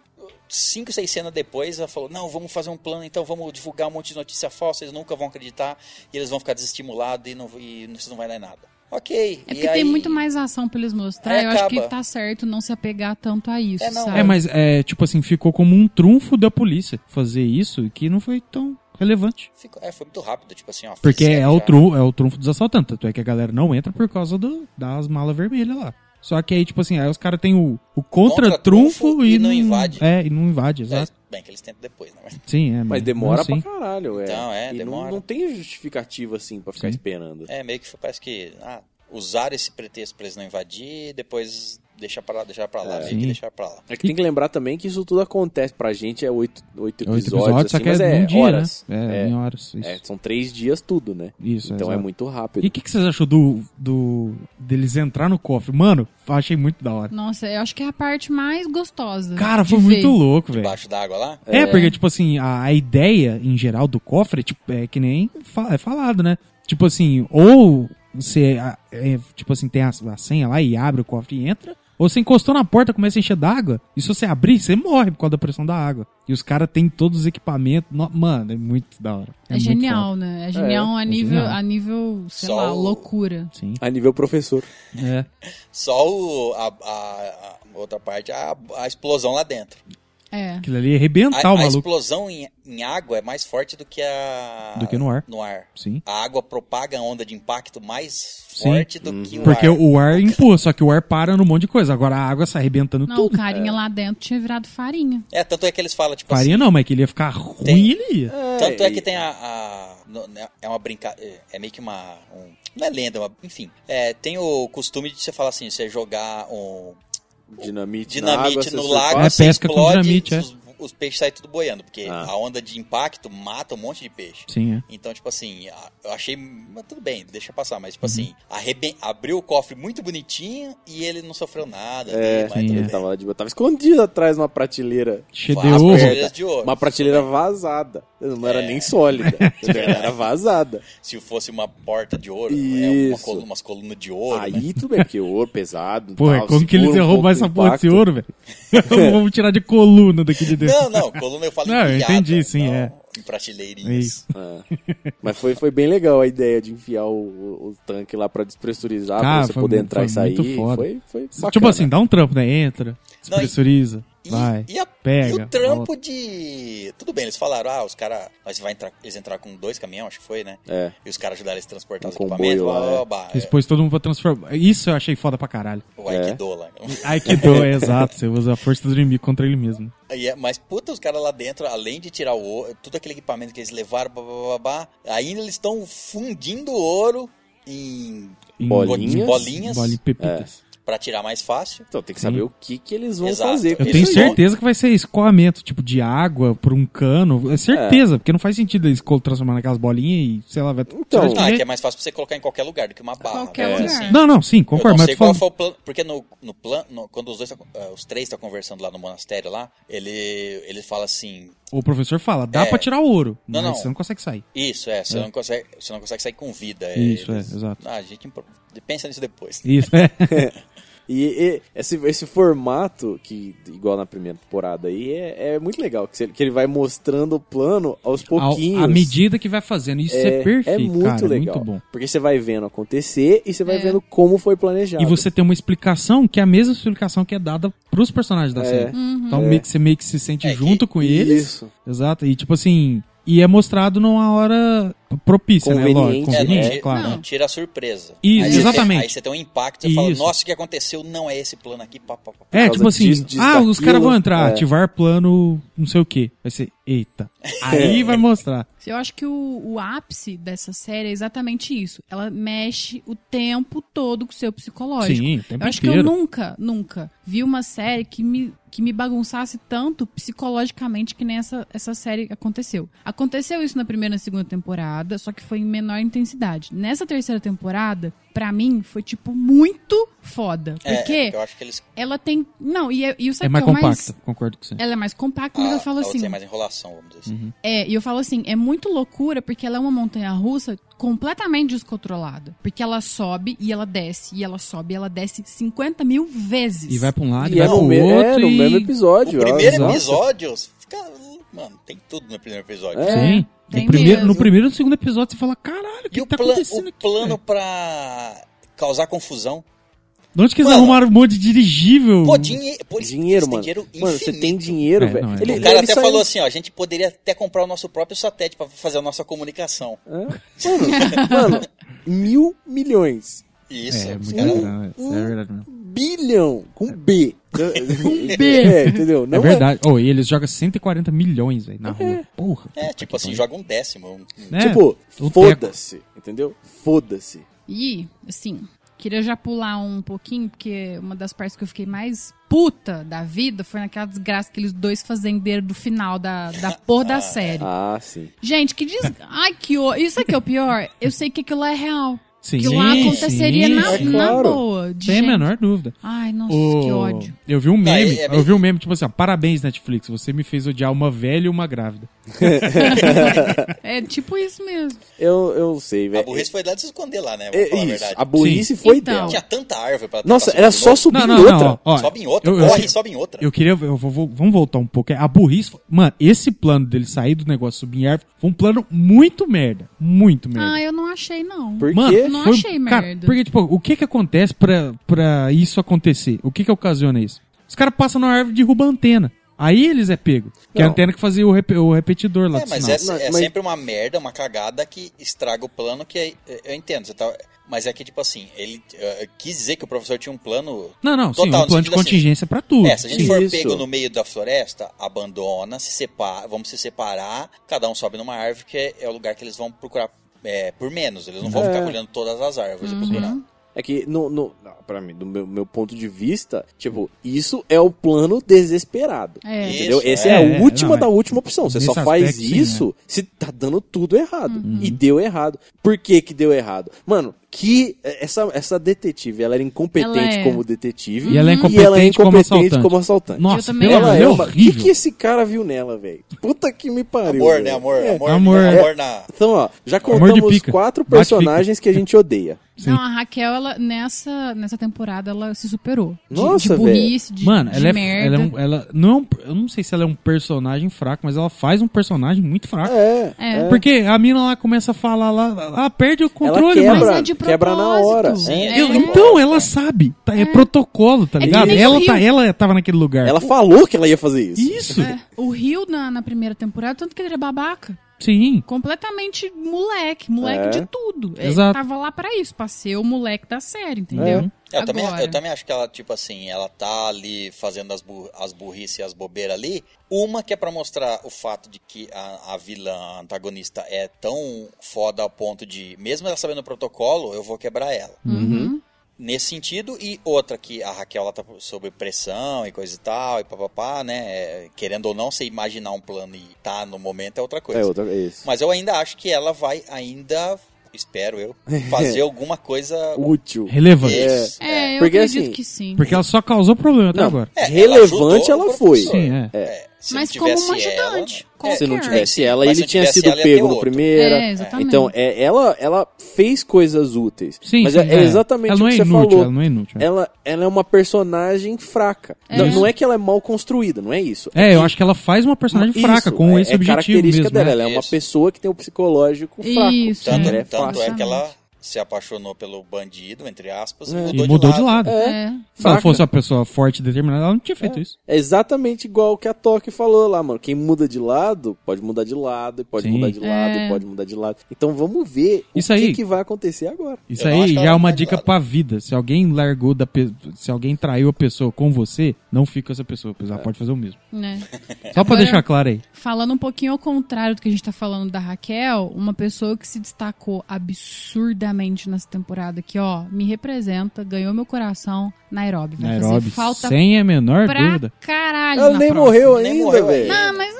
A: cinco, seis cenas depois, ela falou, não, vamos fazer um plano, então vamos divulgar um monte de notícia falsa, eles nunca vão acreditar, e eles vão ficar desestimulados e não, e não- isso não vai dar em nada. Ok.
B: É
A: e
B: porque
A: aí-
B: tem muito mais ação pra eles mostrar.
A: Aí
B: Eu acho que
A: acaba.
B: tá certo não se apegar tanto a isso,
A: É, não,
B: sabe?
C: É, mas, é, tipo assim, ficou como um trunfo da polícia fazer isso, que não foi tão relevante.
A: Ficou- é, foi muito rápido, tipo assim, ó.
C: Porque
A: fizeram
C: é o,
A: já.
C: tru, é o trunfo dos assaltantes. Tanto é que a galera não entra por causa do, das malas vermelhas lá. Só que aí, tipo assim, aí os caras têm o, o contra-trunfo
A: Contra-trunfo
C: e,
A: e não invade.
C: É, e não invade, exato.
A: É, bem que eles tentam depois, né? Mas,
C: Sim, é.
E: Mas demora
C: sim.
E: pra caralho, é.
A: Então, é,
E: e não- Não,
A: demora.
E: tem justificativa, assim, pra ficar
C: Sim.
E: esperando.
A: é, meio que foi- parece que ah, usaram esse pretexto pra eles não invadir, depois deixar pra lá, deixar pra lá, meio
C: Sim.
A: que deixar pra lá.
E: É que tem que lembrar também que isso tudo acontece pra gente, é oito, oito
C: É oito
E: episódios,
C: episódios, só
E: assim,
C: que
E: mas
C: é
E: é
C: num dia,
E: horas.
C: né? É,
E: É.
C: em horas. Isso.
E: É, são três dias tudo, né?
C: Isso,
E: então é
C: exato.
E: muito
C: E
E: rápido.
C: o que, que vocês acham do, do deles entrar no cofre? Mano, achei muito da hora.
B: Nossa, eu acho que é a parte mais gostosa.
C: Cara,
B: de
C: foi
B: ver.
C: muito louco, velho.
A: Debaixo d'água lá?
C: É, porque, tipo assim, a, a ideia em geral do cofre tipo, é que nem fa- é falado, né? Tipo assim, ou você a- é, tipo assim, tem a, a senha lá e abre o cofre e entra, ou você encostou na porta começa a encher d'água, e se você abrir, você morre por causa da pressão da água. E os caras têm todos os equipamentos. no- mano, é muito da hora.
B: É,
C: muito
B: genial, né? É genial a nível,
C: genial.
B: a nível, sei
A: Só
B: lá,
A: o-
B: loucura.
C: foda. Sim.
E: A nível professor.
C: É.
A: Só o, a, a- a outra parte, a, a explosão lá dentro.
B: É.
C: Aquilo ali é
A: A,
C: arrebentar
A: a
C: o maluco.
A: explosão em, em água é mais forte do que a.
C: Do que no ar.
A: No ar.
C: Sim.
A: A água propaga a onda de impacto mais
C: Sim.
A: forte do que o
C: Porque
A: ar.
C: o ar empurra, só que o ar para num monte de coisa. Agora a água sai arrebentando
B: Não, o
C: tudo.
B: carinha lá dentro tinha virado farinha.
A: É, tanto é que eles falam, tipo assim.
C: Farinha não, mas que ele ia ficar ruim,
A: Tem-
C: ele ia.
A: Tanto é que
E: e-
A: tem a. a- no- né, é uma brincadeira. É meio que uma. um- não é lenda, uma- enfim. É, tem o costume de você falar assim: você jogar um
E: É, Dinamite, na água,
A: dinamite
E: você
A: no
E: surfa-
A: lago,
C: É
A: você
C: pesca com
A: explode,
C: dinamite, é.
A: os, os peixes saem tudo boiando, porque
E: Ah.
A: a onda de impacto mata um monte de peixe.
C: Sim, é.
A: Então, tipo assim, a- eu achei. Mas tudo bem, deixa passar. Mas, tipo
C: Uhum.
A: assim, arreben- abriu o cofre muito bonitinho e ele não sofreu nada.
E: É,
A: ali, mas
C: sim,
A: tudo
C: é.
E: Ele
A: bem.
E: tava, lá de boa, tava escondido atrás de uma prateleira.
C: Cheio de
A: Vasco,
C: ouro.
A: prateleira de ouro.
E: Uma prateleira
A: né?
E: vazada. Não
A: É.
E: era nem sólida. entendeu? era vazada.
A: Se fosse uma porta de ouro, é uma
E: Isso.
A: coluna, umas colunas de ouro. né?
E: Aí tudo bem, porque ouro pesado.
C: Pô, é
E: tal,
C: como que eles
E: segura
C: iam
E: um
C: roubar
E: pouco
C: essa
E: do
C: porra desse
E: impacto.
C: ouro, velho? Vamos tirar de coluna daqui de dentro.
A: Não, não, coluna eu falo
C: Não, eu
A: empilhada,
C: entendi, sim,
A: não
C: é.
A: Em
C: É
A: prateleirinhas.
C: isso.
E: Mas foi, foi bem legal a ideia de enfiar o, o- o tanque lá pra despressurizar,
C: Ah,
E: pra você
C: foi
E: poder
C: mu-
E: entrar e
C: foi
E: sair.
C: muito foda.
E: Foi, foi
C: Tipo
E: bacana.
C: assim, dá um trampo, né? Entra,
A: Não, e-
C: despressuriza.
A: E,
C: Vai,
A: e a-
C: pega,
A: e o trampo
C: volta.
A: de. Tudo bem, eles falaram, ah, os caras. Nós vai entrar, eles entraram com dois caminhões, acho que foi, né?
E: É.
A: E os caras ajudaram eles a transportar
E: Um
A: os
E: comboio
A: equipamentos.
E: lá, é.
A: oba, é,
C: Expôs todo mundo pra transformar. Isso eu achei foda pra caralho.
A: o
E: É.
A: Aikido lá. então.
C: Aikido, é exato. Você usa a força do inimigo contra ele mesmo.
A: Aí é- mas, puta, os caras lá dentro, além de tirar o ouro, tudo aquele equipamento que eles levaram, blá, blá, blá, blá, ainda eles estão fundindo ouro em
C: Em-
E: Bolinhas?
C: em
A: Bolinhas. É.
C: Bolinhas, pepitas.
A: para tirar mais fácil.
E: Então tem que saber
C: Sim.
E: o que, que eles vão
A: Exato.
E: fazer. com
C: Eu
A: Isso
C: tenho
A: aí.
E: isso né?
C: certeza que vai ser escoamento, tipo, de água por um cano. É certeza, porque não faz sentido eles co- transformar naquelas bolinhas e, sei lá, vai...
E: Então-
A: Ah, é que é
C: não,
A: mais fácil pra você colocar em qualquer lugar do que uma barra.
B: Qualquer um
A: né?
B: lugar.
A: Assim,
C: não, sim,
A: eu
C: concordo.
A: não
C: Mas
A: sei
C: eu tô
A: qual
C: falando-
A: foi o plano, porque no, no plano, no- quando os dois, tá- ah, os três estão conversando lá no monastério lá, ele, ele fala assim,
C: O professor fala, dá
A: É.
C: pra tirar o ouro,
A: Não,
C: mas
A: não.
C: você não consegue sair.
A: isso, é, você, Não, consegue, você não consegue sair com vida. é,
C: Isso,
A: eles-
C: é, exato.
A: Ah, a gente impro- pensa nisso depois.
C: Isso, é.
E: E, e esse, esse formato, que igual na primeira temporada aí, é, é muito legal. Que, você- que ele vai mostrando o plano aos
C: Ao-
E: pouquinhos.
C: À medida que vai fazendo. Isso é, perfeito,
E: muito
C: cara. é
E: legal.
C: Muito bom.
E: Porque você vai vendo acontecer e você vai
B: É.
E: vendo como foi planejado.
C: E você tem uma explicação que é a mesma explicação que é dada pros personagens da
E: É.
C: série.
B: Uhum.
C: Então
E: É.
C: meio que você meio que se sente
A: É que-
C: junto com eles.
E: Isso.
C: Exato. E tipo assim, e é mostrado numa hora propícia, né? Lógico,
E: Conveniente,
A: É, não,
C: conveniente,
A: tira,
C: claro. né?
A: não tira a surpresa.
C: Isso,
A: aí você
C: exatamente.
A: tem- aí você tem um impacto, você fala,
C: Isso.
A: nossa, o que aconteceu não é esse plano aqui, pá, pá, pá.
E: Por
C: É,
E: causa
C: tipo assim,
E: disso, disso,
C: ah, os
E: daquilo,
C: caras vão entrar,
E: é.
C: ativar plano, não sei o quê. Vai ser, eita. Aí vai mostrar.
B: Eu acho que o, o ápice dessa série é exatamente isso. Ela mexe o tempo todo com o seu psicológico.
C: Sim, o tempo
B: Eu acho que eu
C: inteiro.
B: nunca, nunca vi uma série que me, que me bagunçasse tanto psicologicamente que nem essa, essa série aconteceu. Aconteceu isso na primeira e na segunda temporada, só que foi em menor intensidade. Nessa terceira temporada, pra mim, foi, tipo, muito foda.
A: É,
B: Porque
A: é, eu acho que eles.
B: ela tem... Não, e, é- e o
C: É
B: sabe
C: mais
B: que o
C: compacta, concordo com você.
B: Ela é mais compacta, mas
A: A,
B: eu falo
A: a outra
B: assim...
A: Ah, tem mais enrolação, vamos dizer assim.
C: Uhum.
B: É, e eu falo assim, é muito loucura porque ela é uma montanha russa completamente descontrolada. Porque ela sobe e ela desce, e ela sobe e ela desce 50 mil vezes.
C: E vai pra um lado, e,
E: E
C: vai
E: é no,
C: pro
E: me-
C: outro.
E: é, no
C: e...
E: mesmo episódio.
A: O
E: ó,
A: primeiro
E: nossa.
A: episódio, fica- mano, tem tudo no primeiro episódio.
E: É.
C: Sim.
B: tem
C: No primeiro,
B: mesmo.
C: no primeiro e no segundo episódio você fala, caralho, o que
A: E o,
C: tá
A: plan-
C: acontecendo
A: o
C: aqui?
A: plano
C: velho?
A: pra causar confusão.
C: De onde que eles
A: Mano.
C: arrumaram um monte de dirigível?
A: Pô, dinheiro. Pô, eles-
E: Hum. Dinheiro,
A: eles têm
E: mano.
A: dinheiro
E: mano, você
A: infinito.
E: tem dinheiro,
C: É,
E: velho.
C: não, é.
E: Ele,
A: O cara
E: ele
A: até
E: saiu-
A: falou assim, ó, a gente poderia até comprar o nosso próprio satélite pra fazer a nossa comunicação.
E: Mano, mil milhões.
A: Isso,
C: é,
A: os
C: muito
A: caras-
C: legal, é, isso é verdade mesmo.
E: Bilhão. Com B. com
B: B.
E: É, entendeu? Não
C: é verdade. Oh, e eles jogam 140 milhões velho, na rua. Porra.
A: É,
C: puta que
A: tipo assim,
C: pariu.
A: joga um décimo. um- um-
C: É,
E: Tipo,
C: o
E: foda-se, entendeu? Foda-se.
B: E, assim, queria já pular um pouquinho, porque uma das partes que eu fiquei mais puta da vida foi naquela desgraça, aqueles dois fazendeiros do final da, da porra da série.
E: Ah, sim.
B: Gente, que diz... Ai, que... O... Isso aqui é o pior. Eu sei que aquilo é real.
C: sim,
B: que lá aconteceria
C: sim,
B: na,
C: sim.
B: na
E: É claro.
B: boa. De
C: Sem a
B: gente.
C: menor dúvida.
B: Ai, nossa,
C: O-
B: que ódio.
C: Eu vi um meme,
A: é bem-
C: eu vi um meme, tipo assim, ó, parabéns Netflix, você me fez odiar uma velha e uma grávida.
B: É tipo isso mesmo.
E: Eu, eu sei,
A: A
E: velho.
A: burrice foi lá de se esconder lá, né?
E: É,
A: Vamos falar a
E: isso,
A: verdade.
E: a burrice foi
B: Então.
E: dela.
A: Tinha tanta árvore pra
E: Nossa,
A: pra
E: era
A: subir
E: só
A: outra.
E: subir
C: Não, não,
E: outra.
C: não. ó,
A: Sobe em outra,
C: eu- eu-
A: corre, sobe em outra.
C: Eu queria. Eu vou, vou- vamos voltar um pouco. A burrice. foi- Mano, esse plano dele sair do negócio subir em árvore foi um plano muito merda. Muito merda.
B: Ah, eu não achei, não.
E: Por
C: Mano,
E: quê?
B: Não
C: foi- um
B: achei
C: cara,
B: merda.
C: Porque, tipo, o que que acontece pra, pra isso acontecer? O que que ocasiona isso? Os caras passam na árvore e derrubam a antena. Aí eles é pego. Que é a
E: Não.
C: antena que fazia o, rep- o repetidor lá
A: É,
C: do
A: mas
C: sinal.
A: é, é
E: Mas- mas-
A: sempre uma merda, uma cagada que estraga o plano que é- é- eu entendo. Você tá, mas é que, tipo assim, ele eh, quis dizer que o professor tinha um plano.
C: Não, não, sim,
A: Total,
C: um plano de
A: sentido assim.
C: contingência pra tudo.
A: É, se a gente
E: sim.
A: for
E: Isso.
A: pego no meio da floresta, abandona, se separa, vamos se separar, cada um sobe numa árvore, que é, é o lugar que eles vão procurar é, por menos. Eles não vão
E: É.
A: ficar olhando todas as árvores e procurar.
E: É que, no, no, não, pra mim, do meu, meu ponto de vista, tipo, isso é o plano desesperado.
B: É.
A: Isso,
E: Entendeu? Essa é,
C: é,
E: a
C: é,
E: última
C: não, é.
E: da última opção. Você
C: Nesse
E: só faz
C: aspecto, sim, né? Uhum.
E: isso se tá dando tudo errado. E deu errado. Por que que deu errado? Mano, que essa, essa detetive, ela era incompetente
B: Ela é.
E: como detetive.
C: E ela é
E: E ela é
C: incompetente como assaltante.
E: como assaltante.
B: Eu
C: Nossa,
B: também
C: pelo amor
E: Ela
B: acho.
C: de
E: é
C: Deus,
E: uma... O que,
C: horrível.
E: que esse cara viu nela, velho? Puta que me pariu.
A: Amor,
E: velho.
A: né? Amor,
E: É.
A: amor,
C: Amor,
A: amor,
C: é.
A: na.
E: Então, ó, já
C: Amor de
E: contamos
C: pica.
E: quatro
C: Bate
E: personagens que a gente odeia.
C: Sim.
B: Não, a Raquel, ela, nessa, nessa temporada, ela se superou. De,
E: Nossa,
B: de burrice, de,
C: Mano,
B: de
C: ela, é,
B: merda.
C: ela, é um- ela não é um, eu não sei se ela é um personagem fraco, mas ela faz um personagem muito fraco.
E: É.
B: É.
C: Porque a mina lá começa a falar lá, ah, perde o controle,
E: quebra.
C: mano.
B: Mas é de propósito.
E: quebra na hora.
A: Sim,
B: É.
C: Eu- então, ela sabe. Tá, é. protocolo, tá
B: que
C: ligado?
B: nem
C: ela,
B: o
C: tá,
B: Rio.
C: ela tava naquele lugar.
E: Ela falou que ela ia fazer isso.
C: Isso.
B: É, o Rio na, na primeira temporada, tanto que ele era babaca.
C: Sim.
B: Completamente moleque, moleque
E: É.
B: de tudo. Ele
C: Exato.
B: tava lá pra isso, pra ser o moleque da
E: É.
B: série, entendeu?
A: Eu também,
B: Agora.
A: eu também acho que ela, tipo assim, ela tá ali fazendo as, bur as burrices e as bobeiras ali. Uma que é pra mostrar o fato de que a, a vilã, a antagonista, é tão foda ao ponto de, mesmo ela sabendo o protocolo, eu vou quebrar ela.
B: Uhum.
A: Nesse sentido, e outra que a Raquel ela tá sob pressão e coisa e tal, e papapá, né? É, Querendo ou não, você imaginar um plano e tá no momento é outra coisa.
E: É outra é isso.
A: Mas eu ainda acho que ela vai ainda, espero eu, fazer alguma coisa.
E: Útil.
C: Relevante.
A: Isso.
B: É, eu
E: Porque,
B: acredito
E: assim,
B: que sim.
C: Porque ela só causou problema até
E: Não.
C: agora.
A: É,
E: Relevante
A: ajudou
E: ela
A: o
E: foi.
A: professor.
C: Sim, é.
A: É, se não
B: Mas como
A: tivesse
B: uma ajudante,
A: ela,
B: como
A: é,
E: Se não
B: Quer.
E: tivesse ela,
A: Mas se
E: ele tinha
A: tivesse
E: sido
A: ela, ia ter
E: pego no
A: outro.
E: primeiro.
B: É, exatamente.
E: Então, é, ela, ela fez coisas úteis.
C: Sim,
E: mas
C: sim,
E: é, é exatamente
C: ela não
E: o
C: é
E: que você
C: inútil,
E: falou.
C: Ela não é inútil. É,
E: Ela, ela é uma personagem fraca.
B: É.
E: Não, não é que ela é mal construída, não é isso.
C: É, eu acho que ela faz uma personagem
E: Isso,
C: fraca com
E: é,
C: esse
E: é
C: objetivo
E: característica
C: mesmo.
E: dela.
C: né?
E: Ela é uma
A: Isso.
E: pessoa que tem o psicológico fraco.
B: Isso,
A: Tanto,
E: Ela é
A: tanto é
E: fraca.
A: que ela se apaixonou pelo bandido, entre aspas, e mudou,
C: E mudou de
A: de lado.
C: lado.
B: É.
C: Se ela
E: Fraca.
C: fosse uma pessoa forte e determinada, ela não tinha feito isso.
E: É exatamente igual o que a Toque falou lá, mano. Quem muda de lado, pode mudar de lado, e pode
C: Sim.
E: mudar de lado, e
B: É.
E: pode mudar de lado. Então vamos ver
C: Isso
E: o
C: aí.
E: que, que vai acontecer agora.
C: Isso
A: Eu não acho
C: aí
A: que
C: já
A: ela
C: é uma
A: tá de
C: dica
A: lado.
C: pra vida. Se alguém largou da pe... se alguém traiu a pessoa com você, não fica com essa pessoa, pois
A: É.
C: ela pode fazer o mesmo.
B: né?
C: Só pra
B: Agora-
C: deixar claro aí.
B: Falando um pouquinho ao contrário do que a gente tá falando da Raquel, uma pessoa que se destacou absurdamente nessa temporada, que, ó, me representa, ganhou meu coração, Nairobi. Vai fazer
C: Nairobi,
B: falta
C: né, sem a menor
B: pra
C: dúvida.
B: caralho
E: Ela
B: na
E: Ah, nem
B: próxima.
E: morreu
A: Nem
E: ainda,
A: morreu
E: velho.
B: Ah, mas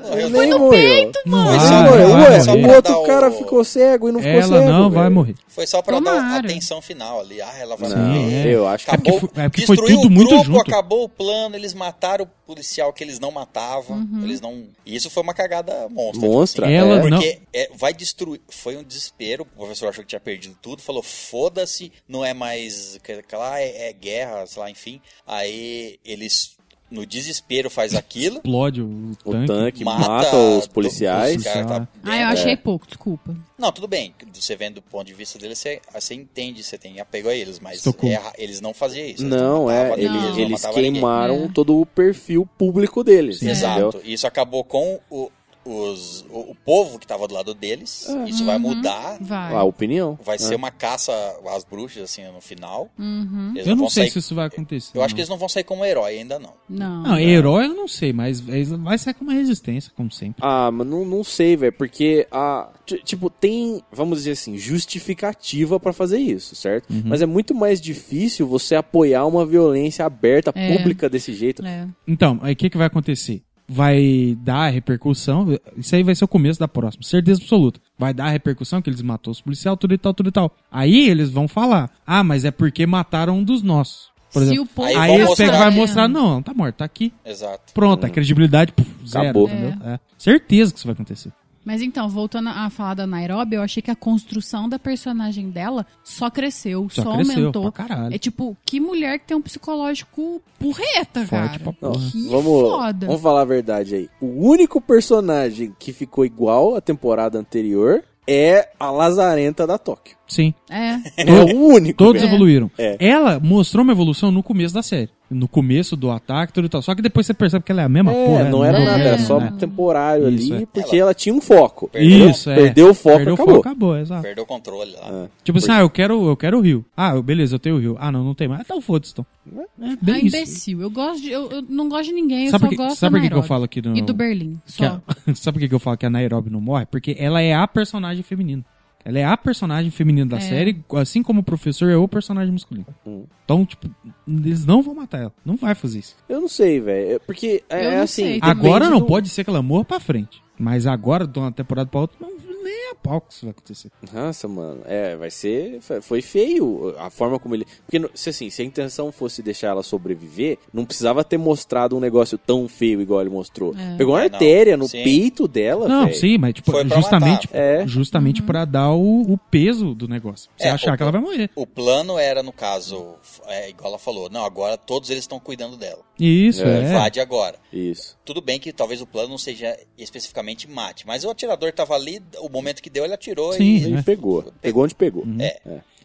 A: Morreu
E: nem
A: no-
E: morreu. peito,
C: Não
E: Mas
C: vai,
E: não
C: não
E: morreu.
C: vai
E: Ué,
C: morrer.
E: o outro
A: Pra dar
E: cara
A: o-
E: ficou cego e não ficou cego.
C: Ela não vai
A: né?
E: velho.
C: morrer.
A: Foi só pra dar a
B: Tomara.
A: atenção final ali. Ah, ela vai
E: Não,
A: morrer.
E: eu acho que
C: É porque
A: Acabou,
C: foi- é porque foi
A: destruiu
C: tudo
A: o
C: muito
A: grupo,
C: junto.
A: acabou o plano, eles mataram o policial que eles não matavam, eles não... e Isso foi uma cagada monstra. tipo
E: Monstra,
A: assim.
C: Ela não-
A: Porque é, vai destruir, foi um desespero, o professor achou que tinha perdido tudo, falou, foda-se, não é mais, que- que lá é, é guerra, sei lá, enfim. Aí eles, no desespero, faz aquilo,
C: Explode o
E: O
C: tanque.
E: tanque
A: mata,
E: mata, os
A: do-
E: policiais.
A: os caras que tá
B: Ah, eu
A: dentro.
B: achei pouco, desculpa.
A: Não, tudo bem. Você vendo do ponto de vista deles, você, você entende, você tem apego a eles, mas
C: Estocou.
A: erra- eles não faziam isso. eles
E: Não, é.
A: matavam
E: Eles,
A: ninguém,
B: não
E: eles
A: matavam ninguém.
E: queimaram
B: É.
E: todo o perfil público deles. Entendeu?
A: Exato. Isso acabou com o, os, o, o povo que estava do lado deles.
C: É.
A: Isso vai
B: Uhum.
A: mudar.
B: Vai.
E: A opinião.
A: Vai ser
E: É.
A: uma caça às bruxas, assim, no final.
B: Uhum.
A: Eles
C: Eu não
A: vão
C: sei
A: sair-
C: se isso vai acontecer.
A: Eu acho que eles não vão sair como herói ainda, não.
B: Não.
C: Não, herói eu não sei, mas eles- vai sair com uma resistência, como sempre.
E: Ah, mas não, não sei, velho, porque a ti- tipo tem, vamos dizer assim, justificativa pra fazer isso, certo?
C: Uhum.
E: Mas é muito mais difícil você apoiar uma violência aberta
B: É.
E: pública desse jeito.
B: É.
C: Então, aí o que, que vai acontecer? Vai dar a repercussão. Isso aí vai ser o começo da próxima, certeza absoluta. Vai dar a repercussão que eles mataram os policial, tudo e tal, tudo e tal. Aí eles vão falar: ah, mas é porque mataram um dos nossos. Por
B: Se
C: exemplo.
B: o povo
A: Aí
C: Aí
A: vão
C: eles
A: mostrar-
C: pegam e vai
B: É.
C: mostrar: não, não tá morto, tá aqui.
A: Exato.
C: Pronto, a credibilidade puf, zero.
E: É. Acabou.
C: Entendeu? É. Certeza que isso vai acontecer.
B: Mas então, voltando a falar da Nairobi, eu achei que a construção da personagem dela só cresceu,
C: Só
B: só,
C: cresceu,
B: aumentou.
C: pra caralho.
B: É tipo, que mulher que tem um psicológico porreta, cara.
C: Forte pra porra.
B: Que
E: vamos,
B: foda.
E: vamos falar a verdade aí. O único personagem que ficou igual à temporada anterior é a Lazarenta da Tóquio.
C: Sim.
B: É.
E: É o único.
C: Todos
E: velho.
C: evoluíram.
E: É.
C: Ela mostrou uma evolução no começo da série. No começo do ataque, tudo e tal. Só que depois você percebe que ela é a mesma
E: É,
C: porra.
E: não era
C: né?
E: nada, era só
C: né?
E: temporário
C: Isso,
E: ali,
C: é.
E: porque ela tinha um foco.
A: Perdeu-
C: Isso, é.
E: Perdeu o foco,
C: Perdeu o
E: acabou.
C: foco, acabou, exato.
A: Perdeu o controle
E: É.
A: lá.
C: Tipo assim, ah, eu quero, eu quero o Rio. Ah, eu- beleza, eu tenho o Rio. Ah, não, não tem mais. Então foda-se, então. É
B: Ah,
C: bem isso.
B: imbecil. Eu gosto de. Eu, eu não gosto de ninguém, eu
C: Sabe
B: só
C: por que,
B: gosto
C: sabe
B: da
C: por que que eu
B: Nairobi.
C: falo que não...
B: E do Berlim.
C: que
B: Só.
C: a- sabe por que que eu falo que a Nairobi não morre? Porque ela é a personagem feminina. Ela é a personagem feminina da
B: É.
C: série, assim como o professor é o personagem masculino.
E: Hum.
C: Então, tipo, eles não vão matar ela. Não vai fazer isso.
E: Eu não sei, velho. é Porque é,
B: Eu
E: é
B: não
E: assim.
B: sei. E depende
C: Agora não
E: do-
C: pode ser que ela morra pra frente. Mas agora, de uma temporada pra outra, não, nem nem a pau que isso vai acontecer.
E: Nossa, mano, é, vai ser. Foi feio a forma como ele. Porque, no- se assim, se a intenção fosse deixar ela sobreviver, não precisava ter mostrado um negócio tão feio igual ele mostrou. Pegou uma
A: É, não.
E: artéria no
A: Sim.
E: peito dela.
C: Não,
E: velho.
C: sim, mas tipo,
A: Foi pra
C: justamente,
A: matar.
E: É.
C: justamente pra dar o, o peso do negócio. Pra Você
A: É,
C: achar
A: o-
C: que ela vai morrer.
A: O plano era, no caso, é, igual ela falou, não, agora todos eles estão cuidando dela.
C: Isso,
E: É,
C: é.
A: Invade agora.
E: Isso.
A: Tudo bem que talvez o plano não seja especificamente mate, mas o atirador tava ali, o momento que deu, ele atirou
C: Sim,
A: e.
E: Ele
C: É.
E: pegou. Pegou onde pegou.
C: Uhum.
A: É.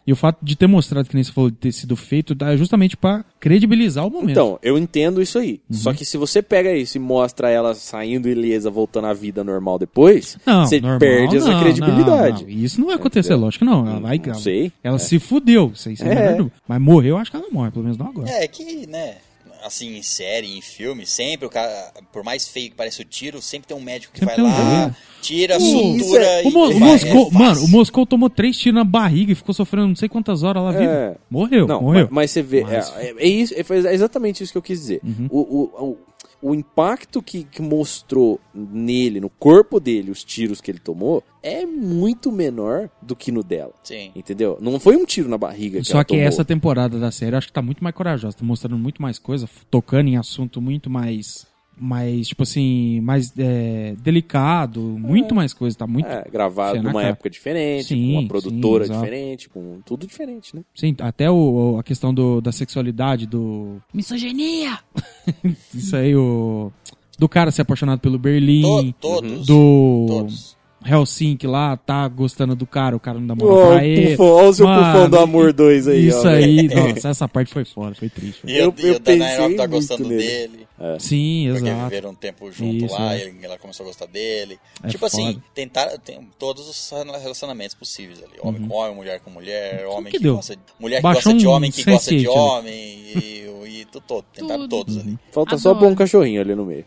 C: E o fato de ter mostrado, que nem você falou, de ter sido feito, dá justamente pra credibilizar o momento.
E: Então, eu entendo isso aí.
C: Uhum.
E: Só que se você pega isso e mostra ela saindo ilesa, voltando à vida normal depois,
C: não,
E: você
C: normal,
E: perde essa
C: não,
E: credibilidade.
C: não, não. Isso não vai acontecer,
E: Entendeu?
C: lógico que não. Ela
E: Não
C: vai. Ela,
E: sei.
C: ela se fudeu, isso aí, sem
E: É.
C: dúvida nenhuma. Mas morreu, acho que ela morre, pelo menos não agora.
A: É, que, né? Assim, em série, em filme, sempre o cara, por mais feio que pareça o tiro, sempre tem um médico que
C: Sempre
A: vai
C: tem um
A: lá,
C: médico.
A: tira,
E: Isso,
A: sutura
E: é.
A: e.
C: O, Mo- o
A: vai,
C: Moscou,
A: é fácil.
C: mano, o Moscou tomou três tiros na barriga e ficou sofrendo não sei quantas horas lá
E: É.
C: vivo. Morreu,
E: Não,
C: morreu.
E: Mas, mas você vê,
C: Mas- Uhum.
E: é, é- é isso, é, foi exatamente isso que eu quis dizer. O, o, o, o impacto que, que mostrou nele, no corpo dele, os tiros que ele tomou, é muito menor do que no dela.
A: Sim.
E: Entendeu? Não foi um tiro na barriga que
C: Só
E: ela
C: que
E: tomou.
C: essa temporada da série eu acho que tá muito mais corajosa, tá mostrando muito mais coisa, f- tocando em assunto muito mais. Mais, tipo assim, mais é, delicado, muito mais coisa, tá muito.
E: É, gravado
C: Sei lá,
E: numa
C: cara.
E: época diferente,
C: Sim,
E: com
C: sim,
E: uma produtora
C: exato.
E: diferente, com tudo diferente, né?
C: Sim, até o- o- a questão do, da sexualidade, do.
B: Misoginia!
C: Isso aí, o. Do cara ser apaixonado pelo Berlim,
A: To- todos.
C: Uhum. do
A: Todos.
C: Helsinki lá, tá gostando do cara, o cara não dá moral
E: Ó,
C: pra ele.
E: o pufão, ó o seu
C: Mano,
E: pufão do amor 2 aí, ó.
C: Isso aí, nossa, essa parte foi foda, foi triste. foi.
A: E eu,
E: Eu- eu
A: o Daniel
E: pensei
A: tá
E: muito
A: gostando
E: nele.
A: dele.
E: É.
C: Sim,
A: Porque
C: exato.
A: viveram um tempo junto
C: Isso,
A: lá,
C: é.
A: ele- ela começou a gostar dele.
C: É
A: tipo assim,
C: foda.
A: tentar tem todos os relacionamentos possíveis ali. Homem com homem, mulher com mulher, homem
C: Uhum. que
A: que,
C: deu.
A: gosta de. Mulher
C: Baixou
A: que gosta de
C: um
A: homem que gosta de
C: sense eight ali. Uhum.
A: homem e, e tu- todo. Tentaram
B: Tudo.
A: todos ali.
E: Falta
B: Adoro.
E: só bom cachorrinho ali no meio.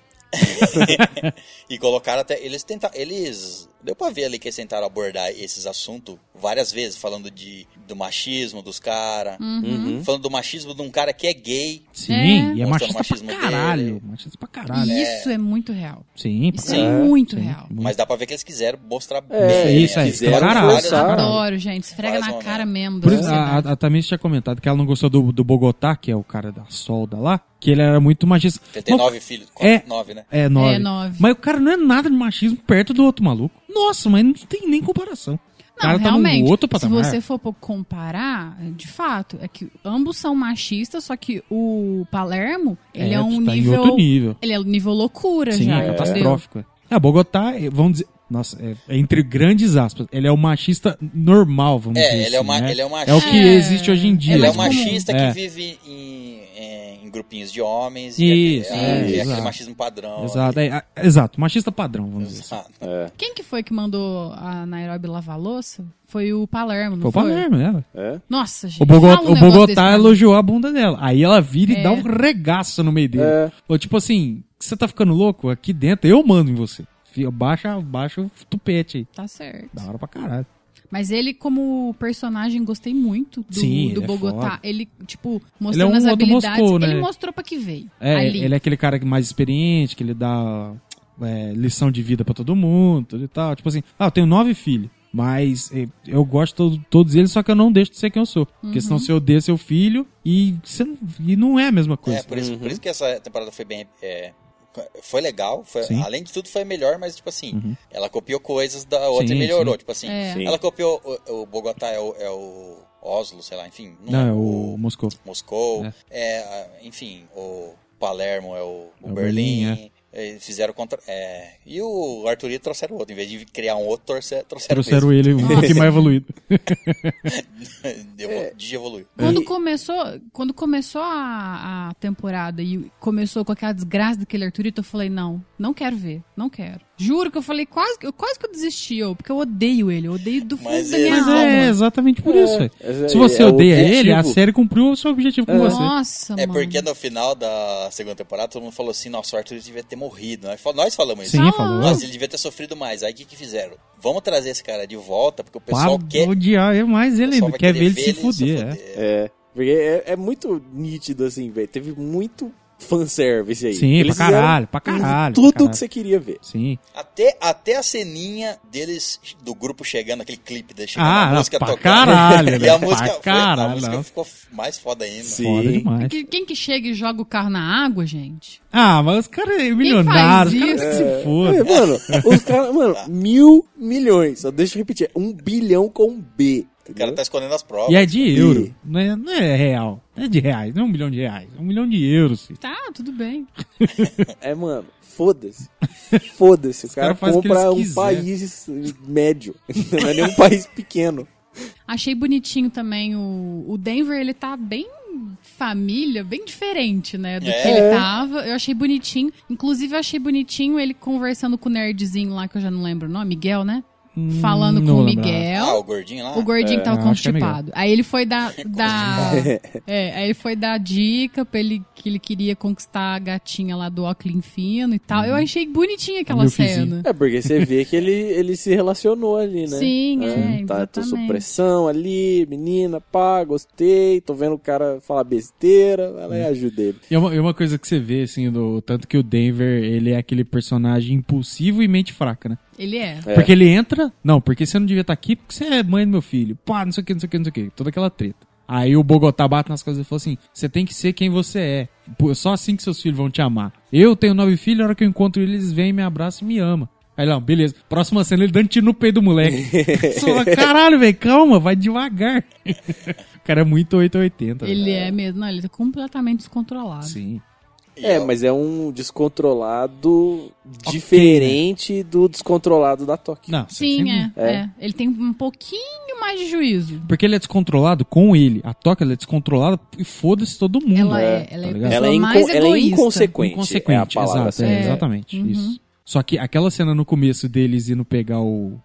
A: E colocaram até. Eles tentaram. Eles. Deu pra ver ali que eles tentaram abordar esses assuntos várias vezes, falando de, do machismo dos caras.
B: Uhum.
E: Uhum.
A: Falando do machismo de um cara que é gay.
C: Sim,
B: É.
C: e é
A: Mostrando o
C: machista
A: machismo
C: pra caralho.
A: dele.
C: Machista pra caralho.
B: E isso é muito real.
C: Sim, pra
B: Isso
C: caralho.
B: é muito
C: Sim,
B: real.
C: muito.
A: Mas dá pra ver que eles quiseram mostrar
E: É,
A: bem.
C: Uhum. isso aí, Uhum.
A: Fizeram
E: caralho,
A: vários-
E: sabe? Caralho.
B: Adoro, gente. Esfrega
A: Faz
B: na
A: uma
B: cara
A: merda.
B: mesmo. tá-
C: Por
B: da
C: isso, a,
B: sociedade.
C: a, a Tamires tinha comentado que ela não gostou do, do Bogotá, que é o cara da solda lá, que ele era muito machista.
A: Ele tem
C: Mas-
A: nove filhos.
C: É.
A: Nove, né?
C: É, nove.
B: É, nove.
C: Mas o cara não é nada de machismo perto do outro maluco. Nossa, mas não tem nem comparação. O cara
B: Não,
C: tá num
B: realmente.
C: outro
B: se
C: patamar.
B: você for po- comparar, de fato, é que ambos são machistas, só que o Palermo, ele é,
C: tu
B: um
C: tá em
B: nível,
C: outro nível.
B: ele é um nível loucura
C: Sim,
B: já,
C: é
B: entendeu?
C: catastrófico. É, Bogotá, eh, vamos dizer. Nossa, é- é entre grandes aspas. Ele é o machista normal, vamos
A: É,
C: dizer.
A: ele é o
C: assim,
A: ma-
C: né?
A: ele é o
C: É o que
B: machista-
C: existe hoje em dia.
A: Ele é um
B: mais
C: né?
B: comum.
A: machista
C: É.
A: que vive em, é, em- em grupinhos de homens.
C: Isso,
A: e aquele,
E: é,
A: e aquele
C: exato.
A: machismo padrão. Ah,
C: Exato, é, é, exato, machista padrão, vamos dizer. assim.
A: Exato.
E: É,
B: Quem que foi que mandou a Nairobi lavar a louça? Foi o Palermo, não
C: Foi o
B: foi?
C: Palermo, né?
E: É.
B: Nossa, gente.
C: O Bogotá,
B: fala um
C: o tá
B: negócio desse
C: Bogotá
B: pra mim.
C: elogiou a bunda dela. Aí ela vira e
B: É.
C: dá um regaço no meio dele.
E: É.
C: Ou, tipo assim, você tá ficando louco? Aqui dentro eu mando em você. Fio, Baixa, baixa o tupete aí.
B: Tá certo.
C: Da hora pra caralho.
B: Mas ele, como personagem, gostei muito do,
C: Sim,
B: do
C: ele é
B: Bogotá.
C: foda.
B: ele, tipo, mostrando
C: Ele é um
B: as
C: outro
B: habilidades.
C: Moscou, né?
B: Ele mostrou pra que veio.
C: É,
B: ali.
C: ele é aquele cara que mais experiente, que ele dá é, lição de vida pra todo mundo tudo e tal. Tipo assim, ah, eu tenho nove filhos. Mas é, eu gosto de todo- todos eles, só que eu não deixo de ser quem eu sou.
B: Uhum.
C: Porque senão se eu odeia seu filho e, você não, e não é a mesma coisa.
A: É, por isso,
E: Uhum.
A: por isso que essa temporada foi bem. é, foi legal, foi-
C: Sim. Uhum.
A: além de tudo foi melhor, mas tipo assim, ela copiou coisas da outra
C: Sim,
A: e melhorou. Tipo assim,
B: É.
E: Sim.
A: ela copiou o, o Bogotá, é o, é o Oslo, sei lá, enfim.
C: Não, é
A: é
C: o Moscou.
A: Moscou, é, a- enfim, o Palermo é o, o
C: É o
A: Berlim.
C: Berlim,
A: eh, Fizeram contra. é, e o Arthurito trouxeram outro. Em vez de criar um outro, torce- trouxeram,
C: Trouxeram ele um pouquinho mais evoluído.
A: mesmo.
E: É.
A: Devo- Digievoluiu.
B: Quando começou, quando começou a, a temporada e começou com aquela desgraça daquele Arthurito, eu falei, não, não quero ver, não quero. Juro que eu falei, quase, que- eu, quase que eu desisti, eu, porque eu odeio ele, eu odeio do fundo
A: Mas
B: da
A: ele-
B: minha
C: Mas
B: alma.
C: é exatamente por isso, velho.
E: é,
C: Se você
E: é o
C: odeia
E: objetivo.
C: ele, a série cumpriu o seu objetivo com você.
B: Nossa,
A: É
B: mano.
A: porque no final da segunda temporada todo mundo falou assim: nossa, o Arthur devia ter morrido. Nós fal- Nós falamos isso.
C: Sim,
B: Não,
C: falou.
A: Nossa, ele devia ter sofrido mais. Aí o que, que fizeram? Vamos trazer esse cara de volta, porque o pessoal
C: Para
A: quer. O
C: odiar é mais ele
A: pessoal
C: ainda.
A: vai
C: Quer ver
A: querer
C: ele se fuder. é.
E: É. Porque é, é muito nítido, assim, velho. Teve muito fanservice aí.
C: Sim, pra
E: fizeram
C: caralho, pra caralho,
E: Tudo
C: pra caralho.
E: que você queria ver.
C: Sim.
A: Até, até a ceninha deles, do grupo chegando, aquele clipe deles chegando,
C: Ah,
A: a música
C: pra
A: tocando.
C: caralho,
A: e a
C: né?
A: música,
C: Pra
A: foi, a
C: caralho,
A: música
C: não.
A: ficou mais foda ainda.
E: Sim.
C: Foda demais.
B: É Que- Quem que chega e joga o carro na água, gente?
C: Ah, mas os caras é milionários, os
B: faz
C: caras que
B: isso?
C: se
E: É,
C: foda.
E: mano, os caras, mano, mil milhões. Só deixa eu repetir, é um bilhão com B.
A: O cara tá escondendo as provas.
C: E é de
E: E-
C: euro, não é, não é real. Não é de reais, não é um milhão de reais. É um milhão de euros. filho.
B: Tá, tudo bem.
A: tá-
E: É, mano, foda-se. Foda-se. O
C: Os cara
E: cara,
C: faz o que
E: compra um
C: eles quiser.
E: país médio. Não é nem um país pequeno.
B: Achei bonitinho também o, o Denver, ele tá bem família, bem diferente, né, do
A: É.
B: que ele tava. Eu achei bonitinho. Inclusive, eu achei bonitinho ele conversando com o nerdzinho lá, que eu já não lembro o nome, Miguel, né?
C: Hum,
B: Falando
C: não
B: com o
C: vou lembrar.
B: Miguel.
A: Ah, o gordinho lá?
B: O gordinho tava
C: eu acho que é Miguel.
B: constipado. aí ele foi dar. dar é, aí ele foi dar dica pra ele que ele queria conquistar a gatinha lá do Oclin Fino e tal. Eu
C: Uhum.
B: achei bonitinha aquela
C: Meu
B: cena.
C: vizinho.
E: É porque você vê que ele, ele se relacionou ali, né?
B: Sim, é,
E: Tá, tô sob
B: exatamente.
E: pressão ali, menina, pá, gostei. Tô vendo o cara falar besteira. Vai lá e ajuda ele.
C: E é uma, é uma coisa que você vê, assim, do tanto que o Denver, ele é aquele personagem impulsivo e mente fraca, né?
B: Ele é.
E: É.
C: Porque ele entra, não, porque você não devia estar aqui, porque você é mãe do meu filho. Pá, não sei o que, não sei o que, não sei o que. Toda aquela treta. Aí o Bogotá bate nas coisas e fala assim: você tem que ser quem você é. Pô, Só assim que seus filhos vão te amar. Eu tenho nove filhos, a hora que eu encontro eles, eles vêm, me abraçam e me amam. Aí não, beleza. Próxima cena, ele dando tiro no peito do moleque. Você fala, Caralho, velho, calma, vai devagar. o cara é muito 880. velho.
B: Ele é mesmo. Não, ele tá completamente descontrolado.
C: né? Sim.
A: E,
E: É,
A: ó,
E: mas é um descontrolado diferente do descontrolado da Toque.
C: né? Não,
B: Sim,
C: sem-
B: é,
E: É.
B: é. Ele tem um pouquinho mais de juízo.
C: Porque ele é descontrolado com ele. A Toca ela é descontrolada e foda-se todo mundo.
B: Ela é,
C: tá
B: ela é a
C: ligado?
B: pessoa
E: Ela é, inco-
B: mais
E: ela é
B: egoísta.
E: inconsequente. é a
C: inconsequente.
E: palavra.
C: exato, é,
E: certa.
C: exatamente.
B: Uhum.
C: Isso. Só que aquela cena no começo deles indo pegar o.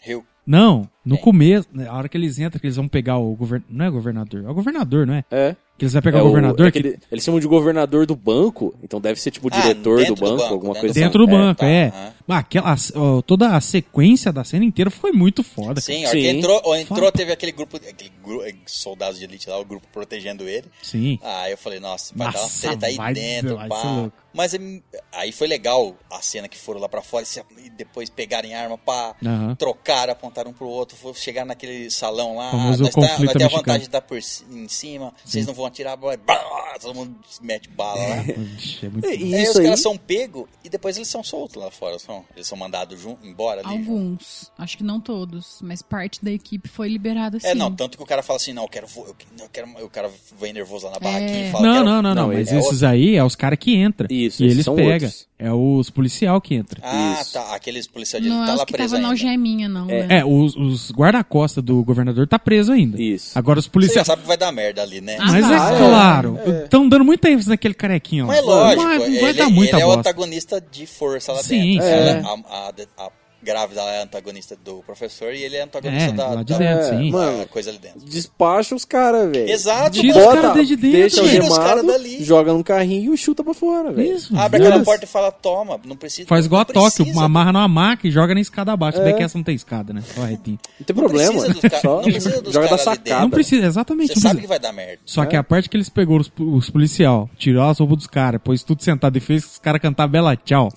A: Rio.
C: Não, no
A: É.
C: começo, né, a hora que eles entram, que eles vão pegar o governador. Não é governador, é o governador, não é?
E: É.
C: Que eles vão pegar
E: É
C: o governador
E: é
C: que- É,
E: aquele- Eles chamam de governador do banco, então deve ser tipo o
A: Ah,
E: diretor
A: dentro
E: do,
A: do
E: banco,
A: banco,
E: alguma
A: dentro
E: coisa
A: do
E: assim.
C: né? dentro do
A: É,
C: banco,
A: tá,
C: é.
A: aham.
C: Mas aquela, ó, toda a sequência da cena inteira foi muito foda.
A: Sim,
C: cara.
A: a hora que
E: Sim.
A: entrou, ó, entrou
C: Foda.
A: teve aquele grupo, aquele gru- eh, soldados de elite lá, o grupo protegendo ele.
C: Sim.
A: Ah, eu falei, nossa, vai dar uma
C: Nossa,
A: treta aí
C: vai-
A: dentro,
C: vai
A: pá.
C: ser louco.
A: Mas em- aí foi legal a cena que foram lá pra fora e se- e depois pegarem arma, pá,
C: Aham.
A: trocaram, apontaram um pro outro, foram chegar naquele salão lá, nós,
C: Famoso
A: tá,
C: conflito
A: nós tem a
C: mexicano.
A: vontade de dar por ci- em cima, vocês não vão atirar, blá, blá, todo mundo mete bala lá.
C: Vixe, é muito
E: E- e
A: E aí os
E: isso aí,
A: caras são pegos e depois eles são soltos lá fora, são, eles são mandados jun- embora ali. junto.
B: Alguns. Acho que não todos. Mas parte da equipe foi liberada sim.
A: É, não, tanto que o cara fala assim, não, eu quero, vo- eu que- eu quero, o cara vem nervoso lá na barraquinha
B: É.
A: e fala,
C: Não,
A: quero-
C: não, não, não,
E: Não,
C: mas
A: é
C: esses aí é os caras que entram.
E: Isso,
C: e
E: esses
C: eles
E: são
C: pegam.
E: outros.
C: É os policial que entram.
A: Ah,
E: Isso.
A: tá, aqueles policiais, ele
B: Não
A: tá
B: é os
A: lá
B: que
A: preso
B: tava na
A: ainda.
B: algeminha, não, né?
C: É, os, os guarda-costas do governador tá preso ainda.
E: Isso.
C: Agora os
A: Você já
C: policiais.
A: sabe que vai dar merda ali, né?
B: Ah,
C: Mas é
B: tá.
C: claro, estão dando muita ênfase naquele carequinho. lá.
A: Mas é lógico,
C: Mas
A: ele,
C: vai
B: tá
C: dar
A: ele
C: muita
A: é o
C: bosta.
A: antagonista de força lá
C: Sim, É.
A: dentro.
C: sim.
A: Ela- a, a, a grávida lá é antagonista do professor e ele é antagonista
C: É,
A: da,
C: lá de
A: da-
C: dentro,
A: da
C: sim.
E: Mano.
A: coisa ali dentro.
E: Despacha os caras, velho.
A: Exato,
C: Tira
A: mano.
C: os caras desde dentro,
E: deixa
A: tira os
E: algemado,
A: caras dali.
E: joga num carrinho e chuta pra fora, velho.
C: Isso.
A: Abre
E: Deus.
A: aquela porta e fala, toma, não precisa.
C: Faz igual a
A: não precisa.
C: Tóquio, amarra numa maca e joga na escada abaixo. Se bem que essa não tem escada, né? Só retinho.
E: Não tem
A: Não
E: problema.
A: precisa dos ca-
E: Só
A: não precisa dos
E: joga da
A: caras ali
E: sacada.
A: dentro.
C: Não precisa, exatamente.
A: Você
C: não
A: sabe que
C: precisa.
A: vai dar merda.
C: Só que a parte que eles pegou os, os policial, tirou as roupas dos caras, pôs tudo sentado e fez os caras cantar Bela Tchau.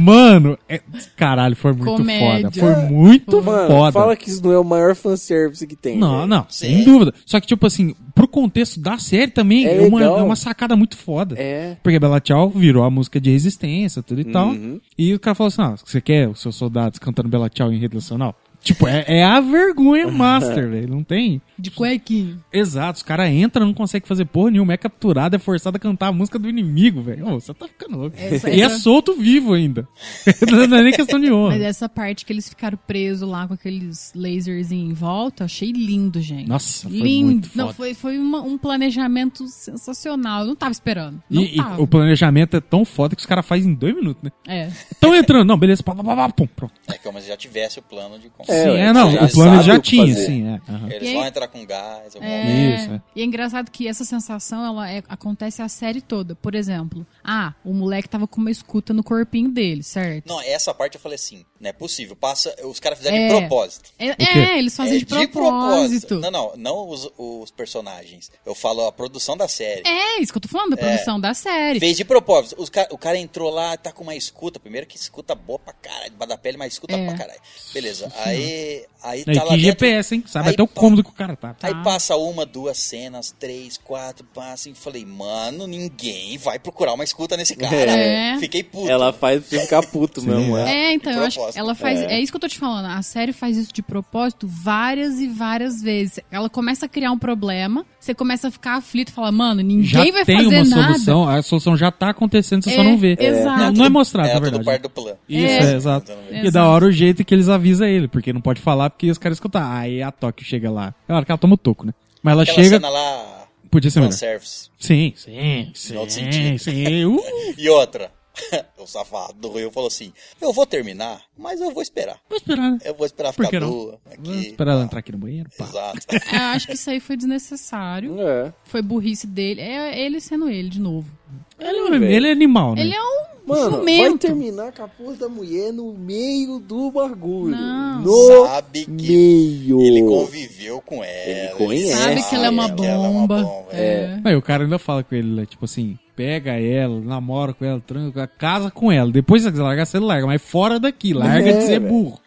C: Mano, é- caralho, foi muito
B: Comédia.
C: foda. Foi muito
E: É. Mano,
C: foda.
E: fala que isso não é o maior fanservice que tem. né?
C: Não,
E: velho.
C: não,
A: Sim.
C: sem dúvida. Só que, tipo assim, pro contexto da série também
E: É
C: é, uma,
E: legal.
C: é uma sacada muito foda.
E: É.
C: Porque Bela Tchau virou a música de resistência, tudo e tal.
E: Uhum.
C: E o cara falou assim: ah, você quer os seus soldados cantando Bela Tchau em rede nacional? Tipo, é, é a vergonha master, velho. Não tem.
B: De cuequinho.
C: Exato, os caras entram, não conseguem fazer porra nenhuma, é capturado, é forçado a cantar a música do inimigo, velho. Ô, Você tá ficando louco.
B: Essa-
C: e é
B: essa-
C: solto vivo ainda. não é nem questão de honra.
B: Mas essa parte que eles ficaram presos lá com aqueles lasers em volta, achei lindo, gente.
C: Nossa, foi
B: lindo.
C: muito foda.
B: Não, foi, foi uma- um planejamento sensacional. Eu não tava esperando. Não
C: E, e
B: tava.
C: o planejamento é tão foda que os caras fazem em dois minutos, né?
B: É.
A: né?
C: Estão entrando, não, beleza, pá, pá, pá, pá, pum, pronto.
A: É como se já tivesse o plano de como.
E: É,
C: sim,
E: ué,
C: é, não,
E: você
C: o plano
E: sabe
C: já
E: o que
C: tinha,
E: fazer.
C: sim, é. aham.
A: Eles
B: E
A: vão
B: aí-
A: entrar com gás. alguma coisa.
B: É,
C: Isso, é.
B: E é engraçado que essa sensação ela é- acontece a série toda. Por exemplo, ah, o moleque tava com uma escuta no corpinho dele, certo?
A: Não, essa parte eu falei assim, não é possível. Passa, os caras fizeram
B: É.
A: de propósito.
B: É,
C: quê?
B: é, eles fazem
A: É
B: de, propósito.
A: Não, não, não os, os personagens. Eu falo a produção da série.
B: É isso que eu tô falando, da produção da série.
A: Fez de propósito. Os ca- O cara entrou lá, tá com uma escuta. Primeiro que escuta boa pra caralho, debaixo da pele, mas escuta
B: É.
A: pra caralho. Beleza. Aí, aí tá
C: Não, e
A: lá
C: que
A: dentro-
C: GPS, hein? Sabe
A: Aí
C: até o
A: pa-
C: cômodo que o cara tá.
A: Aí passa uma, duas cenas, três, quatro, passa e falei, mano, ninguém vai procurar uma escuta nesse cara.
B: É.
A: Fiquei puto.
E: Ela faz você ficar puto mesmo, é.
B: É, então,
A: de
B: eu acho que
A: propósito.
B: ela faz. É. isso que eu tô te falando. A série faz isso de propósito várias e várias vezes. Ela começa a criar um problema, você começa a ficar aflito e fala, mano, ninguém
C: Já
B: vai
C: tem
B: fazer
C: uma
B: nada.
C: solução, a solução já tá acontecendo, você só
B: É,
C: não vê.
B: exato.
C: Não, não é mostrado,
A: Ela
C: na
A: tá do par
C: verdade.
A: do plano.
C: Isso, é, exato.
A: Então,
C: E da hora o jeito que eles avisam ele, porque não pode falar porque os caras escutam. Aí a Tóquio chega lá. É a hora que ela toma o toco, né? Mas ela
A: Aquela
C: chega.
A: cena lá,
C: Podia ser
A: fan
C: melhor.
A: service.
C: Sim, sim, sim.
A: Em outro
C: Sim,
A: sentido.
C: sim. Uh,
A: E outra. o safado do Rio falou assim: Eu vou terminar, mas eu vou esperar.
C: vou esperar, né?
A: Eu vou esperar
C: Por
A: ficar
C: que não?
A: boa.
C: Vou
A: Aqui.
C: esperar ela entrar aqui no banheiro. Pá.
A: Exato.
B: Eu acho que isso aí foi desnecessário.
E: É.
B: Foi burrice dele. É ele sendo ele de novo.
C: Ele, é- ele é animal, né?
B: Ele é um
E: Mano, vai
B: jumento.
E: terminar com a porra da mulher no meio do bagulho.
B: Não.
E: No
A: Sabe que
E: meio.
A: ele conviveu com ela.
E: Ele conhece.
B: Sabe que ela é uma
A: que ela é uma
B: bomba.
A: É.
C: Aí o cara ainda fala com ele, né? tipo assim, pega ela, namora com ela, tranca, casa com ela. Depois se você largar, você larga, mas fora daqui, larga
E: É,
C: de ser
E: velho.
C: burro.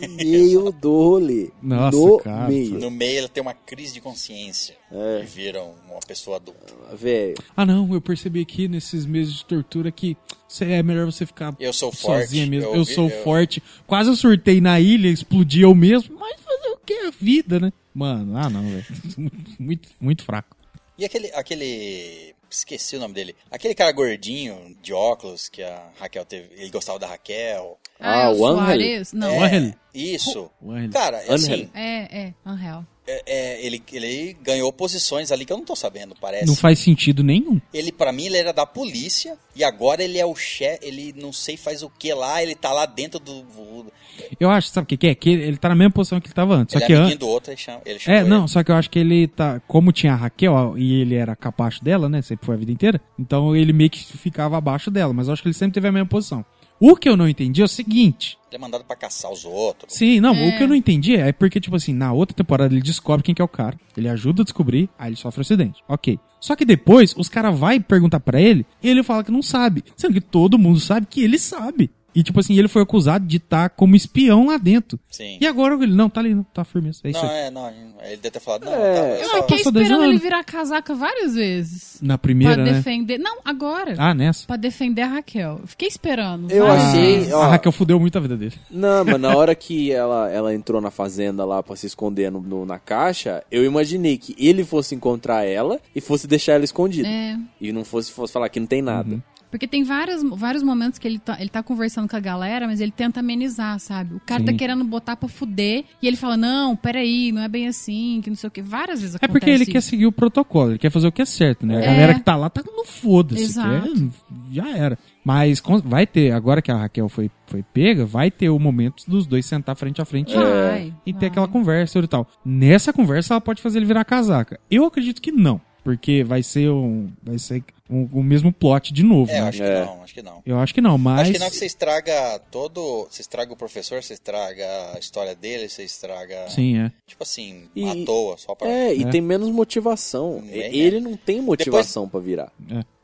E: No meio do rolê.
C: Nossa,
E: no
C: cara.
E: meio.
A: No meio ela tem uma crise de consciência.
E: É.
A: E viram uma pessoa adulta.
E: Velho.
C: Ah não, eu percebi aqui nesses meses de tortura que cê- é melhor você ficar
A: Eu sou forte.
C: sozinha mesmo. Eu,
A: vi-
C: sou forte. Quase eu surtei na ilha, explodi eu mesmo, mas fazer o que? A vida, né? Mano, ah não, velho. muito, muito fraco.
A: E aquele, aquele. Esqueci o nome dele. Aquele cara gordinho, de óculos, que a Raquel teve. Ele gostava da Raquel.
E: Ah,
B: Ah, o
E: o Angel?
B: Soares? Não.
C: É. Angel.
A: Isso.
C: Ué, ele-
A: Cara,
E: Angel.
A: assim,
B: É, é, Angel.
A: é- é, ele, ele ganhou posições ali que eu não tô sabendo, parece.
C: Não faz sentido nenhum.
A: Ele, pra mim, ele era da polícia e agora ele é o chefe. Ele não sei faz o que lá, ele tá lá dentro do. do-
C: Eu acho, sabe o que, que é? Que ele, ele tá na mesma posição que ele tava antes.
A: ele
C: só
A: é
C: que an-
A: amiguinho do outro, ele chama. Ele chamou
C: É,
A: ele.
C: não, só que eu acho que ele tá. Como tinha a Raquel ó, e ele era capacho dela, né? Sempre foi a vida inteira. Então ele meio que ficava abaixo dela, mas eu acho que ele sempre teve a mesma posição. O que eu não entendi é o seguinte.
A: Ele é mandado pra caçar os outros.
C: Sim, não, o que eu não entendi é porque, tipo assim, na outra temporada ele descobre quem que é o cara. Ele ajuda a descobrir, aí ele sofre um acidente. Ok. Só que depois os caras vai perguntar pra ele e ele fala que não sabe. Sendo que todo mundo sabe que ele sabe. E, tipo assim, ele foi acusado de estar como espião lá dentro.
A: Sim.
C: E agora ele, não, tá ali, não, tá firmeza. É isso
A: não,
C: aí.
A: é, não. Ele deve ter falado, não,
E: É.
A: tava, eu
B: Eu
A: só-
B: fiquei
C: Ah, passou dois
B: esperando ele
C: anos.
B: virar casaca várias vezes.
C: Na primeira,
B: pra
C: né?
B: defender. Não, agora.
C: Ah, nessa.
B: Pra defender a Raquel. Eu Fiquei esperando.
A: Ah,
E: Eu
B: várias
E: achei-
B: vezes.
E: ó.
C: A Raquel Ah, fudeu muito a vida dele.
E: Não, mas na hora que ela, ela entrou na fazenda lá pra se esconder no, no- na caixa, eu imaginei que ele fosse encontrar ela e fosse deixar ela escondida.
B: É.
E: E não fosse, fosse falar que não tem nada.
C: Uhum.
B: Porque tem várias, vários momentos que ele tá, ele tá conversando com a galera, mas ele tenta amenizar, sabe? O cara tá
C: Sim.
B: querendo botar pra fuder e ele fala: Não, peraí, não é bem assim, que não sei o quê. Várias vezes
C: É
B: acontece.
C: porque ele
B: isso.
C: quer seguir o protocolo, ele quer fazer o que é certo, né? A
B: É.
C: galera que tá lá tá no foda-se.
B: Exato.
C: quer- Já era. Mas com- vai ter, agora que a Raquel foi, foi pega, vai ter o momento dos dois sentar frente a frente
B: Vai,
C: É. e ter
B: vai.
C: aquela conversa e tal. Nessa conversa ela pode fazer ele virar casaca. Eu acredito que não, porque vai ser um. Vai ser um- o mesmo plot de novo,
A: É, eu
C: né?
A: acho que
E: É.
A: não, acho que não.
C: Eu acho que não, mas.
A: Acho que não que você estraga todo. Você estraga o professor, você estraga a história dele, você estraga.
C: Sim, é.
A: Tipo assim,
E: E-
A: à toa, só pra.
E: É, e
C: É.
E: tem menos motivação.
A: Bem,
E: E-
A: né?
E: ele não tem motivação pra virar.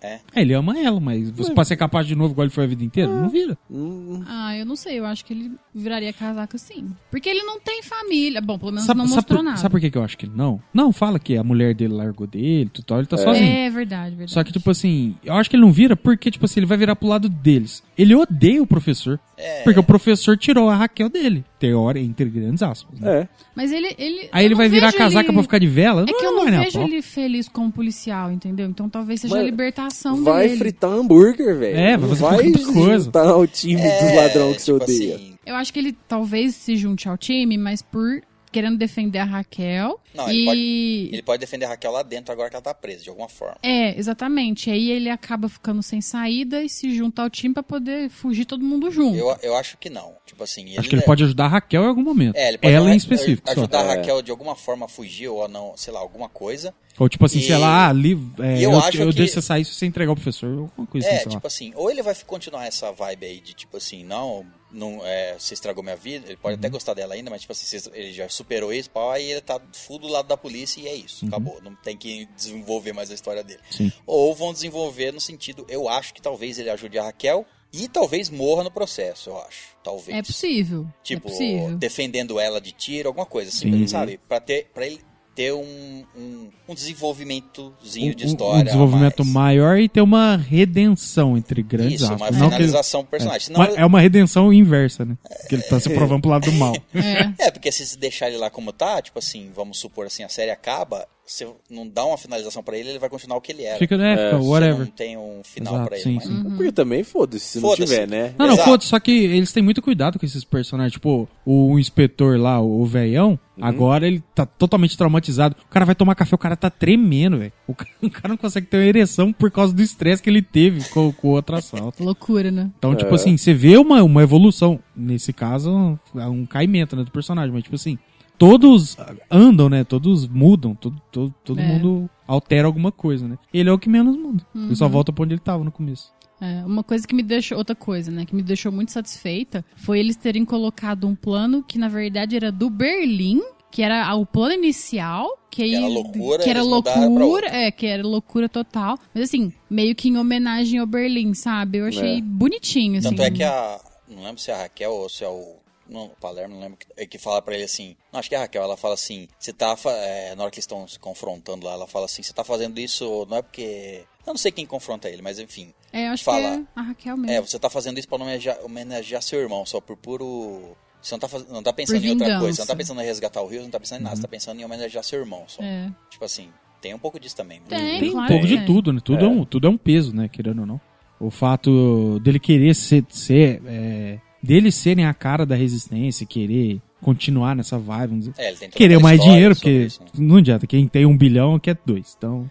C: É, ele ama ela, mas você
A: é.
C: pode ser capaz de novo igual ele foi a vida inteira? Não vira.
E: Hum,
B: Ah, eu não sei, eu acho que ele viraria casaca sim. Porque ele não tem família. Bom, pelo menos
C: Sabe,
B: não
C: sabe
B: mostrou
C: por,
B: nada.
C: sabe por que que eu acho que ele não? Não, fala que a mulher dele largou dele, tudo tal, ele tá sozinho.
B: É verdade, verdade.
C: Só que, tipo assim, eu acho que ele não vira porque, tipo assim, ele vai virar pro lado deles. Ele odeia o professor.
A: É.
C: Porque o professor tirou a Raquel dele. Teoria, entre grandes aspas. né?
E: é.
B: Mas ele. ele
C: Aí
B: eu
C: ele
B: não
C: vai virar
B: vejo
C: casaca
B: ele-
C: pra ficar de Ah, vela?
B: É que eu não
C: vai nem a
B: vejo
C: pau.
B: ele feliz como policial, entendeu? Então talvez seja a
E: Mas
B: libertação
E: Vai
B: dele.
E: fritar hambúrguer, velho.
C: É, vai
E: Não
C: fazer
E: vai
C: qualquer coisa.
E: juntar o time
A: É,
E: dos ladrões que você
A: tipo
E: odeia.
A: assim,
B: Eu acho que ele talvez se junte ao time, mas por querendo defender a Raquel.
A: Não, ele
B: e.
A: Ele pode defender a Raquel lá dentro agora que ela tá presa, de alguma forma.
B: É, exatamente. Aí ele acaba ficando sem saída e se junta ao time pra poder fugir todo mundo junto.
A: Eu, eu acho que não. Tipo assim, ele,
C: Hum. Acho que ele pode ajudar a Raquel em algum momento.
A: É, ele pode
C: Ela
A: ajudar-
C: em específico. só.
A: Ajudar a
E: É.
A: Raquel de alguma forma a fugir ou a não, sei lá, alguma coisa.
C: Ou tipo assim,
A: E-
C: sei lá, ali, é,
A: e
C: eu,
A: eu
C: eu,
A: acho que-
C: deixo você sair se você entregar o professor, alguma coisa assim,
A: É,
C: sei
A: tipo assim, ou ele vai f- continuar essa vibe aí de tipo assim, não, não é, você estragou minha vida, ele pode
C: Uhum.
A: até gostar dela ainda, mas tipo assim, você- ele já superou isso, pau, aí ele tá full do lado da polícia e é isso,
C: Uhum.
A: acabou, não tem que desenvolver mais a história dele.
C: Sim.
A: Ou vão desenvolver no sentido, eu acho que talvez ele ajude a Raquel e talvez morra no processo, eu acho, talvez.
B: É possível.
A: Tipo,
B: é possível.
A: defendendo ela de tiro, alguma coisa assim,
C: Sim.
A: sabe? Pra, ter, pra ele ter um, um, um desenvolvimentozinho
C: Um-
A: de
C: um-
A: história.
C: Um desenvolvimento
A: a mais.
C: maior e ter uma redenção entre grandes
A: Isso, uma
C: aspas. Não que ele-
A: finalização pro personagem.
C: É,
A: Senão-
C: mas é uma redenção inversa, né? Que ele tá se provando pro lado do mal.
B: É.
A: É, porque se deixar ele lá como tá, tipo assim, vamos supor assim, a série acaba, se não dá uma finalização pra ele, ele vai continuar o que ele era.
C: Fica, né? fica,
A: Você
C: whatever.
A: não tem um final
C: Exato,
A: pra ele.
C: sim,
A: mas-
C: sim.
E: Porque também foda-se se não
A: Foda-se.
E: tiver, né?
C: Não, não,
A: Exato.
C: foda, só que eles têm muito cuidado com esses personagens. Tipo, o, o inspetor lá, o, o veião,
A: Uhum.
C: agora ele tá totalmente traumatizado. O cara vai tomar café, o cara tá tremendo, velho. O, ca- o cara não consegue ter uma ereção por causa do estresse que ele teve com, com o outro assalto.
B: Loucura, né?
C: Então,
A: É.
C: tipo assim, você vê uma, uma evolução. Nesse caso, um- é um caimento né, do personagem, mas tipo assim, todos andam, né? Todos mudam, todo, todo, todo
B: É.
C: mundo altera alguma coisa, né? Ele é o que menos muda. Ele só volta pra onde ele tava no começo.
B: É, uma coisa que me deixou, outra coisa, né, que me deixou muito satisfeita foi eles terem colocado um plano que na verdade era do Berlim, que era a- o plano inicial, que, aí-
A: era loucura,
B: que era
A: eles mudaram pra
B: loucura,
A: outro.
B: é, que era loucura total, mas assim, meio que em homenagem ao Berlim, sabe? Eu achei
E: É.
B: bonitinho assim.
A: Tanto é que a. Não lembro se é a Raquel ou se é o. Não, o Palermo, não lembro. que- é Que fala pra ele assim. Não, acho que é a Raquel. Ela fala assim: Você tá. fa- é, na hora que eles estão se confrontando lá, ela fala assim: Você tá fazendo isso não é porque. Eu não sei quem confronta ele, mas enfim.
B: É, eu acho
A: fala.
B: que é a Raquel
A: É,
B: mesmo.
A: você tá fazendo isso pra homenagear, homenagear seu irmão, só por puro. Você não tá, faz- não tá pensando
B: Por
A: em outra
B: vingança. Uhum.
A: coisa, você não tá pensando em resgatar o Rio, você não tá pensando em nada, você tá pensando em homenagear seu irmão só.
B: É.
A: Tipo assim, tem um pouco disso também. né?
B: Tem,
C: Tem um
B: claro.
C: pouco
B: que
C: de tudo, né? Tudo é. um, tudo é um peso, né? Querendo ou não. O fato dele querer ser. ser é, deles serem a cara da resistência, e querer continuar nessa vibe. vamos dizer.
A: É, ele tem toda
C: Querer
A: aquela
C: mais
A: história
C: dinheiro,
A: sobre
C: porque
A: isso, né?
C: não adianta. Quem tem um bilhão quer dois. Então,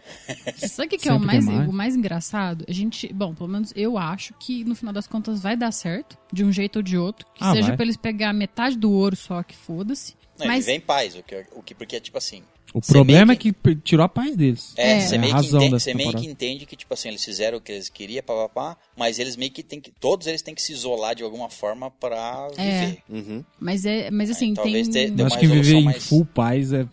B: Sabe o que, que é o
C: Sempre
B: mais,
C: tem mais.
B: o mais engraçado? A gente, bom, pelo menos eu acho que no final das contas vai dar certo, de um jeito ou de outro. Que
C: Ah,
B: seja
C: vai.
B: pra eles pegar metade do ouro só, que foda-se.
A: Não, ele
B: mas
A: vem em paz, o que, o que, porque, tipo assim,
C: o
A: Você
C: problema
A: meio
C: é que per- tirou a paz deles.
A: É,
B: É.
A: você
C: a
A: meio, que
C: razão
A: entende,
C: dessa
A: você meio que
C: temporada.
A: entende que, tipo assim, eles fizeram o que eles queriam, papapá, mas eles meio que tem que. Todos eles têm que se isolar de alguma forma pra
B: É.
A: viver.
E: Uhum.
B: Mas é, mas assim,
A: Aí, talvez
B: tem
A: te-
C: Eu
A: deu
C: acho
A: uma
C: que viver
A: resolução
C: em
A: mais-
C: full paz é.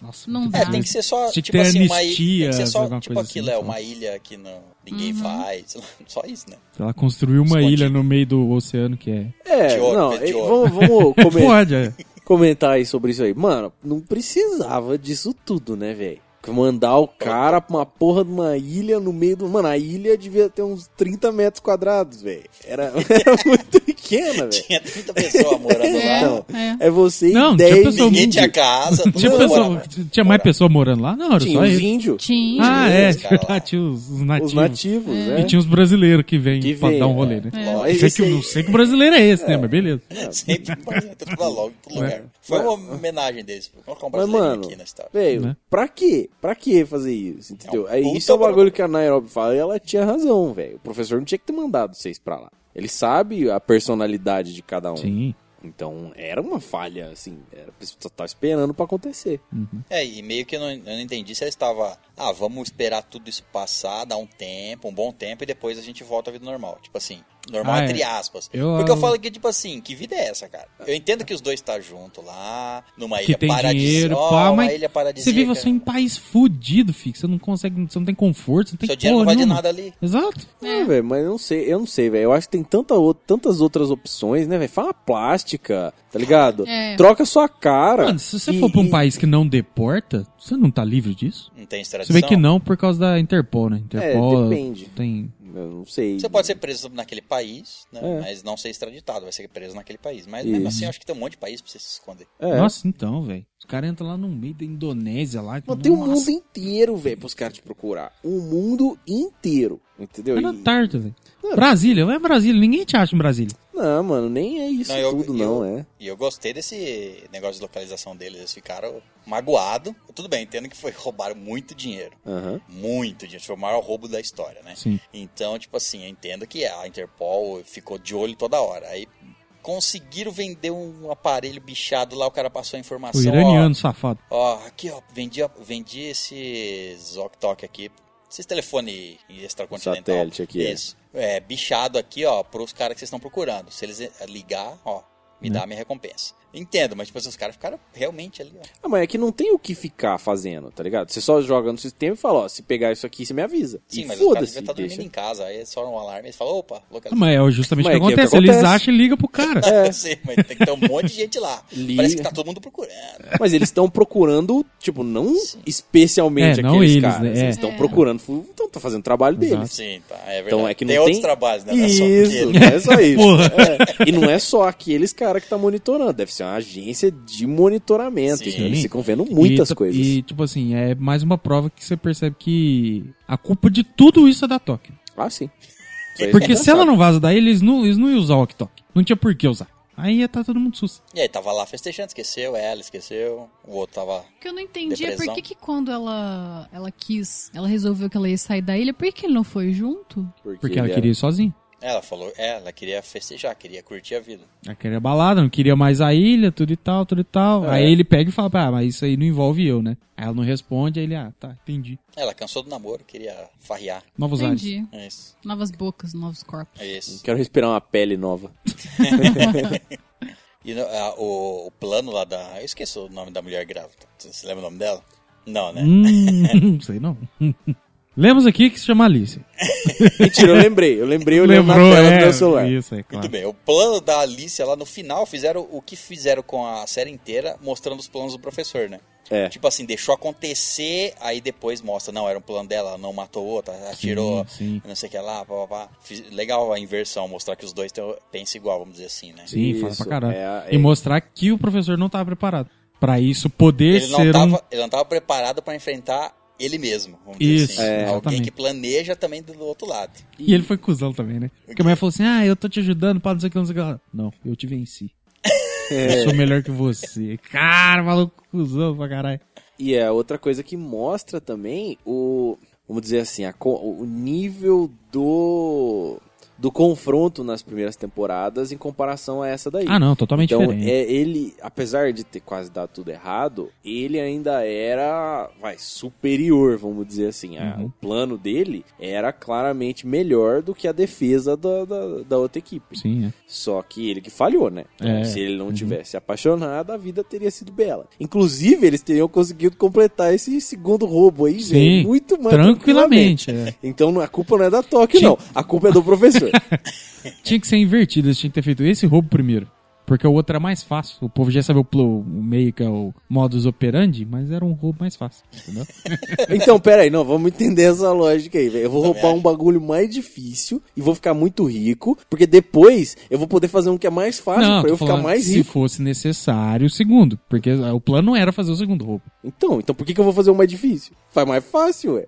C: Nossa,
B: Não
C: muito
B: dá.
A: É,
B: Ah.
A: tem que ser só,
C: Tinha que
A: tipo
C: ter
A: assim, uma ilha. Tem
C: anistia,
A: que ser só,
C: alguma
A: tipo
C: coisa
A: aquilo,
C: assim,
A: é
C: sei lá.
A: uma ilha que não, ninguém
B: Uhum.
A: vai, sei lá, só isso, né?
C: Ela construiu uma
A: Escondido.
C: ilha no meio do oceano que é.
E: É,
A: De ouro,
E: não,
A: fez de
E: e-
A: ouro.
E: vamos, vamos comer-
C: Pode, é.
E: comentar aí sobre isso aí. Mano, não precisava disso tudo, né, velho? Mandar o cara pra uma porra de uma ilha no meio do. Mano, a ilha devia ter uns 30 metros quadrados, velho. Era, era muito pequena, velho.
A: Tinha 30 pessoas morando lá.
E: Então,
B: é.
E: é você e
C: Não, tinha
E: 10
C: pessoa-
A: Ninguém
E: índios.
A: tinha casa, todo
C: Tinha,
A: mundo
C: pessoa-
A: morava.
C: tinha mais pessoa morando lá? Não, era
E: Tinha
C: só
E: os
C: isso.
E: índios,
B: Tinha. É.
C: Ah, é,
A: os
C: é
A: cara lá.
C: verdade, tinha os, os nativos.
E: os nativos, né?
C: E tinha os brasileiros que vêm
E: Que
C: pra
E: vem,
C: dar um
E: é.
C: rolê, né?
E: Ó,
C: Eu sei,
E: esse
C: que,
E: aí-
C: eu sei que o brasileiro é esse, né? Mas beleza.
A: Sempre apresenta tudo logo, em
C: É.
A: todo lugar. Foi uma homenagem deles. Vamos colocar um
E: Mas,
A: brasileiro
E: mano,
A: aqui na história.
E: velho,
C: Né?
E: pra quê? Pra quê fazer isso, entendeu?
A: É um
E: Aí
A: puta
E: isso é o bagulho
A: bagulho.
E: que a Nairobi fala e ela tinha razão, velho. O professor não tinha que ter mandado vocês pra lá. Ele sabe a personalidade de cada um.
C: Sim.
E: Então, era uma falha, assim, era, só tava esperando pra acontecer.
A: É, e meio que eu não, eu não entendi se ela estava. Ah, vamos esperar tudo isso passar, dar um tempo, um bom tempo, e depois a gente volta à vida normal. Tipo assim, normal
C: Ah, é.
A: entre aspas.
C: Eu-
A: Porque eu falo que, tipo assim, que vida é essa, cara? Eu entendo que os dois estão tá juntos lá, numa
C: Que
A: ilha
C: tem
A: paradisíaca.
C: dinheiro,
A: ó,
C: pá,
A: uma
C: mas
A: ilha
C: Você
A: paradisíaca.
C: vive só em país fudido, filho. Você não consegue, você não tem conforto, você não tem
A: Seu dinheiro não vai
C: porra
A: de
C: nenhuma.
A: nada ali.
C: Exato.
E: É, velho, mas eu não sei, eu não sei, velho. Eu acho que tem tanta ou- tantas outras opções, né, velho? Fala plástica, tá
A: um
E: ligado?
B: É.
E: Troca sua cara.
C: Mano, se você
E: É. E-
C: for pra um
E: e-
C: país que não deporta, você não tá livre disso?
A: Não tem extradição.
C: Você vê que não por causa da Interpol, né? Interpol
E: É, depende.
C: tem...
E: Eu não sei.
A: Você pode ser preso naquele país, né?
E: É.
A: Mas não ser extraditado, vai ser preso naquele país. Mas mesmo
E: Isso.
A: assim, eu acho que tem um monte de país pra você se esconder.
E: É.
C: Nossa, então, velho. Os caras entram lá no meio da Indonésia lá.
E: Mano, tem um o
C: Nossa,
E: mundo inteiro, velho, pros caras te procurar. O mundo inteiro. Entendeu?
C: é
E: E-
C: na Tarta, velho.
E: Não.
C: Brasília, é Brasília, ninguém te acha em Brasília.
E: Não, mano, nem é isso
A: Não, eu-
E: tudo,
A: eu-
E: não, é.
A: E eu gostei desse negócio de localização deles. Eles ficaram magoados. Tudo bem, entendo que foi roubaram muito dinheiro.
E: Aham.
A: Muito dinheiro. Foi o maior roubo da história,
E: É.
A: né?
C: Sim.
A: Então, tipo assim, eu entendo que a Interpol ficou de olho toda hora. Aí conseguiram vender um aparelho bichado lá, o cara passou a
C: O
A: informação.
C: iraniano safado.
A: Ó, ó, aqui, ó, vendi, vendi esses Oktok aqui. Esses telefone extracontinental.
E: Satélite aqui, é.
A: Isso. É, bichado aqui, ó, pros caras que vocês estão procurando. Se eles eh, ligar, ó, me
E: Né?
A: dá a minha recompensa. Entendo, mas tipo assim, os caras ficaram realmente ali, ó.
E: Ah, mas é que não tem o que ficar fazendo, tá ligado? Você só joga no sistema e fala, ó, se pegar isso aqui, você me avisa.
A: Sim,
E: e
A: mas os caras
E: foda-se,
A: deviam estar dormindo
E: deixa.
A: em casa. Aí só um alarme, eles falam, opa,
C: Ah,
A: localização.
C: Mas é justamente o que
E: Mas é que é o que
C: acontece. Eles
E: acontece. É,
C: acham e ligam pro cara.
A: Sim, mas tem que ter um monte de gente lá.
E: Li-
A: Parece que tá todo mundo procurando.
E: Mas eles estão procurando, tipo, não
A: Sim.
E: especialmente
C: É,
E: aqueles
C: não eles,
E: caras.
C: né? É.
E: Eles estão
B: É.
E: procurando, fu- então tá fazendo o trabalho
C: Exato.
E: deles.
A: Sim, tá. É verdade.
E: Então é que não
A: tem,
E: tem...
A: outros trabalhos, né? Não é só
E: isso,
A: aquele.
E: não é só isso.
C: Porra.
E: É. E não é só aqueles caras que tá monitorando, deve ser uma agência de monitoramento.
A: Sim.
E: Então eles ficam vendo muitas
C: E,
E: coisas.
C: E, tipo assim, é mais uma prova que você percebe que a culpa de tudo isso é da Tóquio.
E: Ah, sim. Isso aí
C: É Porque
E: já
C: se ela
E: sabe.
C: não vaza daí, eles não, eles não iam usar o Oktok. Não tinha por que usar. Aí ia tá todo mundo sus.
A: E aí, tava lá festejando, esqueceu, ela esqueceu, o outro tava.
B: O que eu não entendi é
A: Depressão.
B: por que, que quando ela, ela quis, ela resolveu que ela ia sair da ilha, por que que ele não foi junto?
C: Porque
E: é-
C: ela queria ir sozinha.
A: Ela falou, é, ela queria festejar, queria curtir a vida.
C: Ela queria balada, não queria mais a ilha, tudo e tal, tudo e tal.
E: É.
C: Aí ele pega e fala, ah, mas isso aí não envolve eu, né? Aí ela não responde, aí ele, ah, tá, entendi.
A: Ela cansou do namoro, queria farrear.
C: Novos ares.
B: Entendi.
A: É isso.
B: Novas bocas, novos corpos.
A: É isso.
E: Quero respirar uma pele nova.
A: E no- a- o, o plano lá da. Eu esqueci o nome da mulher grávida. Você se lembra o nome dela? Não, né?
C: Hum, não sei não. Lemos aqui que se chama Alice.
E: Mentira, eu lembrei. Eu lembrei olhando na tela do meu celular.
C: Isso, é
A: Muito
C: claro.
A: bem, o plano da Alice lá no final fizeram o que fizeram com a série inteira, mostrando os planos do professor, né?
E: É.
A: Tipo assim, deixou acontecer, aí depois mostra, não, era um plano dela, ela não matou outra, atirou,
C: sim.
A: não sei o que lá, pá, pá, pá. Fiz- Legal a inversão, mostrar que os dois têm- pensam igual, vamos dizer assim, né?
C: Sim, fala
E: Isso,
C: pra caralho.
E: é a-
C: E
E: é-
C: mostrar que o professor não tava preparado. Pra isso poder
A: Ele não,
C: ser um...
A: tava, ele não tava preparado pra enfrentar ele mesmo, vamos dizer
C: Isso,
A: assim.
C: é,
A: Alguém
C: exatamente.
A: que planeja também do outro lado.
C: E ele foi cuzão também, né? Porque a mulher falou assim, ah, eu tô te ajudando, pá, não sei o que, não sei o que. lá. Não, eu te venci.
E: É.
C: Eu sou melhor que você. Cara, maluco cuzão pra caralho.
E: E é outra coisa que mostra também o. Vamos dizer assim, a co- o nível do. Do confronto nas primeiras temporadas em comparação a essa daí.
C: Ah, não, totalmente
E: então,
C: diferente.
E: é ele, apesar de ter quase dado tudo errado, ele ainda era, vai, superior, vamos dizer assim. A-
C: Uhum.
E: o plano dele era claramente melhor do que a defesa da, da, da outra equipe.
C: Sim, é.
E: Só que ele que falhou, né? Então,
C: É.
E: Se ele não
C: Uhum.
E: tivesse apaixonado, a vida teria sido bela. Inclusive, eles teriam conseguido completar esse segundo roubo aí,
C: é. Sim,
E: velho, muito mais tranquilamente.
C: Tranquilamente. é.
E: Então não- a culpa não é da Tóquio,
C: Tinha-
E: não. A culpa é do professor.
C: Tinha que ser invertido, eles tinham que ter feito esse roubo primeiro. Porque o outro era mais fácil. O povo já sabia o, plo- o meio que é o modus operandi, mas era um roubo mais fácil, entendeu?
E: então, peraí, não, vamos entender essa lógica aí, velho. Eu vou
A: Também
E: roubar um
A: acho.
E: bagulho mais difícil e vou ficar muito rico, porque depois eu vou poder fazer um que é mais fácil
C: não,
E: pra
C: tô
E: eu ficar
C: falando
E: mais
C: se
E: rico.
C: fosse necessário o segundo. Porque ah, o plano não era fazer o segundo roubo.
E: Então, então por que, que eu vou fazer o mais difícil? Faz mais fácil, ué.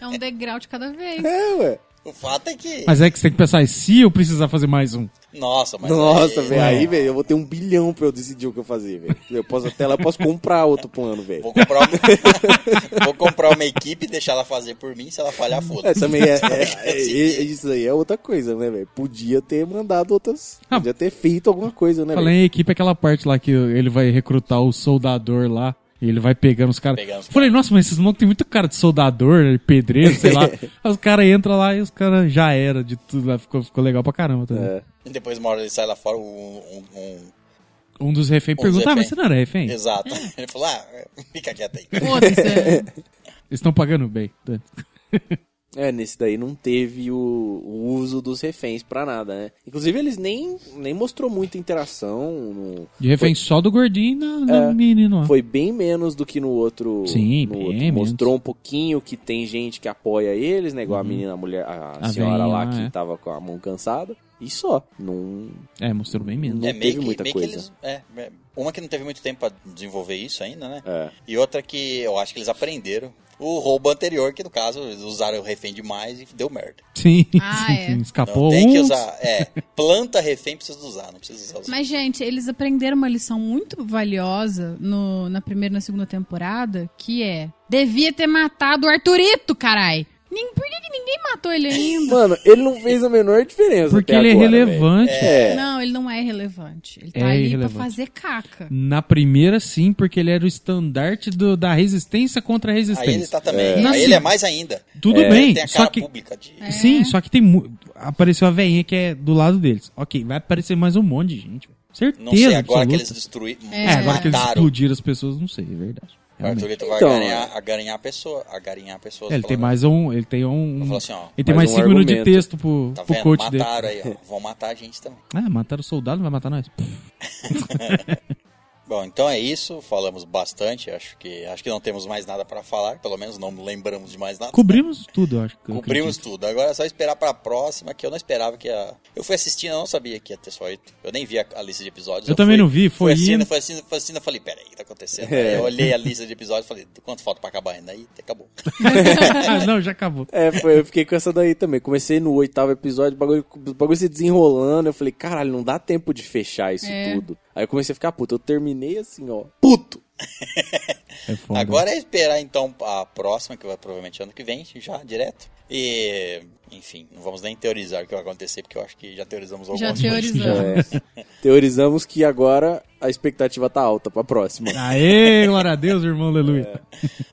B: É um degrau de cada vez.
E: É, ué.
A: O fato é que.
C: Mas é que você tem que pensar, e se eu precisar fazer mais um?
A: Nossa, mas.
E: Nossa,
A: aí-
E: velho, aí, velho, eu vou ter um bilhão pra eu decidir o que eu fazer, velho. Eu posso até lá, eu posso comprar outro plano, velho.
A: Vou comprar, uma... Vou comprar uma equipe e deixar ela fazer por mim. Se ela falhar,
E: É,
A: foda-se.
E: também é, é- é- é- isso aí é outra coisa, né, velho? Podia ter mandado outras,
C: Ah.
E: podia ter feito alguma coisa, né,
C: Falei
E: velho?
C: em equipe, aquela parte lá que ele vai recrutar o soldador lá. E ele vai pegando os caras.
A: Pegando os
C: Falei, nossa, mas esses malucos tem muito cara de soldador, né, pedreiro, sei lá. Aí os caras entram lá e os caras já era de tudo. lá. Ficou, ficou legal pra caramba também.
E: É.
A: Depois, uma hora ele sai lá fora, um. um- um-
C: Um dos reféns
A: Um dos
C: pergunta, ah, mas
A: reféns.
C: você não era refém? Eles
A: Exato. Ele falou: ah, fica quieto aí.
B: Foda-se. é.
C: estão pagando bem. tá."
E: É, nesse daí não teve o, o uso dos reféns pra nada, né? Inclusive, eles nem, nem mostrou muita interação. não-
C: De refém só do gordinho e da, da
E: É,
C: menina lá.
E: Foi bem menos do que no outro.
C: Ah. Sim,
E: no
C: bem
E: outro.
C: menos.
E: Mostrou um pouquinho que tem gente que apoia eles, né? Igual a menina, a mulher, a,
C: Uhum. A
E: senhora lá
C: velhinha lá,
E: que
C: é.
E: tava com a mão cansada. E só. Não.
C: É, mostrou bem menos.
E: Não teve muita coisa.
A: é, é, uma que não teve muito tempo pra desenvolver isso ainda, né?
E: É.
A: E outra que eu acho que eles aprenderam. O roubo anterior, que no caso, eles usaram o refém demais e deu merda.
C: Sim,
B: Ah,
C: sim,
B: é.
C: sim.
A: Não
C: Escapou
A: tem que
C: um.
A: usar. É, planta refém precisa usar, não precisa usar.
B: Mas, gente, eles aprenderam uma lição muito valiosa no- na primeira e na segunda temporada, que é... Devia ter matado o Arthurito, carai! Nem- Por que, que ninguém matou ele ainda?
E: Mano, ele não fez a menor diferença.
C: Porque
E: até
C: ele
E: agora,
C: é relevante.
E: velho. É.
B: Não, ele não é relevante. Ele tá
C: É
B: ali
C: irrelevante.
B: pra fazer caca.
C: Na primeira, sim, porque ele era o estandarte do- da resistência contra a
A: Aí
C: resistência.
A: ele tá também.
C: É.
A: Aí ele é mais ainda.
C: Tudo
A: Ele
C: bem,
A: tem a
C: só
A: cara
C: que...
A: pública de.
C: Sim, só que tem... mu- Apareceu a veinha que é do lado deles. Ok, vai aparecer mais um monte de gente. velho. Certeza
A: Não sei, agora
C: absoluta.
A: que eles destruíram.
C: É, agora que eles
A: mataram.
C: explodiram as pessoas, não sei, é verdade.
A: O
C: Realmente.
A: Arthurito vai
E: Então,
A: agarinhar, agarinhar a pessoa. Agarinhar a pessoa.
C: É, ele tem
A: falando,
C: mais um... Ele tem
A: Eu
C: um...
A: falo assim, ó.
C: Ele tem mais
E: Mais um
C: 5 minutos de
E: argumento.
C: texto pro,
A: Tá
C: pro
A: vendo?
C: coach dele.
A: Mataram aí, ó. Vão matar a gente também.
C: Ah, mataram o soldado, não vai matar nós. Pff,
A: Bom, então é isso. Falamos bastante. Acho que acho que não temos mais nada pra falar. Pelo menos não lembramos de mais nada.
C: Cobrimos tudo, eu acho. que- eu
A: Cobrimos
C: acredito.
A: tudo. Agora é só esperar pra próxima, que eu não esperava que a. Eu fui assistindo, eu não sabia que ia ter só oito. Eu nem vi a, a lista de episódios.
C: Eu também
A: fui-
C: não vi,
A: Fui
C: foi indo. É.
A: assistindo, fui assistindo, fui assistindo, eu falei, peraí, o que tá acontecendo? Aí Eu olhei a lista de episódios e falei, quanto falta pra acabar ainda? Aí acabou.
C: Ah, não, já acabou.
E: É, foi- eu fiquei com essa daí também. Comecei no oitavo episódio, o bagulho, o bagulho se desenrolando. Eu falei, caralho, não dá tempo de fechar isso
B: É.
E: tudo. Aí eu comecei a ficar puto. Eu terminei assim, ó. Puto!
C: É foda.
A: Agora é esperar então a próxima, que vai provavelmente ano que vem, já direto. E, enfim, não vamos nem teorizar o que vai acontecer, porque eu acho que já teorizamos algumas
B: Já
A: coisas.
B: teorizamos.
E: É, teorizamos que agora a expectativa tá alta pra próxima.
C: Aê, glória a Deus, irmão, aleluia.